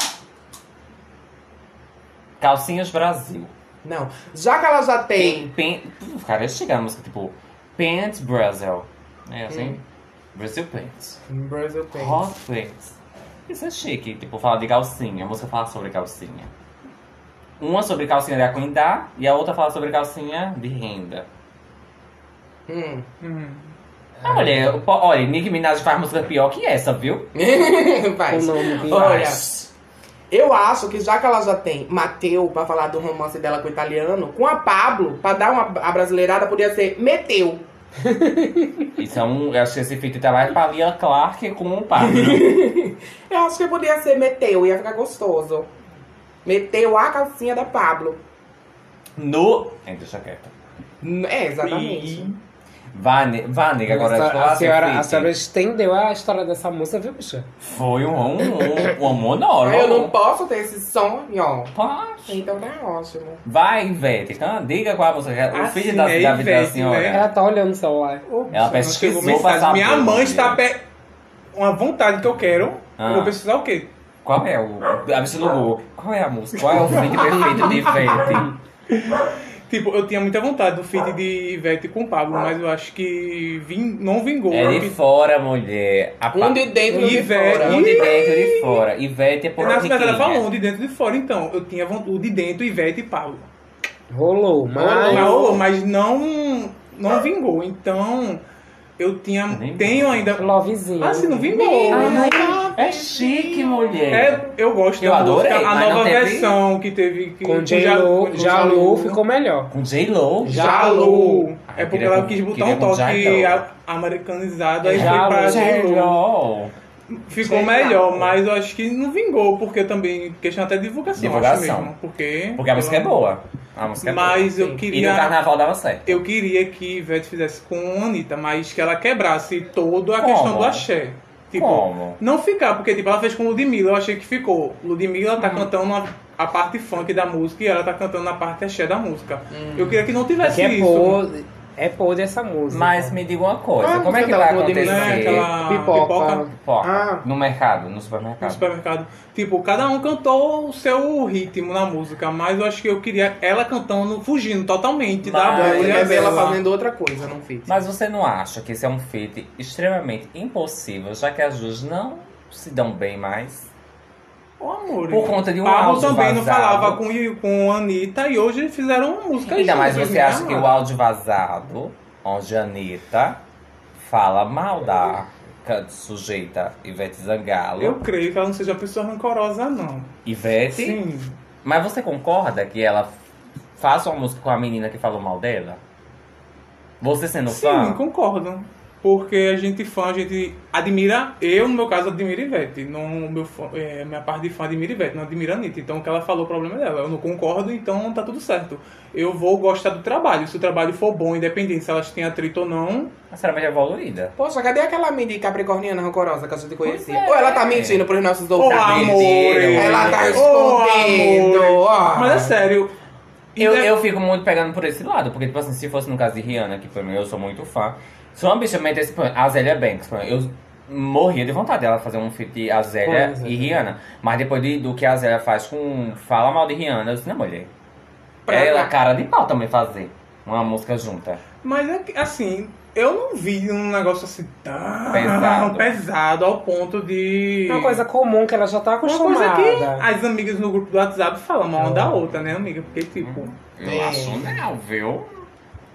Speaker 6: Calcinhas Brasil.
Speaker 4: Não. Já que ela já tem...
Speaker 6: Pen, Pô, cara, eu chegar a música tipo Pants Brasil. É assim? Brasil Pants.
Speaker 4: Brasil tem.
Speaker 6: Hot Pants. Isso é chique, tipo, fala de calcinha. A música fala sobre calcinha. Uma sobre calcinha da Coindá e a outra fala sobre calcinha de renda.
Speaker 4: Hum.
Speaker 7: Hum.
Speaker 6: Ah, olha, eu- po- olha, Nicki Minaj faz música pior que essa, viu?
Speaker 1: O
Speaker 4: Vai.
Speaker 1: nome de...
Speaker 4: Olha, eu acho que já que ela já tem Mateu pra falar do romance dela com o italiano, com a Pablo, pra dar uma a brasileirada, podia ser Meteu.
Speaker 6: Isso é um. Eu acho que esse feat tá mais pra Lia Clark com o Pablo.
Speaker 4: Eu acho que podia ser Meteu, ia ficar gostoso. Meteu a calcinha da Pablo.
Speaker 6: no. É, deixa quieto.
Speaker 4: N- É, exatamente.
Speaker 6: Vá, ne- vá, nega, agora tá
Speaker 1: Nossa,
Speaker 6: fala
Speaker 1: a, senhora,
Speaker 6: seu
Speaker 1: a
Speaker 6: feat.
Speaker 1: senhora estendeu a história dessa moça, viu, bicha?
Speaker 6: Foi um, um, um,
Speaker 4: Mas
Speaker 6: um monólogo.
Speaker 4: eu não posso ter esse sonho.
Speaker 6: Pá.
Speaker 4: Então tá ótimo.
Speaker 6: Vai, Ivete, então, diga qual a música. O
Speaker 7: Assinei,
Speaker 6: filho da, da vida da
Speaker 7: Assim é, Ivete,
Speaker 6: senhora.
Speaker 7: né?
Speaker 1: Ela tá olhando o celular.
Speaker 6: Ela
Speaker 7: Não
Speaker 6: pesquisou
Speaker 7: chegou mensagem.
Speaker 6: pra
Speaker 7: Minha
Speaker 6: saber,
Speaker 7: mãe está
Speaker 6: mulher.
Speaker 7: pe... Uma vontade que eu quero.
Speaker 6: Ah.
Speaker 7: Eu vou pesquisar o quê?
Speaker 6: Qual é o. A bicha no Google. Qual é a música? Qual é o feat perfeito de Ivete?
Speaker 7: Tipo, eu tinha muita vontade do feat de Ivete com Pablo, mas eu acho que vin... não vingou.
Speaker 6: É de fora, mulher. A pa-
Speaker 4: Um de dentro e um de
Speaker 7: Ivete.
Speaker 4: fora.
Speaker 6: um de dentro Tá. e de fora. Ivete é por
Speaker 7: Na verdade, ela falou
Speaker 6: riquinha.
Speaker 7: um de dentro e de fora, então. Eu tinha vontade, o de dentro, Ivete e Pablo.
Speaker 1: Rolou,
Speaker 6: Ah,
Speaker 7: Mas,
Speaker 1: mas...
Speaker 7: mas não, não vingou. Então, eu tinha.
Speaker 6: Nem
Speaker 7: tenho
Speaker 6: vingou. né?
Speaker 7: ainda.
Speaker 1: Lovezinho.
Speaker 7: Ah,
Speaker 4: assim,
Speaker 7: se não vingou.
Speaker 6: É chique, mulher.
Speaker 7: É, eu gosto
Speaker 6: Eu
Speaker 7: da
Speaker 6: adorei,
Speaker 7: música. A
Speaker 6: mas não
Speaker 7: nova
Speaker 6: teve-
Speaker 7: versão que teve. Que,
Speaker 1: Com
Speaker 7: que
Speaker 1: J-Lo,
Speaker 7: com né?
Speaker 1: Jalu
Speaker 7: Jalu.
Speaker 1: ficou
Speaker 7: É.
Speaker 1: melhor.
Speaker 6: Com J-Lo.
Speaker 7: Jalu.
Speaker 6: Ah,
Speaker 7: É
Speaker 6: eu
Speaker 7: porque
Speaker 6: queria
Speaker 7: ela
Speaker 6: com-
Speaker 7: quis botar
Speaker 6: queria
Speaker 7: um
Speaker 6: com
Speaker 7: toque
Speaker 6: Jalu.
Speaker 7: a- americanizado aí foi
Speaker 1: Jalu.
Speaker 7: pra Jalu.
Speaker 6: J-Lo.
Speaker 7: Ficou
Speaker 4: Jalu.
Speaker 7: melhor, mas eu acho que não vingou, porque também. Questão até de divulgação. acho
Speaker 6: Divulgação.
Speaker 7: mesmo, porque,
Speaker 6: Porque a música é boa. A música é boa.
Speaker 7: Mas eu
Speaker 6: E no
Speaker 7: queria.
Speaker 6: carnaval dava certo.
Speaker 7: Eu queria que Ivete fizesse com a Anitta, mas que ela quebrasse toda a
Speaker 6: Como?
Speaker 7: questão do axé. Tipo,
Speaker 6: Como?
Speaker 7: não ficar, porque tipo, ela fez com Ludmilla, eu achei que ficou. Ludmilla
Speaker 6: Hum.
Speaker 7: tá cantando a, a parte funk da música e ela tá cantando a parte axé da música.
Speaker 6: Hum.
Speaker 7: Eu queria que não tivesse
Speaker 1: Que é
Speaker 7: isso. né,
Speaker 1: podre, é podre essa música.
Speaker 6: Mas me diga uma coisa,
Speaker 4: Ah,
Speaker 6: como é
Speaker 4: você
Speaker 6: que
Speaker 4: tá
Speaker 6: vai
Speaker 4: com o
Speaker 6: acontecer
Speaker 7: né? Aquela
Speaker 1: Pipoca.
Speaker 7: pipoca
Speaker 6: Foca,
Speaker 4: Ah.
Speaker 6: no mercado, no
Speaker 7: no
Speaker 6: supermercado?
Speaker 7: supermercado. Tipo, cada um cantou o seu ritmo na música, mas eu acho que eu queria ela cantando, fugindo totalmente da
Speaker 6: Mas-
Speaker 4: Eu
Speaker 7: bolha
Speaker 4: quero ver ela
Speaker 7: dela.
Speaker 4: fazendo outra coisa, não fiz.
Speaker 6: Mas você não acha que esse é um feat extremamente impossível, já que as duas não se dão bem mais?
Speaker 7: Ô, amor.
Speaker 6: Por conta de um
Speaker 7: Pablo
Speaker 6: áudio
Speaker 7: também não
Speaker 6: vazado.
Speaker 7: falava com, com a Anitta e hoje fizeram uma música
Speaker 6: Ainda mais
Speaker 7: juntas,
Speaker 6: você
Speaker 7: né?
Speaker 6: acha que o áudio vazado, onde a Anitta fala mal da ca- sujeita Ivete Zangalo.
Speaker 7: Eu creio que ela não seja uma pessoa rancorosa, não.
Speaker 6: Ivete?
Speaker 7: Sim.
Speaker 6: Mas você concorda que ela faça uma música com a menina que falou mal dela? Você sendo
Speaker 7: Sim,
Speaker 6: fã?
Speaker 7: concordo. Porque a gente fã, a gente admira, eu no meu caso admiro Ivete, não, meu fã- é, minha parte de fã admira Ivete, não admira a Anitta. Então o que ela falou, o problema é dela, eu não concordo, então tá tudo certo. Eu vou gostar do trabalho, se o trabalho for bom, independente se elas têm atrito ou não,
Speaker 6: A senhora é vai evoluída.
Speaker 4: Poxa, cadê aquela mídia capricorniana rancorosa que a gente conhecia? Ou ela tá mentindo pros nossos
Speaker 7: é. Ô,
Speaker 4: ouvintes?
Speaker 7: amor!
Speaker 4: Ela tá
Speaker 7: Ô,
Speaker 4: escondendo,
Speaker 7: amor.
Speaker 4: ó.
Speaker 7: Mas é sério.
Speaker 6: Eu,
Speaker 7: inde-
Speaker 6: eu fico muito pegando por esse lado, porque, tipo assim, se fosse no caso de Rihanna, que pra mim eu sou muito fã, se uma bicha metesse, por exemplo, a Zélia Banks, por exemplo, eu morria de vontade dela fazer um feat de Azélia
Speaker 1: Pois é.
Speaker 6: e Rihanna. Mas depois de- do que a Azélia faz com Fala Mal de Rihanna, eu disse, não, mulher.
Speaker 7: Pra
Speaker 6: Ela é
Speaker 7: cá.
Speaker 6: cara de pau também fazer uma música junta.
Speaker 7: Mas é que, assim, eu não vi um negócio assim tão
Speaker 6: Pesado.
Speaker 7: pesado, ao ponto de.
Speaker 1: É uma coisa comum que ela já tá
Speaker 7: Uma
Speaker 1: acostumada.
Speaker 7: coisa que as amigas no grupo do WhatsApp falam uma da outra, né, amiga? Porque, tipo,
Speaker 6: Eu
Speaker 4: É.
Speaker 6: acho não, viu?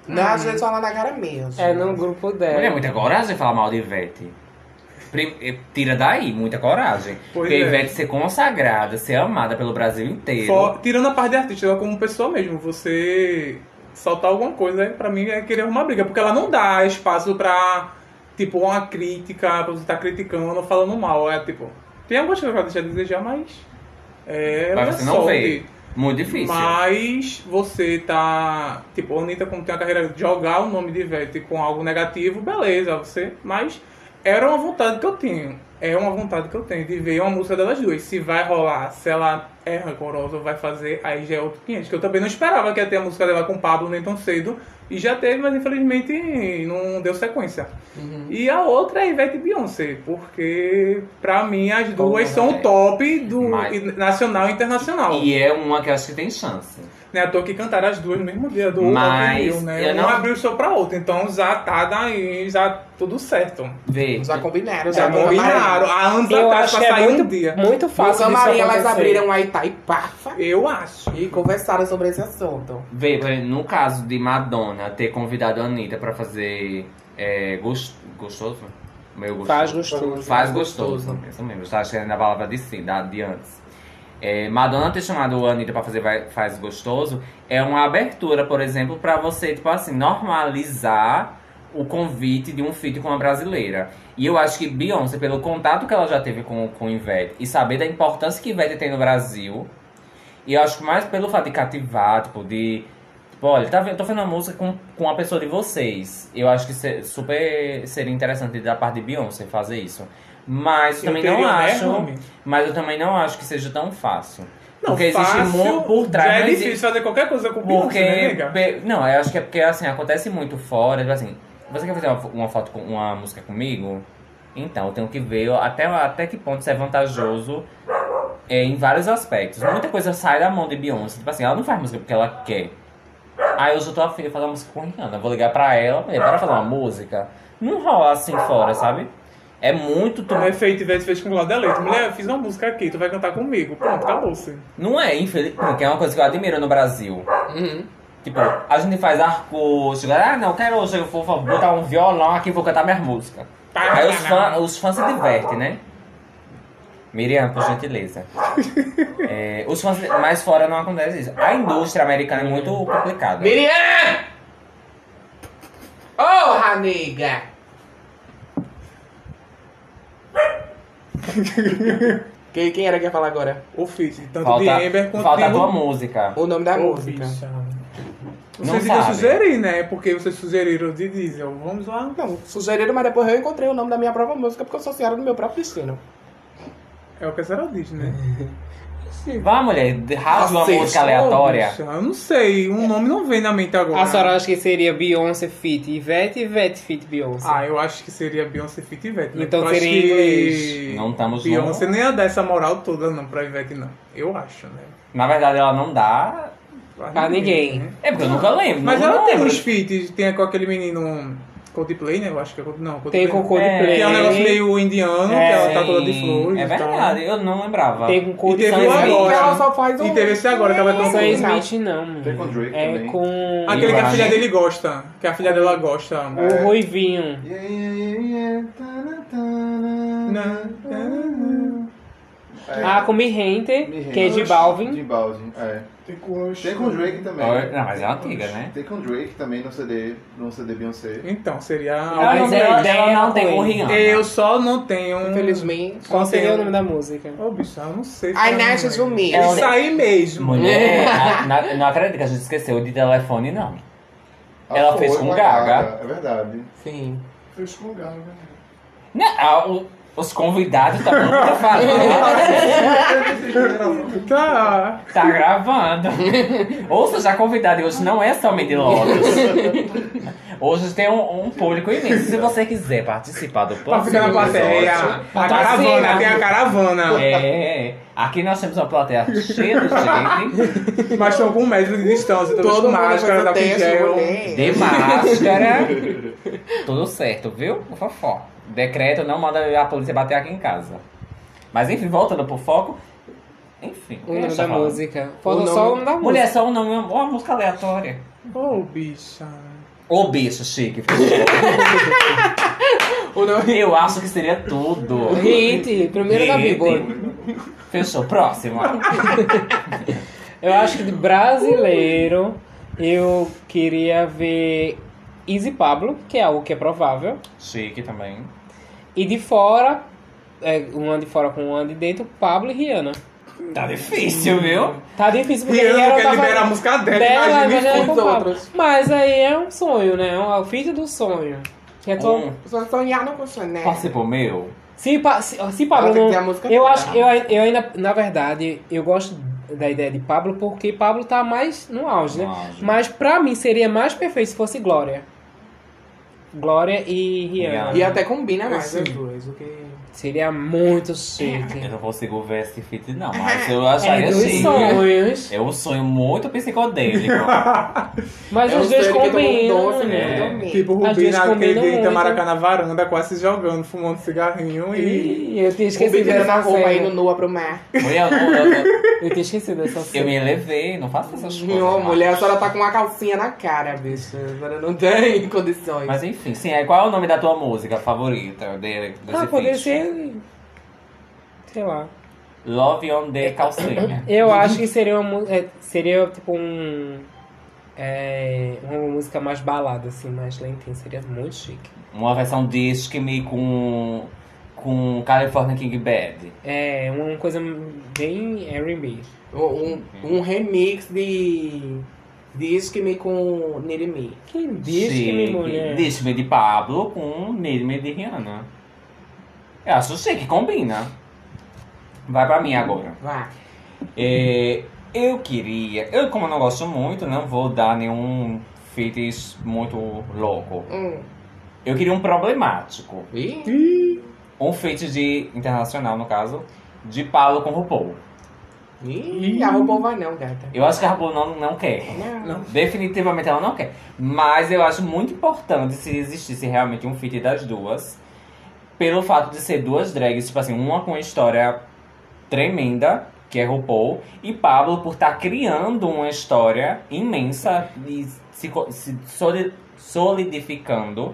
Speaker 4: Não, a gente fala na cara mesmo.
Speaker 1: É no grupo
Speaker 6: Mulher,
Speaker 1: dela.
Speaker 6: muita coragem falar mal de Ivete. Prim- eh, Tira daí, muita coragem.
Speaker 7: Pois
Speaker 6: Porque
Speaker 7: é.
Speaker 6: Ivete ser consagrada, ser amada pelo Brasil inteiro.
Speaker 7: só- tirando a parte de artista, ela como pessoa mesmo, você soltar alguma coisa, pra mim é querer arrumar briga, porque ela não dá espaço pra, tipo, uma crítica, pra você estar criticando ou falando mal. É tipo, tem algumas coisas que ela deixa a desejar, mas. É,
Speaker 6: Mas
Speaker 7: ela
Speaker 6: você não vê.
Speaker 7: soube.
Speaker 6: Muito difícil.
Speaker 7: Mas você tá. Tipo, a Anitta, como tem uma carreira de jogar o nome de Ivete com algo negativo, beleza, você. Mas era uma vontade que eu tenho. É uma vontade que eu tenho de ver uma música delas duas. Se vai rolar, se ela é rancorosa ou vai fazer, aí já é outro 500. Que eu também não esperava que ia ter a música dela com o Pablo nem tão cedo. E já teve, mas infelizmente não deu sequência.
Speaker 6: Uhum.
Speaker 7: E a outra é Ivete e Beyoncé. Porque, pra mim, as duas
Speaker 6: Porra,
Speaker 7: são
Speaker 6: velho.
Speaker 7: o top do
Speaker 6: Mas-
Speaker 7: nacional e internacional.
Speaker 6: E é uma que eu acho que tem chance.
Speaker 7: Né, à toa que cantaram as duas no mesmo dia do
Speaker 6: Mas
Speaker 7: Open Hill, né?
Speaker 6: eu
Speaker 7: Uma
Speaker 6: não-
Speaker 7: abriu o show pra outra, então já tá daí, já tudo certo.
Speaker 6: Vê.
Speaker 4: Já combinaram,
Speaker 7: Já
Speaker 6: tá
Speaker 4: já
Speaker 7: combinaram. A anos
Speaker 1: Eu
Speaker 7: atrás
Speaker 1: acho que
Speaker 7: pra
Speaker 1: é
Speaker 7: sair
Speaker 1: muito,
Speaker 7: um dia.
Speaker 1: muito fácil
Speaker 4: Fácil
Speaker 1: disso
Speaker 4: Maria, elas
Speaker 1: acontecer.
Speaker 4: abriram tá, a Itaipafa
Speaker 7: Eu acho.
Speaker 4: e conversaram sobre esse assunto.
Speaker 6: Vê, por exemplo, no caso de Madonna ter convidado a Anitta pra fazer é, gos- gostoso? Meu
Speaker 7: um
Speaker 6: gostoso.
Speaker 1: Faz gostoso.
Speaker 6: Faz gostoso. Isso mesmo. Eu estava escrevendo a é palavra de si, da, de antes. É, Madonna ter chamado a Anitta pra fazer vai- Faz Gostoso é uma abertura, por exemplo, pra você, tipo assim, normalizar o convite de um feat com uma brasileira. E eu acho que Beyoncé, pelo contato que ela já teve com, com Ivete e saber da importância que Ivete tem no Brasil, e eu acho que mais pelo fato de cativar, tipo, de. Tipo, olha, tá, vendo- tô fazendo uma música com, com uma pessoa de vocês. Eu acho que se- super seria interessante da parte de Beyoncé fazer isso. Mas eu também
Speaker 7: teria
Speaker 6: não
Speaker 7: um
Speaker 6: acho.
Speaker 7: nome.
Speaker 6: Mas eu também não acho que seja tão fácil.
Speaker 7: Não,
Speaker 6: porque existe
Speaker 7: fácil,
Speaker 6: muito por
Speaker 7: Já
Speaker 6: trás.
Speaker 7: é
Speaker 6: não
Speaker 7: difícil
Speaker 6: existe-
Speaker 7: fazer qualquer coisa com Beyoncé, né,
Speaker 6: porque.
Speaker 7: nega?
Speaker 6: pe- Não, eu acho que é porque assim, acontece muito fora. Tipo assim, você quer fazer uma, fo- uma foto com uma música comigo? Então, eu tenho que ver até, até que ponto isso é vantajoso é, em vários aspectos. Muita coisa sai da mão de Beyoncé. Tipo assim, ela não faz música porque ela quer. Aí hoje eu tô afim de fazer uma música com Rihanna. Vou ligar pra ela, mulher, bora fazer uma música. Não rola assim fora, sabe? É muito tu
Speaker 7: Como é feito Ivete fez com o lado da leite. Mulher, eu fiz uma música aqui, tu vai cantar comigo. Pronto, acabou sim.
Speaker 6: Não é, infelizmente, que é uma coisa que eu admiro no Brasil.
Speaker 7: Uhum.
Speaker 6: Tipo, a gente faz arcos, ah, não, quero hoje, eu vou botar um violão aqui e vou cantar minhas músicas. Aí os fãs os fãs se divertem, né? Miriam, por gentileza. É, os fãs, mas fora não acontece isso. A indústria americana é muito complicada.
Speaker 4: Miriam! Porra, nega! quem, quem era que ia falar agora?
Speaker 7: Ou fiz, tanto de
Speaker 6: Falta,
Speaker 7: Amber quanto
Speaker 6: falta a
Speaker 7: de
Speaker 6: tua música.
Speaker 4: O nome da
Speaker 7: Ô,
Speaker 4: música.
Speaker 7: bicha.
Speaker 6: Não
Speaker 7: Vocês iam
Speaker 6: sabe.
Speaker 7: sugerir, né? Porque vocês sugeriram de diesel. Vamos lá.
Speaker 4: Não, sugeriram, mas depois eu encontrei o nome da minha própria música porque eu sou senhora do meu próprio destino.
Speaker 7: É o que a senhora diz, né?
Speaker 6: Vá, mulher, rasga uma
Speaker 4: Vocês
Speaker 6: música
Speaker 4: são,
Speaker 6: aleatória.
Speaker 7: Poxa, eu não sei, um nome não vem na mente agora.
Speaker 1: A senhora acha que seria Beyoncé Fit Ivete, Ivete Fit Beyoncé.
Speaker 7: Ah, eu acho que seria Beyoncé Fit Ivete. Né?
Speaker 1: Então
Speaker 7: Eu acho
Speaker 1: seria
Speaker 7: que
Speaker 1: inglês.
Speaker 6: Não estamos
Speaker 7: Beyoncé
Speaker 6: no...
Speaker 7: nem ia dar essa moral toda não pra Ivete, não. Eu acho, né?
Speaker 6: Na verdade, ela não dá.
Speaker 1: Pra Ah, ninguém.
Speaker 7: né?
Speaker 6: É porque eu nunca lembro.
Speaker 7: Mas
Speaker 6: não
Speaker 7: ela tem
Speaker 6: lembro.
Speaker 7: uns feats, tem com aquele menino um Coldplay, né? Eu acho que é Coldplay, não, Coldplay.
Speaker 1: tem com
Speaker 7: não.
Speaker 1: Coldplay.
Speaker 7: Que é um negócio meio indiano,
Speaker 1: É,
Speaker 7: que ela tá toda de
Speaker 6: Sim,
Speaker 7: flores
Speaker 6: É
Speaker 7: e tal.
Speaker 6: verdade, eu não lembrava.
Speaker 1: Tem com
Speaker 7: E teve
Speaker 1: Coldplay.
Speaker 7: um
Speaker 1: Sam
Speaker 7: agora.
Speaker 4: Ela só faz
Speaker 7: E
Speaker 4: um-
Speaker 7: teve esse agora que ela cantou.
Speaker 1: Sam Smith não, mano.
Speaker 8: Tem com Drake
Speaker 1: É
Speaker 8: também.
Speaker 1: com
Speaker 7: Aquele que a
Speaker 6: Imagem.
Speaker 7: filha dele gosta, que a filha dela gosta.
Speaker 1: o Ruivinho.
Speaker 8: Yeah, yeah, yeah, yeah. Tana, tana.
Speaker 7: Na-
Speaker 8: É.
Speaker 1: Ah, com Me Rente,
Speaker 8: Me Rende.
Speaker 1: que é de Balvin.
Speaker 8: De Balvin, é.
Speaker 9: Tem com o
Speaker 8: Tem com o Drake também.
Speaker 6: Olha, não, mas é antiga, né?
Speaker 8: Tem com o Drake também no CD, no CD Beyoncé.
Speaker 7: Então, seria.
Speaker 1: Ah,
Speaker 6: Mas
Speaker 1: não
Speaker 6: ela,
Speaker 1: tem
Speaker 6: ela não
Speaker 1: ideia,
Speaker 6: tem um né? com
Speaker 1: coisa.
Speaker 6: Rihanna.
Speaker 7: Eu só não tenho.
Speaker 4: Infelizmente.
Speaker 1: Qual seria o nome
Speaker 7: Tenho-
Speaker 1: da música?
Speaker 7: Ô, bicho, eu não sei.
Speaker 4: Ai,
Speaker 7: cara,
Speaker 4: Nash
Speaker 7: não lembro.
Speaker 4: Zumbi.
Speaker 6: É o-
Speaker 7: Isso aí mesmo.
Speaker 6: Mulher, na- na- não acredito que a gente esqueceu de telefone, não. Ela
Speaker 8: Ah,
Speaker 6: fez
Speaker 8: foi
Speaker 6: com
Speaker 8: uma
Speaker 6: Gaga.
Speaker 8: É verdade.
Speaker 4: Sim.
Speaker 9: Fez com o Gaga.
Speaker 6: Né, ah, o- os convidados também tá estão falando.
Speaker 7: Tá.
Speaker 6: tá gravando. Ouça já convidado, e hoje não é somente Lotus. Hoje tem um, um público imenso. Se você quiser participar do
Speaker 7: Pra ficar na
Speaker 6: próximo
Speaker 7: plateia.
Speaker 6: episódio, Tá
Speaker 7: A caravana, tem a caravana.
Speaker 6: É, aqui nós temos uma plateia cheia de gente,
Speaker 7: Mas estão com um metro de distância, todos
Speaker 4: Todo mundo
Speaker 7: com máscara, tá
Speaker 4: faz
Speaker 7: com
Speaker 4: o teste,
Speaker 7: gel.
Speaker 4: mulher.
Speaker 6: de máscara. Tudo certo, viu? Por favor. Decreto não manda a polícia bater aqui em casa. Mas enfim, voltando pro foco. Enfim, o que
Speaker 1: O
Speaker 6: a
Speaker 1: nome
Speaker 6: gente
Speaker 1: Hum, da
Speaker 6: tá falando?
Speaker 1: música. Falta
Speaker 4: O
Speaker 1: só o nome da música.
Speaker 6: Mulher, só um nome, uma música aleatória.
Speaker 7: Ô, bicha.
Speaker 6: Ô bicho, chique.
Speaker 4: O nome-
Speaker 6: Eu acho que seria tudo.
Speaker 1: Hit, primeiro da
Speaker 6: Hit.
Speaker 1: Billboard.
Speaker 6: Fechou, próxima.
Speaker 1: Eu acho que de brasileiro eu queria ver Easy Pablo, que é algo que é provável.
Speaker 6: Chique também.
Speaker 1: E de fora, é, um ano de fora com um ano de dentro, Pablo e Rihanna.
Speaker 6: Tá difícil, viu?
Speaker 1: Tá difícil porque
Speaker 7: Rihanna
Speaker 1: Rihanna
Speaker 7: quer
Speaker 1: tava
Speaker 7: liberar a música dela,
Speaker 1: dela,
Speaker 7: imagina
Speaker 1: mas
Speaker 7: em
Speaker 1: ela
Speaker 7: todos
Speaker 1: com
Speaker 7: os
Speaker 1: Pablo.
Speaker 7: outros.
Speaker 1: Mas aí é um sonho, né? É um filho do sonho. Que é todo-
Speaker 6: Um,
Speaker 4: Só sonhar não custa,
Speaker 1: É.
Speaker 4: né?
Speaker 6: posso ir pro meu?
Speaker 1: Se, pa- se, se
Speaker 4: Ela
Speaker 1: Pablo
Speaker 4: tem que ter a
Speaker 1: não...
Speaker 4: música
Speaker 1: Eu
Speaker 4: toda.
Speaker 1: acho, eu, ai- eu ainda, na verdade, eu gosto da ideia de Pablo porque Pablo tá mais no auge, né?
Speaker 6: No auge.
Speaker 1: Mas pra mim seria mais perfeito se fosse Glória. Glória e Rihanna.
Speaker 6: Rihanna.
Speaker 4: E até combina mais.
Speaker 7: Esses
Speaker 4: né?
Speaker 7: dois, o que.
Speaker 1: Seria muito
Speaker 6: Eu
Speaker 1: chique.
Speaker 6: não consigo ver esse fit, não, mas eu acharia
Speaker 1: É dos
Speaker 6: chique.
Speaker 1: sonhos.
Speaker 6: É um sonho muito psicodélico.
Speaker 1: Mas
Speaker 4: É
Speaker 1: os
Speaker 4: um
Speaker 1: dois
Speaker 4: sonho que todo mundo
Speaker 1: combinam,
Speaker 4: doce,
Speaker 1: né?
Speaker 4: né?
Speaker 6: É.
Speaker 4: Dormir.
Speaker 7: Tipo, o
Speaker 1: Às
Speaker 7: Rubinho
Speaker 1: vezes
Speaker 7: naquele
Speaker 1: combinam
Speaker 7: de Itamaracá
Speaker 1: muito.
Speaker 7: na varanda, quase se jogando, fumando cigarrinho e.
Speaker 1: Ih, eu tinha
Speaker 4: Esqueci
Speaker 1: esquecido
Speaker 4: de
Speaker 1: dessa
Speaker 4: na tá roupa
Speaker 1: cena.
Speaker 4: indo nua pro mar.
Speaker 6: Mulher, eu, eu- eu-
Speaker 1: Eu tinha esquecido dessa
Speaker 6: eu
Speaker 1: cena.
Speaker 6: me elevei, não faço essas coisas.
Speaker 4: Não,
Speaker 6: mais.
Speaker 4: mulher, a senhora tá com uma calcinha na cara, bicho. A senhora não tem condições.
Speaker 6: Mas enfim, sim, é, qual é o nome da tua música favorita dele, desse
Speaker 1: Ah, poderia
Speaker 6: feat?
Speaker 1: ser... Sei lá.
Speaker 6: Love on the Calcinha.
Speaker 1: Eu acho que seria uma mu- é, seria tipo um é, uma música mais balada assim, mais lentinha, seria muito chique.
Speaker 6: Uma versão de Skimmy com, com California King Bad.
Speaker 1: É uma coisa bem R&B.
Speaker 4: Um, um, um remix de. Disque-me com Need Me.
Speaker 1: Quem diz que me
Speaker 6: Chique.
Speaker 1: mulher?
Speaker 6: Disque-me de Pablo com Nirme de Rihanna. Eu acho chique, combina. Vai pra mim agora.
Speaker 4: Vai.
Speaker 6: É, eu queria. Eu, como não gosto muito, não vou dar nenhum feat muito louco.
Speaker 4: Hum.
Speaker 6: Eu queria um problemático.
Speaker 4: Ih,
Speaker 6: Um feat de. internacional, no caso. De Pablo com RuPaul.
Speaker 4: ih, a roupa vai não, gata.
Speaker 6: Eu acho que a RuPaul não, não quer.
Speaker 4: Não.
Speaker 6: Definitivamente ela não quer. Mas eu acho muito importante se existisse realmente um feat das duas. Pelo fato de ser duas drags, tipo assim, uma com história tremenda, que é RuPaul, e Pablo por estar criando uma história imensa e se, co- se soli- solidificando.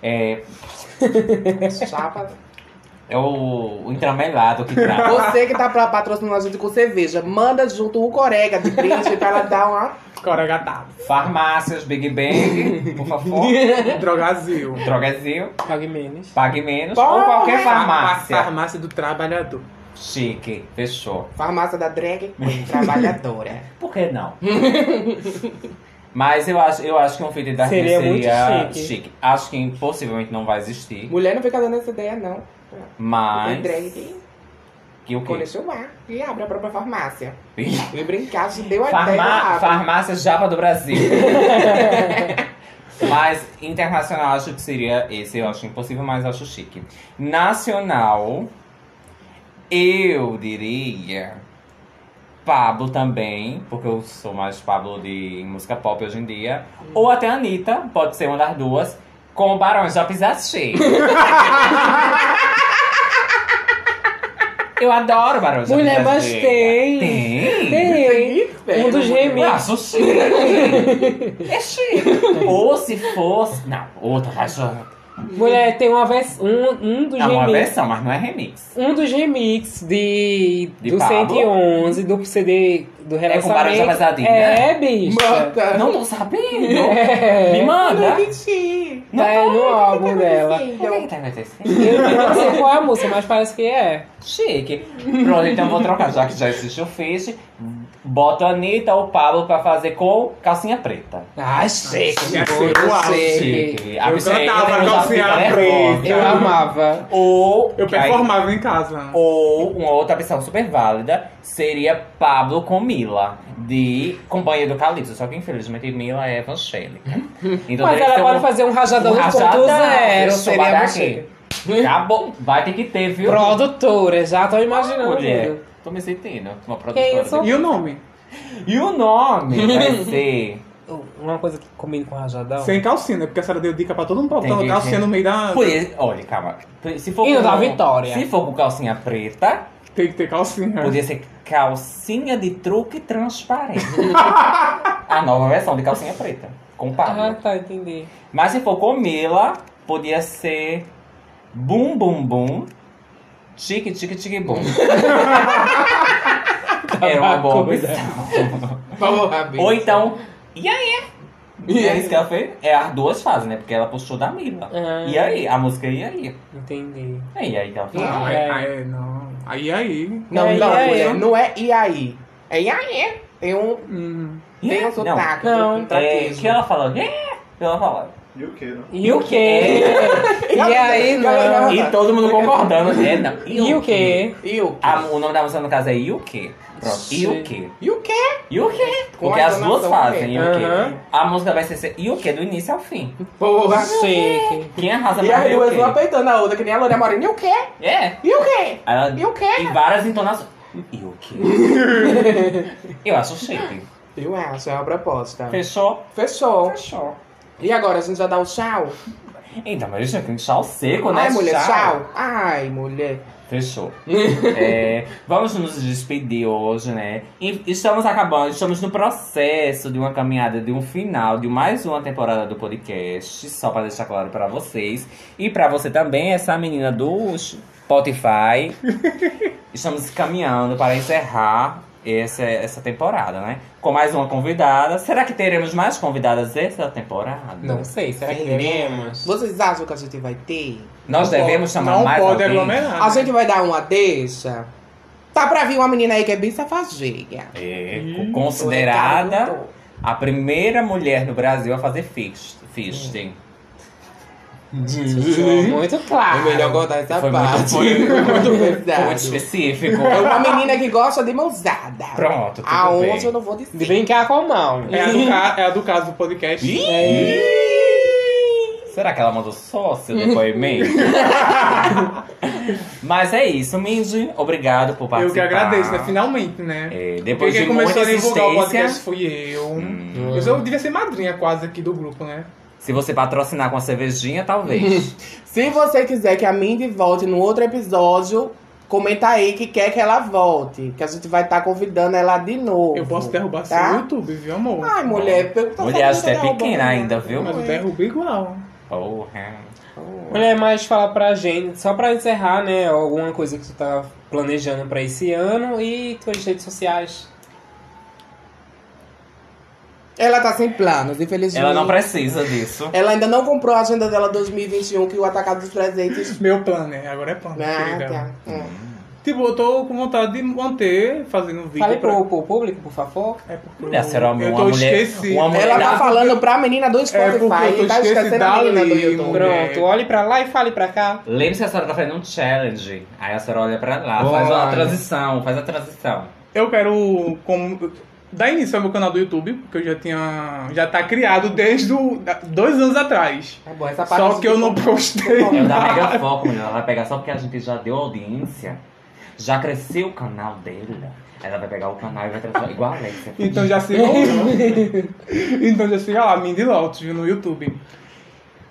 Speaker 6: É,
Speaker 4: Chapa.
Speaker 6: é o, o entramelado que traz.
Speaker 4: Você que tá pra patrocinar a gente com cerveja, manda junto o corega de brinde pra ela dar uma.
Speaker 7: Coragatado.
Speaker 6: Farmácias, Big Bang, por favor.
Speaker 7: Drogazil.
Speaker 6: Drogazil,
Speaker 1: Pague menos.
Speaker 6: pague menos.
Speaker 4: Porra!
Speaker 6: Ou qualquer
Speaker 7: A
Speaker 6: é farmácia.
Speaker 7: farmácia do trabalhador.
Speaker 6: Chique, fechou.
Speaker 4: Farmácia da drag queen, trabalhadora.
Speaker 6: Por que não? Mas eu acho, eu acho que um feat da
Speaker 1: Seria muito
Speaker 6: seria
Speaker 1: chique.
Speaker 6: Acho que possivelmente não vai existir.
Speaker 4: Mulher não fica dando essa ideia, não. Tem
Speaker 6: Mas.
Speaker 4: drag que
Speaker 6: Que o quê?
Speaker 4: conhece o mar e abre a própria farmácia. E brincar, se deu a ideia.
Speaker 6: Farma...
Speaker 4: rápido.
Speaker 6: Farmácia Japa do Brasil. mas internacional acho que seria esse, eu acho impossível, mas acho chique. Nacional, eu diria Pablo também, porque eu sou mais Pablo de música pop hoje em dia. Ou até Anitta, pode ser uma das duas, com o Barões da Pisachi. Eu adoro Barões da
Speaker 1: Mulher, mas
Speaker 6: Pisachi.
Speaker 1: tem.
Speaker 6: Tem.
Speaker 1: Tem um dos
Speaker 6: Eu
Speaker 1: remixes.
Speaker 6: acho chique. É chique. Ou se fosse. Não, outra cachorra.
Speaker 1: Mulher, tem uma vers... um, um dos
Speaker 6: É uma
Speaker 1: remix.
Speaker 6: versão, mas não é remix.
Speaker 1: Um dos remix de,
Speaker 6: De
Speaker 1: do
Speaker 6: Pablo?
Speaker 1: 111, do CD do
Speaker 6: É com
Speaker 1: relançamento.
Speaker 6: barulho de pesadinha.
Speaker 1: É, bicho.
Speaker 4: Mata.
Speaker 6: Não tô sabendo.
Speaker 1: É.
Speaker 6: Me manda.
Speaker 4: Bonitinho.
Speaker 1: Tá é no álbum dela.
Speaker 6: Como é que tá acontecendo?
Speaker 1: Eu, eu não sei qual é a música, mas parece que é.
Speaker 6: Chique. Pronto, então eu vou trocar, já que já existe o Fish. Bota a Anitta ou o Pablo pra fazer com calcinha preta.
Speaker 1: Ah, chique.
Speaker 7: Ia ser
Speaker 1: muito
Speaker 6: é
Speaker 7: o auge.
Speaker 6: Chique. A
Speaker 7: Eu
Speaker 6: pessoa-
Speaker 7: cantava
Speaker 6: eu já
Speaker 7: calcinha
Speaker 6: fico nervosa.
Speaker 7: preta.
Speaker 1: Eu amava.
Speaker 6: Ou.
Speaker 7: Eu
Speaker 6: que aí-
Speaker 7: performava em casa.
Speaker 6: Ou uma outra opção super válida seria Pablo com Mila, de Companhia do Calypso. Só que infelizmente Mila é evangélica. Então
Speaker 1: Uhum. Mas
Speaker 6: teria que
Speaker 1: ela
Speaker 6: ser
Speaker 1: pode
Speaker 6: um-
Speaker 1: fazer um rajadão
Speaker 6: um rajadão.
Speaker 1: 1.0.
Speaker 6: Eu sou
Speaker 1: Seria
Speaker 6: barraqueiro.
Speaker 1: você.
Speaker 6: Acabou. Vai ter que ter, viu?
Speaker 1: Produtora, já tô imaginando.
Speaker 6: Mulher. Tô me sentindo uma produtora.
Speaker 1: Quem sou?
Speaker 7: E o nome?
Speaker 6: E o nome vai ser.
Speaker 1: Uma coisa que combina com rajadão.
Speaker 7: Sem calcinha, né? porque a senhora deu dica pra todo mundo pra botar
Speaker 6: Entendi,
Speaker 7: uma calcinha
Speaker 6: gente.
Speaker 7: no meio da.
Speaker 6: Por isso- olha, calma. Se for
Speaker 1: Hino
Speaker 6: com-
Speaker 1: da Vitória.
Speaker 6: Se for com calcinha preta,
Speaker 7: Tem que ter calcinha.
Speaker 6: podia ser calcinha de truque transparente. A nova versão de calcinha preta. Com Pablo.
Speaker 1: Ah, tá, entendi.
Speaker 6: Mas se for com Mila, podia ser Bum Bum Bum, Tique Tique Tique Bum. Era uma boa opção.
Speaker 4: Vamos, Rabi.
Speaker 6: Ou então, e aí? E aí, isso que ela fez? É as duas fases, né? Porque ela puxou da Mila.
Speaker 1: Ah,
Speaker 6: E aí? A música e aí?
Speaker 1: Entendi.
Speaker 6: É, E aí que ela fez.
Speaker 7: Não,
Speaker 1: Ah, é.
Speaker 7: é, é, não. Aí, aí.
Speaker 4: Não,
Speaker 1: É,
Speaker 4: não,
Speaker 1: e aí?
Speaker 4: mulher, não é e aí. É e aí. Tem um,
Speaker 7: Hum.
Speaker 6: E
Speaker 4: tem
Speaker 6: aí?
Speaker 4: um sotaque.
Speaker 1: Não.
Speaker 4: um
Speaker 6: É,
Speaker 4: traquejo.
Speaker 6: que ela falou, é, ela falou.
Speaker 8: E o que, não?
Speaker 1: E o quê?
Speaker 6: é.
Speaker 1: E aí, não.
Speaker 6: E todo mundo concordando, né? Não.
Speaker 1: E o quê?
Speaker 4: E o
Speaker 6: A- o nome da música, no caso, é E o quê? Pronto, e o quê?
Speaker 4: E o quê?
Speaker 6: E o quê?
Speaker 4: Com
Speaker 6: Porque
Speaker 4: a
Speaker 6: as duas
Speaker 4: entonação
Speaker 6: fazem e o quê?
Speaker 1: Aham.
Speaker 6: A música vai ser ser e o quê? Do início ao fim.
Speaker 4: Porra.
Speaker 1: Chique.
Speaker 6: Quem arrasa
Speaker 4: E
Speaker 6: mais
Speaker 4: as
Speaker 6: é o
Speaker 4: duas uma
Speaker 6: quê?
Speaker 4: peitando a outra, que nem a Lorena Moreno. E o quê?
Speaker 6: É.
Speaker 4: E o quê?
Speaker 6: Aí Ela...
Speaker 4: E o quê?
Speaker 6: E várias entonações. E o quê? Eu acho chique.
Speaker 4: Eu acho, é uma proposta.
Speaker 6: Fechou?
Speaker 4: Fechou.
Speaker 6: Fechou.
Speaker 4: E agora, a gente já dá o tchau?
Speaker 6: Então, mas isso aqui é um tchau seco, né?
Speaker 4: Ai, mulher, tchau. Ai, mulher.
Speaker 6: Fechou. É, vamos nos despedir hoje, né? E estamos acabando, estamos no processo de uma caminhada, de um final, de mais uma temporada do podcast, só pra deixar claro pra vocês. E pra você também, essa menina do Spotify. Estamos caminhando para encerrar essa, essa temporada, né? Com mais uma convidada. Será que teremos mais convidadas essa temporada?
Speaker 1: Não sei, será que é? veremos?
Speaker 4: Vocês acham que a gente vai ter?
Speaker 6: Nós devemos chamar
Speaker 7: não
Speaker 6: mais
Speaker 7: pode
Speaker 6: alguém?
Speaker 7: aglomerar. né?
Speaker 4: A gente vai dar uma deixa? Tá pra vir uma menina aí que é bem safageia.
Speaker 6: É,
Speaker 4: tá,
Speaker 6: considerada... A primeira mulher no Brasil a fazer fist- fisting.
Speaker 1: Muito claro.
Speaker 4: É melhor guardar essa
Speaker 6: Foi muito-
Speaker 4: parte.
Speaker 6: foi- foi Foi muito
Speaker 4: pesado.
Speaker 6: específico.
Speaker 4: É uma menina que gosta de mãozada.
Speaker 6: Pronto, tudo
Speaker 4: Aonde eu
Speaker 6: bem.
Speaker 4: não vou
Speaker 1: De
Speaker 4: dizer.
Speaker 1: brincar com a mão.
Speaker 7: É a, do ca- é a do caso do podcast. É,
Speaker 4: É
Speaker 6: Será que ela mandou só seu depoimento? Mas é isso, Mindy. Obrigado por participar.
Speaker 7: Eu que agradeço, né? Finalmente,
Speaker 6: É,
Speaker 7: né? Porque
Speaker 6: depois
Speaker 7: quem
Speaker 6: de muita
Speaker 7: começou a divulgar o podcast
Speaker 6: insistência...
Speaker 7: fui eu.
Speaker 6: Hum,
Speaker 7: Eu, só, eu devia ser madrinha quase aqui do grupo, né?
Speaker 6: se você patrocinar com a cervejinha, talvez.
Speaker 4: Se você quiser que a Mindy volte no outro episódio, comenta aí que quer que ela volte. Que a gente vai estar convidando ela de novo.
Speaker 7: Eu posso derrubar
Speaker 4: tá?
Speaker 7: seu YouTube, viu, amor?
Speaker 4: Ai, mulher, eu tô
Speaker 6: Mulher,
Speaker 4: falando
Speaker 6: você é
Speaker 4: que derruba,
Speaker 6: pequena
Speaker 4: né?
Speaker 6: ainda, viu?
Speaker 7: Mas eu derrubo igual.
Speaker 6: Porra.
Speaker 1: Mulher, mas fala pra gente, só pra encerrar, né? Alguma coisa que tu tá planejando pra esse ano e tuas redes sociais.
Speaker 4: Ela tá sem planos, infelizmente.
Speaker 6: Ela não precisa disso.
Speaker 4: Ela ainda não comprou a agenda dela 2021, que o atacado dos presentes.
Speaker 7: Meu planner, agora é planner,
Speaker 4: Ah,
Speaker 7: querida.
Speaker 4: tá. Hum.
Speaker 7: Tipo, eu tô com vontade de manter fazendo vídeo.
Speaker 1: Fale
Speaker 7: pra...
Speaker 1: pro, pro público, por favor.
Speaker 7: É porque
Speaker 6: Mulher,
Speaker 7: eu-
Speaker 6: será uma
Speaker 7: eu tô
Speaker 6: mulher-
Speaker 7: esquecida.
Speaker 6: uma mulher-
Speaker 4: Ela
Speaker 6: Não.
Speaker 4: tá falando pra menina do
Speaker 7: É porque eu tô
Speaker 4: Spotify. e tá esquecendo
Speaker 7: esquecida
Speaker 4: a menina do
Speaker 7: ali,
Speaker 4: YouTube.
Speaker 7: mulher.
Speaker 1: Pronto, olhe pra lá e fale pra cá.
Speaker 6: Lembre-se que a senhora tá fazendo um challenge. Aí a senhora olha pra lá,
Speaker 4: Olha.
Speaker 6: faz uma transição, faz a transição.
Speaker 7: Eu quero como, dar início ao meu canal do YouTube, porque eu já tinha. já tá criado desde o, da- dois anos atrás.
Speaker 4: Tá bom, essa parte
Speaker 7: Só que eu não postei.
Speaker 6: Ela dá É mega foco, mulher. Ela vai pegar só porque a gente já deu audiência, já cresceu o canal dela. Ela vai pegar o canal e vai transformar igual a Alexia.
Speaker 7: Então já siga lá. então já siga lá, Mindy Lotus, viu, no YouTube.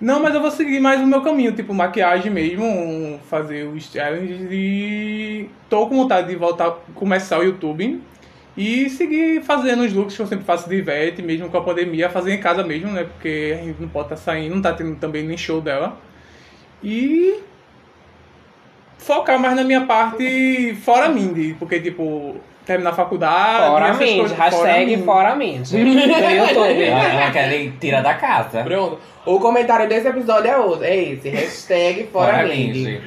Speaker 7: Não, mas eu vou seguir mais o meu caminho, tipo maquiagem mesmo, fazer os challenges e tô com vontade de voltar, começar o YouTube e seguir fazendo os looks que eu sempre faço de Ivete, tá mesmo com a pandemia, fazer em casa mesmo, né? Porque a gente não pode estar saindo, não tá tendo também nem show dela. E focar mais na minha parte fora Mindy, porque tipo, terminar a faculdade,
Speaker 1: Fora
Speaker 7: essas
Speaker 1: Mindy,
Speaker 7: coisas,
Speaker 1: hashtag
Speaker 7: Mindy.
Speaker 1: fora Mindy. No YouTube.
Speaker 6: Ela quer ele tira da casa.
Speaker 4: Pronto. O comentário desse episódio é outro. É esse. Hashtag fora Mindy.
Speaker 6: Mindy.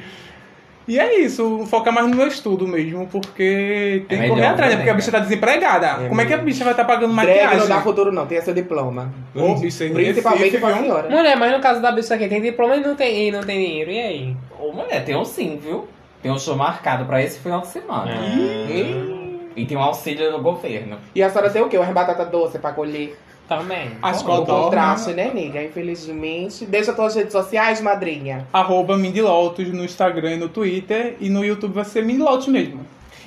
Speaker 7: E é isso, focar mais no meu estudo mesmo, porque tem que
Speaker 6: melhor,
Speaker 7: correr atrás, né?
Speaker 6: né,
Speaker 7: Porque a bicha tá desempregada. Como é que a bicha vai estar pagando
Speaker 4: Drag não
Speaker 7: maquiagem?
Speaker 4: dá futuro não, tenha seu diploma.
Speaker 7: Ô, é bicho, em
Speaker 4: Principalmente
Speaker 7: Recife,
Speaker 4: pra
Speaker 7: viu?
Speaker 4: senhora.
Speaker 1: Mulher, mas no caso da pessoa que tem diploma e não tem, e não tem dinheiro, e aí?
Speaker 6: Ô, mulher, tem um sim, viu? Tem um show marcado pra esse final de semana.
Speaker 7: É.
Speaker 6: E tem um auxílio do governo.
Speaker 4: E a senhora tem o quê? Uma batata doce pra colher?
Speaker 1: Também.
Speaker 7: A escola
Speaker 4: o contraste, né, nega? Infelizmente. Deixa todas as redes sociais, madrinha.
Speaker 7: arroba Mindy Lotus no Instagram e no Twitter. E no YouTube vai ser Mindy Lotus mesmo.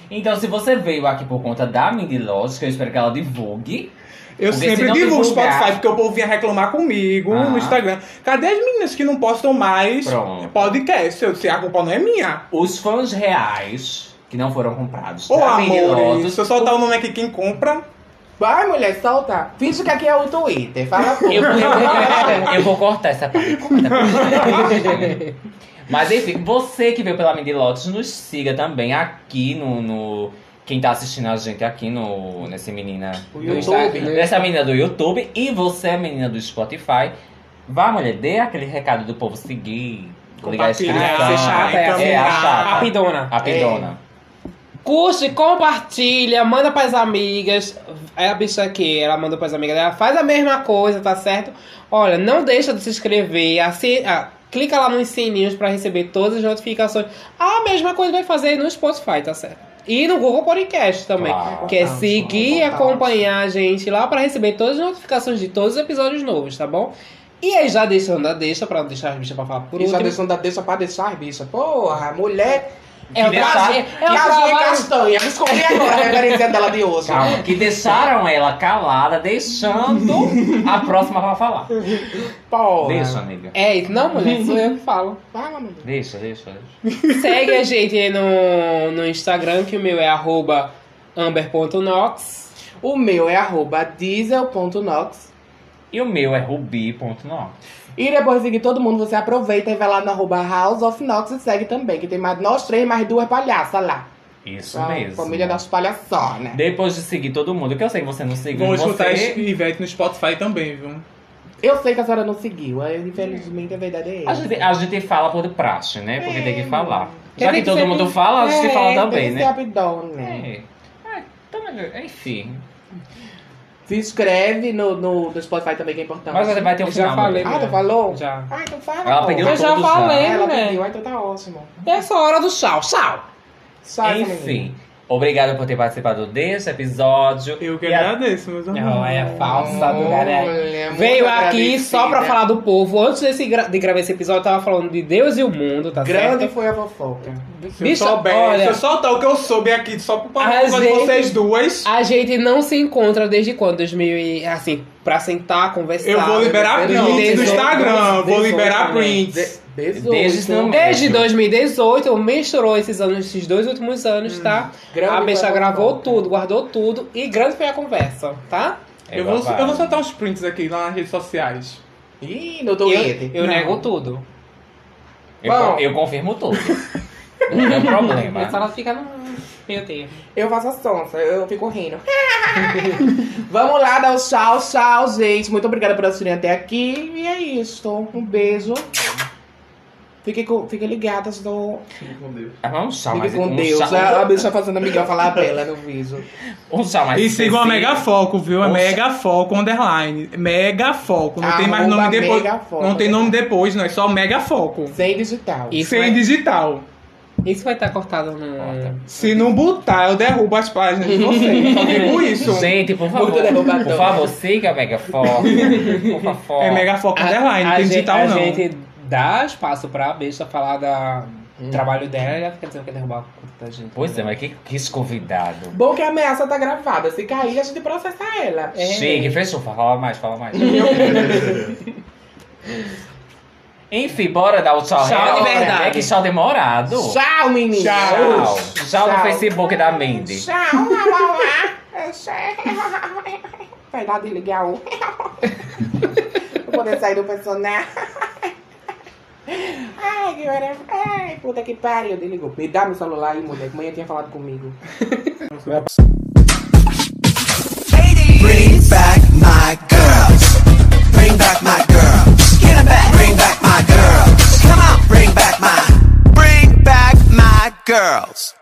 Speaker 6: Então, se você veio aqui por conta da Mindy Lodge, que eu espero que ela divulgue.
Speaker 7: Eu
Speaker 6: Porque se
Speaker 7: sempre
Speaker 6: não
Speaker 7: divulgo o
Speaker 6: divulgar-
Speaker 7: Spotify, porque o povo vinha reclamar comigo
Speaker 6: Ah.
Speaker 7: no Instagram. Cadê as meninas que não postam mais
Speaker 6: Pronto.
Speaker 7: podcast? Eu disse, a culpa não é minha.
Speaker 6: Os fãs reais que não foram comprados
Speaker 7: Ô,
Speaker 6: da Mindy
Speaker 7: amor,
Speaker 6: Lotus. tipo,
Speaker 7: se eu soltar o nome aqui, quem compra...
Speaker 4: Vai, mulher, solta. Finge que aqui é o Twitter. Fala
Speaker 6: Eu,
Speaker 4: tudo.
Speaker 6: eu- eu vou cortar essa parte. corta, corta. Mas enfim, você que veio pela Mindy Lotus, nos siga também aqui no. no- quem tá assistindo a gente aqui no. Nesse menina.
Speaker 1: No Instagram.
Speaker 6: Nessa menina do YouTube e você, a menina do Spotify. Vá, mulher, dê aquele recado do povo seguir. Ligar a
Speaker 7: Compartilhar,
Speaker 1: ser
Speaker 6: inscrição.
Speaker 1: chata, é a
Speaker 6: é a
Speaker 7: ser
Speaker 6: chata.
Speaker 1: Rapidona.
Speaker 6: A pidona.
Speaker 1: Curte, compartilha, manda pras amigas. É a bicha aqui, ela mandou pras amigas dela. Faz a mesma coisa, tá certo? Olha, não deixa de se inscrever. Assim, ah, clica lá nos sininhos pra receber todas as notificações. A mesma coisa vai fazer no Spotify, tá certo? E no Google Podcast também.
Speaker 6: Claro.
Speaker 1: que é
Speaker 4: Importante,
Speaker 1: seguir e
Speaker 4: importante.
Speaker 1: acompanhar a gente lá pra receber todas as notificações de todos os episódios novos, tá bom? E aí já deixando a deixa pra não deixar as bichas pra falar por
Speaker 4: E já
Speaker 1: último.
Speaker 4: deixando a deixa pra deixar as bichas. Porra, mulher.
Speaker 1: É o
Speaker 6: Que deixar-
Speaker 1: prazer. É o
Speaker 4: Yasmin
Speaker 1: trabalho.
Speaker 4: Castanha. Descobri agora a referência dela de hoje.
Speaker 6: Calma, que deixaram ela calada, deixando a próxima pra falar.
Speaker 4: Porra.
Speaker 6: Deixa, amiga.
Speaker 1: É isso. Não, mulher, sou eu que falo.
Speaker 4: Fala, mulher.
Speaker 6: Deixa, deixa, deixa.
Speaker 1: Segue a gente aí no, no Instagram, que o meu é arroba amber.nox.
Speaker 4: O meu é arroba diesel.nox.
Speaker 6: E o meu é rubi.no.
Speaker 4: E depois de seguir todo mundo, você aproveita e vai lá no arroba House of Nox e segue também, que tem mais nós três, mais duas palhaças lá.
Speaker 6: Isso
Speaker 4: A
Speaker 6: mesmo.
Speaker 4: Família das né? palhaçonas.
Speaker 6: Depois de seguir todo mundo, que eu sei que você não seguiu,
Speaker 7: Vão escutar
Speaker 6: você...
Speaker 7: esse Ivete no Spotify também, viu?
Speaker 4: Eu sei que a senhora não seguiu, aí, infelizmente a verdade é
Speaker 6: A
Speaker 4: essa.
Speaker 6: gente, a gente fala por praxe, né? Porque tem
Speaker 4: É.
Speaker 6: que falar.
Speaker 1: Tem
Speaker 6: Já que
Speaker 1: que
Speaker 6: todo
Speaker 1: ser-
Speaker 6: mundo fala, a gente fala também,
Speaker 4: Esse
Speaker 6: né?
Speaker 4: abdômen.
Speaker 6: É. Ah, então, melhor- enfim.
Speaker 4: Se inscreve no, no, no Spotify também, que é importante.
Speaker 6: Mas vai ter um
Speaker 1: Já
Speaker 6: final.
Speaker 1: falei.
Speaker 6: né?
Speaker 4: Ah, tu falou?
Speaker 1: Já.
Speaker 4: Ah, então fala.
Speaker 6: Ela
Speaker 4: pô.
Speaker 6: pediu
Speaker 1: Eu já
Speaker 6: todos
Speaker 4: Ah,
Speaker 1: falei.
Speaker 4: ela
Speaker 1: né?
Speaker 4: pediu, ah, então tá ótimo.
Speaker 1: E essa é hora do tchau, tchau!
Speaker 4: Só essa menina.
Speaker 6: Enfim. Obrigado por ter participado desse episódio.
Speaker 7: Eu que
Speaker 6: E a-
Speaker 7: agradeço, meus amores.
Speaker 1: Ela é falsa do galera.
Speaker 4: Olha, muito
Speaker 1: Veio aqui só pra
Speaker 7: né?
Speaker 4: agradecida.
Speaker 1: falar do povo. Antes desse gra- de gravar esse episódio, eu tava falando de Deus e o mundo, tá
Speaker 4: Grande
Speaker 1: certo?
Speaker 4: foi a fofoca.
Speaker 7: Se
Speaker 1: Bicha,
Speaker 7: eu souber,
Speaker 1: olha-
Speaker 7: se eu soltar o que eu soube aqui só por
Speaker 1: A
Speaker 7: favor de
Speaker 1: gente-
Speaker 7: vocês duas,
Speaker 1: A gente não se encontra desde quando? 2000 e... Assim, pra sentar, conversar.
Speaker 7: eu vou liberar
Speaker 1: né?
Speaker 7: prints do
Speaker 1: 2018,
Speaker 7: Instagram, vou
Speaker 1: 2018,
Speaker 7: liberar
Speaker 1: né?
Speaker 7: prints.
Speaker 6: Desde
Speaker 4: né?
Speaker 6: esse momento.
Speaker 1: Desde 2018, misturou esses anos, esses dois últimos anos, tá?
Speaker 7: Hum.
Speaker 4: Grande
Speaker 1: a bicha
Speaker 4: foi
Speaker 1: gravou
Speaker 4: fofoca.
Speaker 1: tudo, guardou tudo e grande foi a conversa, tá?
Speaker 6: É
Speaker 7: eu, vou,
Speaker 6: babado.
Speaker 7: eu vou soltar uns prints aqui lá nas redes sociais.
Speaker 4: Ih, no
Speaker 1: Eu,
Speaker 4: Twitter.
Speaker 1: eu
Speaker 7: Não.
Speaker 1: nego tudo.
Speaker 6: Eu,
Speaker 4: Bom.
Speaker 6: eu confirmo tudo. não tem problema.
Speaker 1: Mas ela fica no meio tempo.
Speaker 4: Eu faço a sonsa, eu fico rindo. Vamos lá, dar o tchau, tchau, gente. Muito obrigada por assistirem até aqui. E é isso. Um beijo. Fiquem, com, fiquem ligadas no.
Speaker 8: Com Deus.
Speaker 6: Ah, Vamos chamar mais
Speaker 4: Fiquem com
Speaker 6: um
Speaker 4: Deus. né?
Speaker 6: chá-
Speaker 4: A, a bicha fazendo a Miguel falar bela no vídeo.
Speaker 6: Um chá mais
Speaker 7: E sigam é a
Speaker 6: específico.
Speaker 7: Mega Foco, viu? É
Speaker 6: Nossa.
Speaker 7: Mega Foco Underline. Mega Foco. Não tem mais
Speaker 4: Arroba
Speaker 7: nome depois.
Speaker 4: Mega Foco.
Speaker 7: Não tem nome depois, não. É só Mega Foco.
Speaker 4: Sem digital.
Speaker 1: Isso
Speaker 7: Sem
Speaker 1: é-
Speaker 7: digital.
Speaker 1: Isso vai estar cortado no.
Speaker 6: Corta.
Speaker 7: Se não botar, eu derrubo as páginas de vocês. Só digo isso.
Speaker 6: Gente, por favor,
Speaker 4: Muito derrubadão.
Speaker 6: por favor, siga a Mega Foco. Por favor.
Speaker 7: É Mega Foco Underline, não
Speaker 1: a
Speaker 7: tem
Speaker 1: gente,
Speaker 7: digital
Speaker 1: a
Speaker 7: não.
Speaker 1: gente dá espaço pra bicha falar da-
Speaker 7: Hum.
Speaker 1: do trabalho dela e ela fica dizendo que é derrubar a conta da gente.
Speaker 6: Pois é, mas que, que esse convidado.
Speaker 4: Bom que a ameaça tá gravada. Se cair, a gente processa ela.
Speaker 1: É.
Speaker 6: Chique, fechou. Fala mais, fala mais. Enfim, bora dar o
Speaker 1: Tchau
Speaker 6: tchau.
Speaker 1: de
Speaker 6: real, né?
Speaker 1: verdade.
Speaker 6: Que tchau demorado.
Speaker 4: Tchau, menina.
Speaker 6: Tchau. Tchau no
Speaker 4: Tchau.
Speaker 6: Facebook da Mandy.
Speaker 4: Tchau. Lá, lá, lá. Vai dar desligar um. Vou poder sair do personagem. Ai, que era. Ai, puta que pariu. Desligou. Me dá meu celular aí, moleque. Mãe tinha falado comigo.
Speaker 5: Bring back my girls. Bring back my girls. Get 'em back. Bring back my girls. Come on. Bring back my. Bring back my girls.